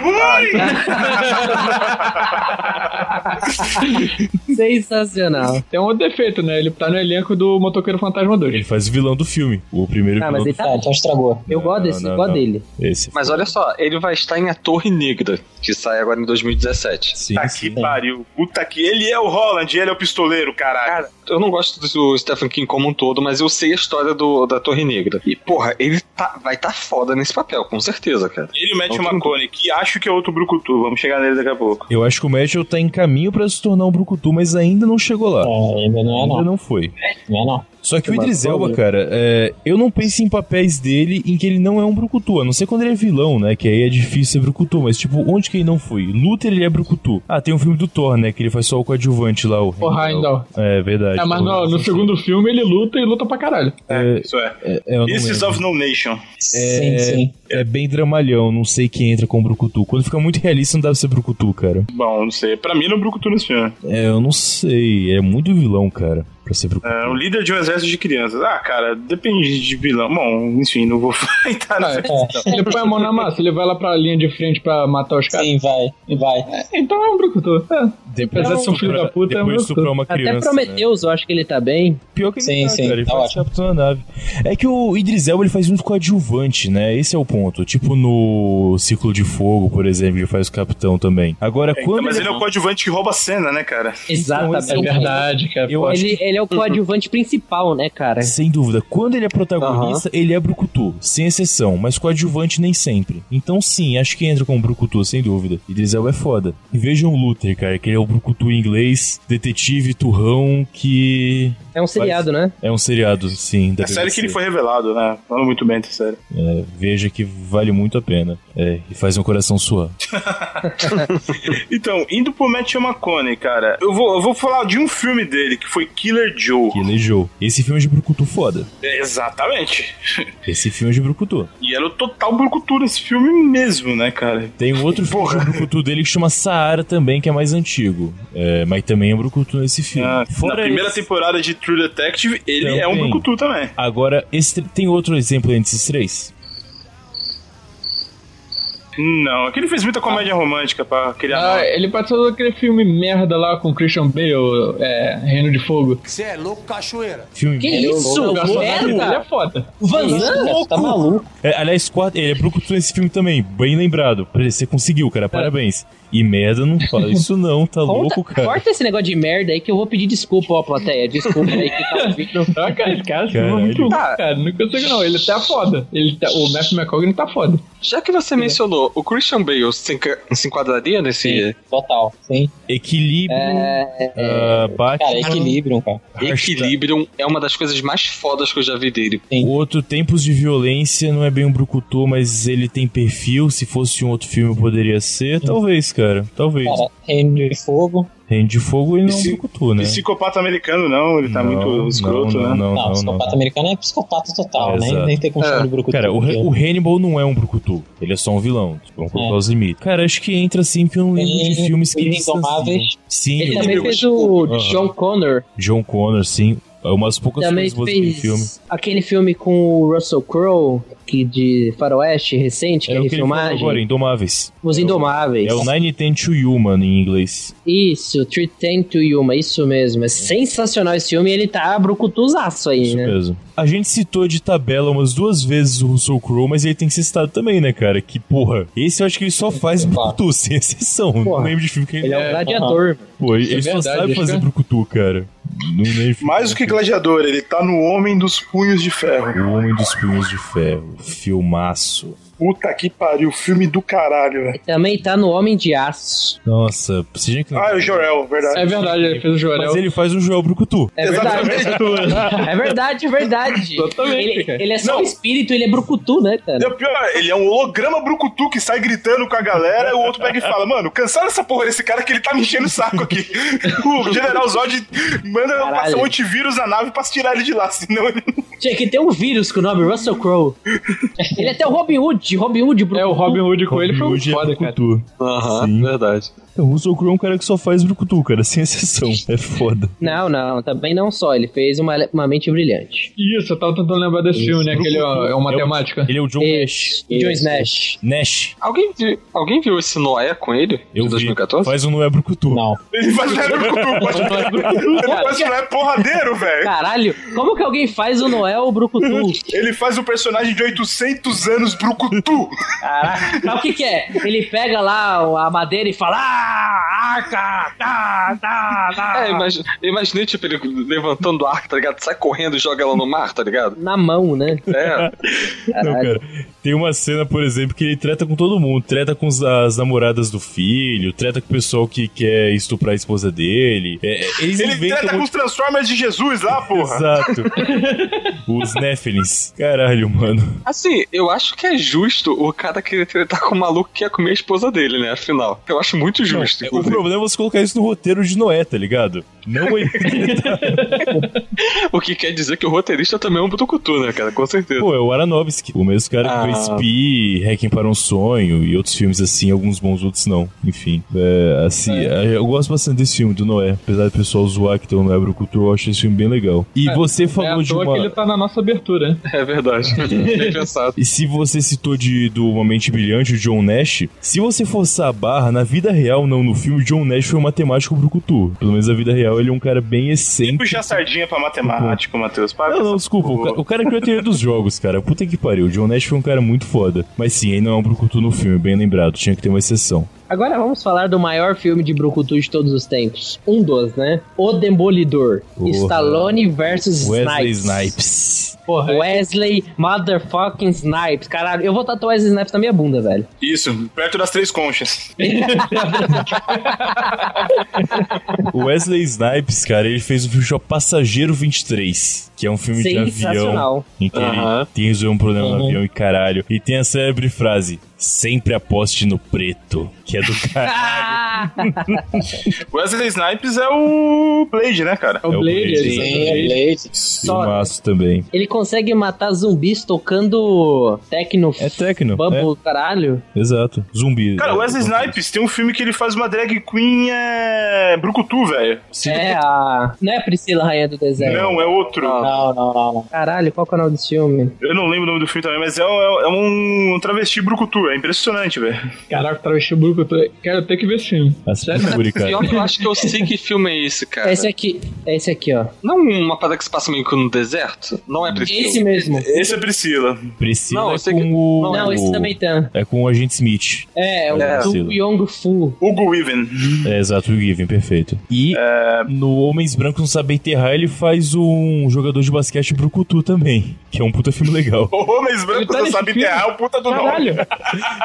Speaker 6: Sensacional.
Speaker 3: Tem um outro defeito, né? Ele tá no elenco do Motoqueiro Fantasma 2.
Speaker 4: Ele faz o vilão do filme. O primeiro
Speaker 6: Ah,
Speaker 4: vilão
Speaker 6: mas
Speaker 4: do
Speaker 6: ele tá.
Speaker 5: então estragou.
Speaker 6: Eu gosto desse,
Speaker 4: não,
Speaker 6: eu gosto
Speaker 4: não.
Speaker 6: dele.
Speaker 4: Esse.
Speaker 1: Mas olha só, ele vai estar em A Torre Negra, que sai agora em 2017.
Speaker 4: Sim,
Speaker 2: Tá que pariu. Puta que. Ele é o Holland, ele é o pistoleiro, caralho.
Speaker 1: Eu não gosto do Stephen King como um todo, mas eu sei a história do, da Torre Negra. E, porra, ele tá, vai tá foda nesse papel, com certeza, cara.
Speaker 2: Ele e o Matthew McConaughey, que acho que é outro brucutu. Vamos chegar nele daqui a pouco.
Speaker 4: Eu acho que o Matthew tá em caminho pra se tornar um brucutu, mas ainda não chegou lá.
Speaker 5: ainda não
Speaker 4: é, Ainda não. foi.
Speaker 5: Não é, não.
Speaker 4: Só que o
Speaker 5: Mas,
Speaker 4: Idris
Speaker 5: por
Speaker 4: Elba,
Speaker 5: favor.
Speaker 4: cara, é, eu não penso em papéis dele em que ele não é um brucutu, a não ser quando ele é vilão, né? Que aí é difícil ser brucutu, mas tipo, onde que ele não foi? Luther, ele é brucutu. Ah, tem um filme do Thor, né? Que ele faz só o coadjuvante lá, o...
Speaker 3: O Heimdall.
Speaker 4: É, verdade.
Speaker 3: É, mas no, no
Speaker 4: Thor-
Speaker 3: segundo filme ele luta e luta pra caralho.
Speaker 4: É,
Speaker 2: Isso é.
Speaker 4: é, é, eu não
Speaker 2: This is
Speaker 4: lembro.
Speaker 2: of No Nation.
Speaker 4: É,
Speaker 5: Sim, sim.
Speaker 4: é bem dramalhão, não sei quem entra com brucutu. Quando fica muito realista, não deve ser brucutu, cara.
Speaker 2: Bom, não sei. Pra mim, não é brucutu nesse filme.
Speaker 4: É, eu não sei, é muito vilão, cara, pra ser brucutu.
Speaker 2: É, o líder de um exército de crianças. Ah, cara, depende de vilão. Bom, enfim, não vou
Speaker 4: É,
Speaker 2: entrar nessa questão.
Speaker 3: Ele põe a mão na massa, ele vai lá pra linha de frente pra matar os caras.
Speaker 5: Sim, vai, vai.
Speaker 3: Então é um brucutu. É.
Speaker 4: Depois
Speaker 3: Apesar de ser um filho da puta, é um
Speaker 4: depois de
Speaker 3: brucutu.
Speaker 4: estuprar uma criança. né?
Speaker 6: Até Prometheus, eu acho que ele tá bem.
Speaker 4: Pior que ele
Speaker 5: Sim,
Speaker 4: tá,
Speaker 5: sim,
Speaker 4: cara, ele
Speaker 5: tá
Speaker 4: faz
Speaker 5: ótimo.
Speaker 4: capitão da nave. É que o Idris Elba ele faz muito coadjuvante, né? Esse é o ponto. Tipo no Ciclo de Fogo, por exemplo, ele faz o capitão também. Agora,
Speaker 2: É, então,
Speaker 4: quando
Speaker 2: mas ele é o coadjuvante que rouba a cena, né, cara?
Speaker 6: Exatamente.
Speaker 4: esse é o-
Speaker 3: Verdade, cara.
Speaker 4: Eu acho
Speaker 6: Ele, ele é o coadjuvante principal, né, cara?
Speaker 4: Sem dúvida. Quando ele é protagonista, ele é brucutu, sem exceção, mas coadjuvante nem sempre. Então sim, acho que entra com brucutu, sem dúvida. Idris Elba é foda. E vejam o Luther, cara, que ele é o brucutu inglês, detetive, turrão, que...
Speaker 6: É um seriado, né?
Speaker 4: É um seriado, sim. da
Speaker 2: É sério
Speaker 4: BBC.
Speaker 2: que ele foi revelado, né? Falando muito bem, tá sério.
Speaker 4: É, veja que vale muito a pena. É, e faz meu coração suar.
Speaker 2: Então, indo pro Matthew McConaughey, cara, eu vou, eu vou falar de um filme dele, que foi Killer Joe.
Speaker 4: Que elejou. Esse filme é de brucutu foda.
Speaker 2: É, exatamente.
Speaker 4: Esse filme é de brucutu.
Speaker 2: E era o total brucutu nesse filme mesmo, né, cara?
Speaker 4: Tem um outro filme de brucutu dele que chama Saara também, que é mais antigo. É, mas também é brucutu nesse filme.
Speaker 2: Ah, na
Speaker 4: Fora
Speaker 2: primeira
Speaker 4: esse-
Speaker 2: temporada de True Detective, ele é um
Speaker 4: Também.
Speaker 2: brucutu também.
Speaker 4: Agora, esse- tem outro exemplo entre esses três?
Speaker 2: Não, é que ele fez muita comédia romântica pra criar...
Speaker 3: Ah,
Speaker 2: nome.
Speaker 3: ele passou aquele filme merda lá com Christian Bale, é, Reino de Fogo.
Speaker 9: Você é louco, cachoeira?
Speaker 4: Filme
Speaker 6: Que
Speaker 4: merda.
Speaker 6: isso?
Speaker 3: O personagem
Speaker 6: Merda?
Speaker 3: dele é foda.
Speaker 6: Van
Speaker 5: Isso,
Speaker 6: Damme?
Speaker 5: cara, tá maluco.
Speaker 4: É, aliás, quarto, ele é brucutu nesse filme também. Bem lembrado. Você conseguiu, cara. Parabéns. E merda, não fala isso não. Tá louco,
Speaker 6: Conta,
Speaker 4: cara.
Speaker 6: corta esse negócio de merda aí que eu vou pedir desculpa, ó, plateia. Desculpa aí que tá ouvindo.
Speaker 3: Ah, cara, esse cara, esse filme é
Speaker 4: Caralho.
Speaker 3: muito louco, cara. Não consigo não. Ele tá foda. Ele tá, o Matthew McCogney tá foda.
Speaker 1: Já que você mencionou, o Christian Bale se, enca- se enquadraria nesse...
Speaker 5: Total, sim.
Speaker 4: Equilíbrio. ah, Batman.
Speaker 5: Cara, equilíbrio, cara.
Speaker 1: Equilibrium é uma das coisas mais fodas que eu já vi dele.
Speaker 4: O outro, Tempos de Violência, não é bem um brucutu, mas ele tem perfil. Se fosse um outro filme, poderia ser. Talvez, cara. Talvez.
Speaker 5: Cara, Reino de Fogo.
Speaker 4: Reino de Fogo, ele não é um
Speaker 2: Esse-
Speaker 4: brucutu, né?
Speaker 2: Psicopata americano, não, ele tá
Speaker 4: Não,
Speaker 2: muito escroto,
Speaker 4: não,
Speaker 2: né?
Speaker 4: Não,
Speaker 5: Não,
Speaker 4: não, não.
Speaker 5: psicopata americano é psicopata total,
Speaker 4: É,
Speaker 5: né?
Speaker 4: exato.
Speaker 5: Nem tem como chamar de brucutu. né?
Speaker 4: Cara, o, Ra-
Speaker 5: porque-
Speaker 4: o Hannibal não é um brucutu. Ele é só um vilão. Tipo, vamos colocar
Speaker 5: É.
Speaker 4: os limites. Cara, acho que entra assim, porque eu não lembro de
Speaker 5: Ele- é
Speaker 4: filmes que
Speaker 5: Os Indomáveis.
Speaker 4: distanciam. Sim,
Speaker 6: Ele
Speaker 4: eu
Speaker 6: também
Speaker 4: lembro.
Speaker 6: fez o
Speaker 4: Aham.
Speaker 6: John Connor.
Speaker 4: John Connor, sim. É uma das poucas
Speaker 6: Também
Speaker 4: coisas boas daquele
Speaker 6: fez
Speaker 4: filme.
Speaker 6: aquele filme com o Russell Crowe, que de faroeste recente, que
Speaker 4: É
Speaker 6: é
Speaker 4: o que ele falou
Speaker 6: refilmagem.
Speaker 4: agora, Indomáveis.
Speaker 6: Os Indomáveis.
Speaker 4: É o Nine Ten to Human em inglês.
Speaker 6: Isso, 310 to Yuma, isso mesmo. É sensacional esse filme e ele tá brucutuzaço aí, né?
Speaker 4: Mesmo. A gente citou de tabela umas duas vezes o Russell Crowe, mas ele tem que ser citado também, né, cara? Que porra. Esse eu acho que ele só faz brucutu, sem exceção. Não lembro de filme que ele
Speaker 2: Ele é um gladiador.
Speaker 4: Pô, ele
Speaker 2: Isso é
Speaker 4: só
Speaker 2: verdade,
Speaker 4: sabe
Speaker 2: deixa
Speaker 4: fazer
Speaker 2: eu-
Speaker 4: brucutu, cara. Não lembro.
Speaker 2: Mais do que gladiador, ele tá no Homem dos Punhos de Ferro.
Speaker 4: O Um Homem dos Punhos de Ferro. Filmaço.
Speaker 2: Puta que pariu, filme do caralho, velho.
Speaker 6: Também tá no Homem de Aço.
Speaker 4: Nossa, você tinha que
Speaker 2: Ah, é o Jorel, verdade.
Speaker 6: É verdade, ele fez o Jor-El.
Speaker 4: Mas ele faz um Joel brucutu.
Speaker 6: É verdade. é verdade, é verdade.
Speaker 2: Totalmente,
Speaker 6: Ele,
Speaker 2: cara.
Speaker 6: ele é só
Speaker 2: Não.
Speaker 6: um espírito, ele é brucutu, né, cara?
Speaker 2: E o pior, ele é um holograma brucutu que sai gritando com a galera, e o outro pega e fala, mano, cancela essa porra desse cara que ele tá me enchendo o saco aqui. o General Zod manda passar um antivírus na nave pra tirar ele de lá, senão ele...
Speaker 6: Tinha que ter um vírus com o nome Russell Crowe. Ele é até o Robin Hood, Robin Hood brucutu. É, o Robin Hood
Speaker 4: com ele foi um Robin Hood é foda, cara. brucutu.
Speaker 1: Aham, verdade.
Speaker 4: Então, o Russell Crowe é um cara que só faz brucutu, cara, sem exceção. É foda.
Speaker 6: Não, não, também não só. Ele fez uma, uma mente brilhante.
Speaker 3: Isso, eu tava tentando lembrar desse filme, né? Que ele é, é uma matemática.
Speaker 4: Ele é o John
Speaker 6: Nash. John Nash.
Speaker 4: Nash.
Speaker 1: Alguém, vi- alguém viu esse Noé com ele?
Speaker 4: Eu
Speaker 1: de 2014?
Speaker 4: Faz um Noé Brucutu.
Speaker 5: Não.
Speaker 2: Ele faz não é brucutu, pode Ele faz não é porradeiro, velho.
Speaker 6: Caralho, como que alguém faz o Noel Brucutu?
Speaker 2: Ele faz o personagem de 800 anos brucutu.
Speaker 6: Caraca. Sabe o que, que é? Ele pega lá a madeira e fala: Ah, arca! Tá, tá, tá.
Speaker 1: É, imagi- eu imaginei, tipo, ele levantando a arca, tá ligado? Sai correndo e joga ela no mar, tá ligado?
Speaker 6: Na mão, né?
Speaker 1: É.
Speaker 4: Não, cara. Tem uma cena, por exemplo, que ele treta com todo mundo. Treta com os- as namoradas do filho, treta com o pessoal que quer estuprar a esposa dele. É, é, eles
Speaker 2: Ele
Speaker 4: inventam
Speaker 2: trata
Speaker 4: um
Speaker 2: com os
Speaker 4: monte-
Speaker 2: Transformers de Jesus lá, porra.
Speaker 4: Exato. os Nephilins. Caralho, mano.
Speaker 1: Assim, eu acho que é justo o cara querer tretar com o maluco que ia comer a esposa dele, né? Afinal, eu acho muito justo.
Speaker 4: O
Speaker 1: inclusive.
Speaker 4: problema é você colocar isso no roteiro de Noé, tá ligado? Não é.
Speaker 1: o que quer dizer que o roteirista também é um brucutu, né, cara? Com certeza.
Speaker 4: Pô, é o Aronofsky. O mesmo cara que fez
Speaker 1: Ah.
Speaker 4: Pi, Hacking para um Sonho e outros filmes assim, alguns bons, outros não. Enfim, é, assim, é, eu gosto bastante desse filme, do Noé. Apesar do pessoal zoar que tem o Noé Brucutu, eu acho esse filme bem legal. E você falou
Speaker 3: é à
Speaker 4: de
Speaker 3: toa
Speaker 4: uma...
Speaker 3: que ele tá na nossa abertura, né?
Speaker 1: É verdade. Bem pensado.
Speaker 4: E se você citou de, do Uma Mente Brilhante, o John Nash, se você forçar a barra, na vida real, não no filme, o John Nash foi um matemático brucutu. Pelo menos na vida real, ele é um cara bem excêntrico.
Speaker 2: Puxa a sardinha pra matemático, Matheus. Para
Speaker 4: Não, não, desculpa. O cara, o cara criou a teoria dos jogos, cara. Puta que pariu. O John Nash foi um cara muito foda. Mas sim, ele não é um brucutu no filme, bem lembrado. Tinha que ter uma exceção.
Speaker 6: Agora vamos falar do maior filme de Brucutu de todos os tempos. Um dos, né? O Demolidor.
Speaker 4: Porra.
Speaker 6: Stallone versus
Speaker 4: Wesley
Speaker 6: Snipes.
Speaker 4: Snipes. é
Speaker 6: Wesley motherfucking Snipes. Caralho, eu vou tatuar Wesley Snipes na minha bunda, velho.
Speaker 2: Isso, perto das três conchas.
Speaker 4: O Wesley Snipes, cara, ele fez o filme chamado Passageiro 23, que é um filme de avião
Speaker 6: Sensacional.
Speaker 4: em que ele
Speaker 1: Aham.
Speaker 4: tem resolver um problema no
Speaker 1: Uhum.
Speaker 4: avião e caralho. E tem a célebre frase: sempre aposte no preto, que é do cara.
Speaker 2: Wesley Snipes é o Blade, né, cara?
Speaker 4: É o Blade, Blade. Sim, é o
Speaker 5: né,
Speaker 6: Só,
Speaker 4: Filmaço também.
Speaker 6: ele consegue matar zumbis tocando techno.
Speaker 4: É techno.
Speaker 6: Bubble, caralho.
Speaker 4: Exato. Zumbi.
Speaker 2: Cara, o Wesley Snipes tem um filme que ele faz uma drag queen é... brucutu, velho.
Speaker 6: É a. Não é a Priscila Rainha do Deserto.
Speaker 2: Não, é outro.
Speaker 1: Ah.
Speaker 6: Não, não, não. Caralho, qual que é o nome desse filme?
Speaker 2: Eu não lembro o nome do filme também, mas é, um- é um travesti brucutu. É impressionante, velho.
Speaker 3: Caraca, travesti burro que eu tô. Cara, eu tenho que ver esse filme.
Speaker 4: Sério?
Speaker 1: Pior que eu acho que eu sei que filme é esse, cara.
Speaker 6: Esse aqui, é esse aqui, ó.
Speaker 1: Não uma parada que se passa meio que no deserto? Não é Priscila.
Speaker 6: Esse mesmo.
Speaker 2: Esse é Priscila.
Speaker 4: Priscila
Speaker 1: Não,
Speaker 4: é
Speaker 1: esse
Speaker 4: com
Speaker 1: aqui-
Speaker 4: o.
Speaker 6: Não, esse também tá.
Speaker 4: É com o Agente Smith.
Speaker 6: É, o
Speaker 4: É.
Speaker 6: do Yong Fu.
Speaker 2: Hugo Weaven.
Speaker 4: É, exato, o Given, perfeito. E no Homens Brancos Não Sabem Enterrar, ele faz um jogador de basquete brucutu também, que é um puta filme legal.
Speaker 2: O Homens
Speaker 1: tá
Speaker 2: Brancos não sabe enterrar o puta do nome.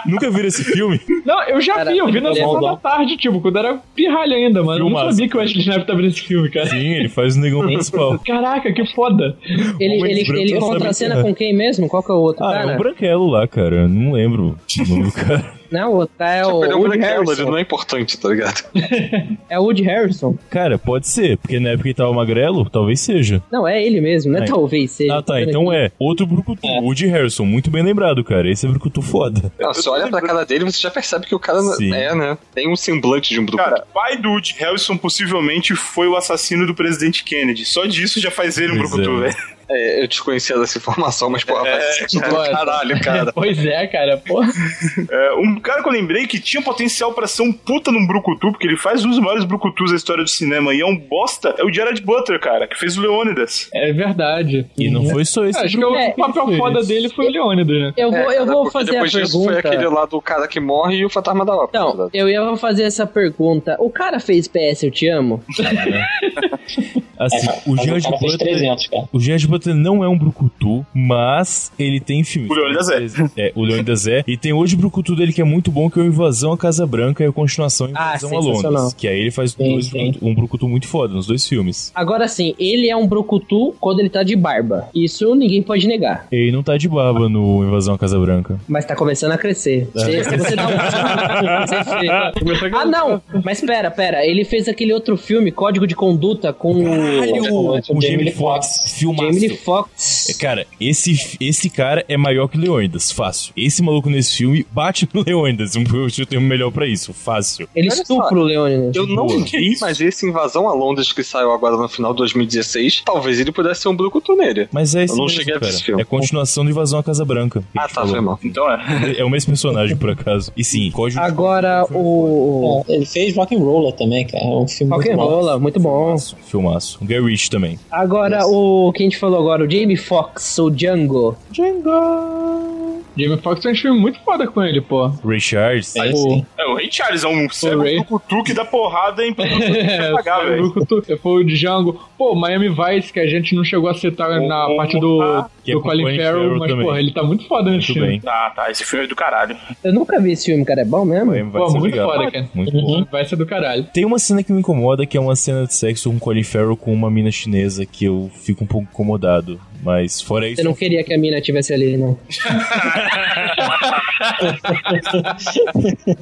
Speaker 4: Nunca viram esse filme?
Speaker 3: Não, eu já vi, eu vi na
Speaker 4: é bom,
Speaker 3: sessão da
Speaker 4: bom.
Speaker 3: tarde, tipo, quando era pirralha ainda, mano. Eu não
Speaker 4: Filmaço.
Speaker 3: sabia que o Wesley Snipes tava nesse filme, cara.
Speaker 4: Sim, ele faz o negão principal.
Speaker 3: Caraca, que foda.
Speaker 6: Ele,
Speaker 3: Homens
Speaker 6: ele,
Speaker 3: brancos
Speaker 6: ele
Speaker 3: não sabem
Speaker 6: contracena
Speaker 3: enterrar.
Speaker 6: com quem mesmo? Qual que é o outro
Speaker 4: Ah, é
Speaker 6: cara?
Speaker 4: o branquelo lá, cara. eu Não lembro o nome do cara.
Speaker 6: Não, o outro é
Speaker 1: Já
Speaker 6: o
Speaker 1: perdeu o
Speaker 6: Woody
Speaker 1: Black Melody,
Speaker 6: Harrison.
Speaker 1: não é importante, tá ligado?
Speaker 6: É o Woody Harrison.
Speaker 4: Cara, pode ser, porque na época ele tava magrelo, talvez seja.
Speaker 6: Não, é ele mesmo, né?
Speaker 4: Aí.
Speaker 6: Talvez seja.
Speaker 4: Ah tá, então é. Outro Brucutu, Woody Harrison, muito bem lembrado, cara. Esse é Brucutu foda.
Speaker 1: Não, você olha pra cara dele, você já percebe que o cara
Speaker 4: Sim.
Speaker 1: é, né? Tem um semblante de um brucutu.
Speaker 2: Cara, pai do Woody Harrison possivelmente foi o assassino do presidente Kennedy. Só disso já faz ele um
Speaker 1: Pois
Speaker 2: brucutu,
Speaker 1: é.
Speaker 2: velho.
Speaker 1: É, eu desconhecia dessa informação, mas, porra, faz sentido do caralho, cara.
Speaker 2: pois é, cara, porra. um cara que eu lembrei que tinha potencial pra ser um puta num brucutu, porque ele faz um dos maiores brucutus da história do cinema e é um bosta, é o Jared Butler, cara, que fez o Leônidas.
Speaker 3: É verdade. É.
Speaker 4: E não foi só esse.
Speaker 3: Acho que o
Speaker 6: É,
Speaker 3: papel foda dele foi o Leônidas, né?
Speaker 6: Eu vou, eu vou fazer
Speaker 1: É, Depois
Speaker 6: a
Speaker 1: disso
Speaker 6: pergunta.
Speaker 1: foi aquele lá do cara que morre e o fantasma da tá ópera.
Speaker 6: Então, eu ia fazer essa pergunta. O cara fez PS Eu Te Amo?
Speaker 4: Assim, o
Speaker 6: mas o
Speaker 4: Jared
Speaker 6: cara fez
Speaker 4: Butler.
Speaker 6: 300, cara.
Speaker 4: O Jared Butler não é um Brucutu, mas ele tem filmes. O Leônidas é. É, o Leônidas é. E tem hoje o Brucutu dele que é muito bom, que é o Invasão à Casa Branca e a continuação
Speaker 6: Ah,
Speaker 4: Invasão a
Speaker 6: sensacional.
Speaker 4: Londres. Que aí ele faz dois Brucutu- um Brucutu muito foda nos dois filmes.
Speaker 6: Agora sim, ele é um brucutu quando ele tá de barba. Isso ninguém pode negar.
Speaker 4: Ele não tá de barba no Invasão à Casa Branca.
Speaker 6: Mas tá começando a crescer. Se, se você dá um você fica- Ah, não! Mas pera, pera. Ele fez aquele outro filme, Código de Conduta, com o.
Speaker 4: o, o Jamie Foxx, filmaço.
Speaker 6: Jamie Foxx.
Speaker 4: É, Cara, esse, esse cara é maior que o Leônidas, fácil. Esse maluco nesse filme bate no Leônidas, um eu tenho melhor pra isso, fácil.
Speaker 6: Ele
Speaker 1: Olha
Speaker 6: estupra
Speaker 1: só,
Speaker 6: o Leônidas.
Speaker 1: Eu não vi, mas esse Invasão a Londres que saiu agora no final de 2016, talvez ele pudesse ser um brucutu nele.
Speaker 4: Mas é esse
Speaker 1: Eu não
Speaker 4: mesmo,
Speaker 1: cheguei a ver
Speaker 4: cara.
Speaker 1: esse filme.
Speaker 4: É a continuação do Invasão à Casa Branca. Ah, tá,
Speaker 1: foi mal.
Speaker 2: Então
Speaker 4: é. É o mesmo personagem, por acaso. E sim, código.
Speaker 6: Agora o.
Speaker 5: É, ele fez Rock'n'Roller também, cara. É um filme muito bom.
Speaker 6: Rock'n'Rolla, muito bom.
Speaker 4: Filmaço. O Gary Rich também.
Speaker 6: Agora o que a gente falou agora, o Jamie Foxx, o Django.
Speaker 3: Django! Jamie Foxx fez um filme muito foda com ele, pô.
Speaker 4: Ray Charles.
Speaker 3: É, sim.
Speaker 2: É, o Ray Charles é um cego
Speaker 3: Ray.
Speaker 2: brucutu que dá porrada em produção de
Speaker 1: É,
Speaker 2: pagar,
Speaker 3: É, foi, o
Speaker 2: velho.
Speaker 3: Brucutu, foi o Django. Pô, Miami Vice, que a gente não chegou a citar na parte do,
Speaker 2: que é
Speaker 3: do
Speaker 2: com
Speaker 3: Colin
Speaker 2: Colin
Speaker 3: Farrell,
Speaker 2: Farrell
Speaker 3: mas,
Speaker 2: também.
Speaker 3: porra, ele tá muito foda nesse filme.
Speaker 2: Tá, tá, esse filme é do caralho.
Speaker 6: Eu nunca vi esse filme, cara. É bom mesmo?
Speaker 4: Vai
Speaker 3: Pô,
Speaker 4: ser
Speaker 3: muito
Speaker 4: legal.
Speaker 3: foda, cara.
Speaker 4: Muito
Speaker 5: Uhum.
Speaker 4: bom.
Speaker 3: Vai ser do caralho.
Speaker 4: Tem uma cena que me incomoda, que é uma cena de sexo com Colin Farrell com uma mina chinesa, que eu fico um pouco incomodado. Mas fora isso,
Speaker 6: Você não queria que a mina tivesse ali, não.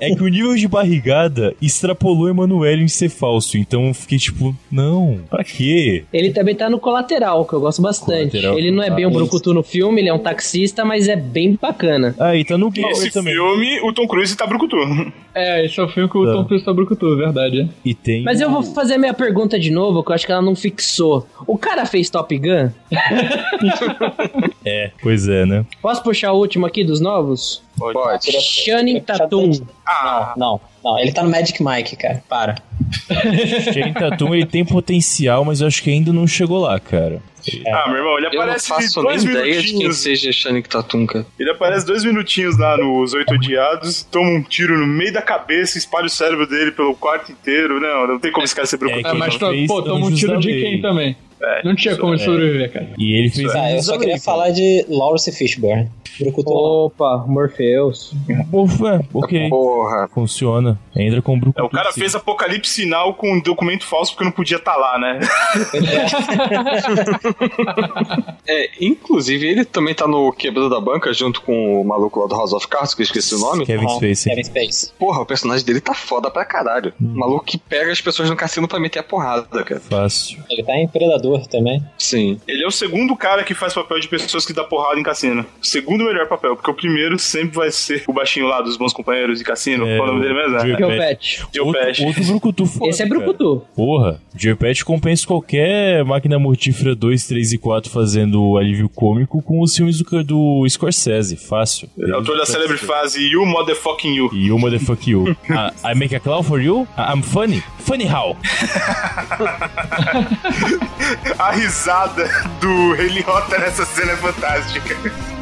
Speaker 4: é que o nível de barrigada extrapolou Emanuel em ser falso. Então eu fiquei tipo, não, pra quê?
Speaker 6: Ele também tá no colateral, que eu gosto bastante.
Speaker 4: Colateral,
Speaker 6: ele não é
Speaker 4: tá.
Speaker 6: bem um brucutu no filme, ele é um taxista, mas é bem bacana.
Speaker 4: Ah, e tá no
Speaker 2: Esse filme, o Tom Cruise tá brucutu.
Speaker 3: É, esse é o filme que o Tom Cruise tá brucutu, verdade.
Speaker 4: E tem.
Speaker 6: Mas eu vou fazer minha pergunta de novo, que eu acho que ela não fixou. O cara fez Top Gun?
Speaker 4: É, pois é, né?
Speaker 6: Posso puxar o último aqui dos novos?
Speaker 1: Pode.
Speaker 6: Channing Tatum.
Speaker 2: Ah,
Speaker 5: Não, não, não. Ele tá no Magic Mike, cara. Para.
Speaker 4: Shane Tatum, ele tem potencial, mas eu acho que ainda não chegou lá, cara.
Speaker 2: Ah, meu irmão, ele
Speaker 1: É. Eu não
Speaker 2: aparece
Speaker 1: faço nem
Speaker 2: dois
Speaker 1: ideia de quem
Speaker 2: minutinhos.
Speaker 1: seja Shannon Tatunka.
Speaker 2: Ele aparece dois minutinhos lá nos Oito Odiados, toma um tiro no meio da cabeça, espalha o cérebro dele pelo quarto inteiro. Não, não tem como esse cara ser
Speaker 3: É,
Speaker 2: preocupado.
Speaker 3: mas to- pô, toma um tiro de quem também? não tinha como ele sobreviver, cara.
Speaker 4: E ele fez.
Speaker 6: é.
Speaker 5: Ah, eu só queria falar de Lawrence Fishburne. Brucutu.
Speaker 6: Opa, Morpheus.
Speaker 4: Ufa,
Speaker 1: Tá
Speaker 4: ok.
Speaker 1: Porra.
Speaker 4: Funciona. Entra com o Brucutu.
Speaker 2: É, o cara
Speaker 4: sim.
Speaker 2: fez Apocalipse Sinal com um documento falso porque não podia estar lá, né?
Speaker 1: É, inclusive ele também tá no Quebrado da Banca junto com o maluco lá do House of Cards, que eu esqueci o nome.
Speaker 4: Kevin Spacey.
Speaker 5: Kevin Spacey.
Speaker 1: Porra, o personagem dele tá foda pra caralho. O maluco que pega as pessoas no cassino pra meter a porrada, cara.
Speaker 4: Fácil.
Speaker 5: Ele tá em Predador também.
Speaker 1: Sim.
Speaker 2: Ele é o segundo cara que faz papel de pessoas que dá porrada em cassino. O segundo melhor papel, porque o primeiro sempre vai ser o baixinho lá dos bons companheiros de cassino. Qual é o nome dele mesmo?
Speaker 4: Joe
Speaker 2: Joe Pesci.
Speaker 4: Pesci. Outro, outro Brucutu foda.
Speaker 6: Esse é
Speaker 4: cara.
Speaker 6: brucutu.
Speaker 4: Porra, Joe Pet compensa qualquer máquina mortífera 2, 3 e 4 fazendo alívio cômico com os filmes do, do Scorsese. Fácil.
Speaker 2: É autor da célebre frase You Motherfucking You.
Speaker 4: E o motherfuck you. Ah, I make a clown for you? Ah, I'm funny? Funny how?
Speaker 2: A risada do Heliota nessa cena é fantástica.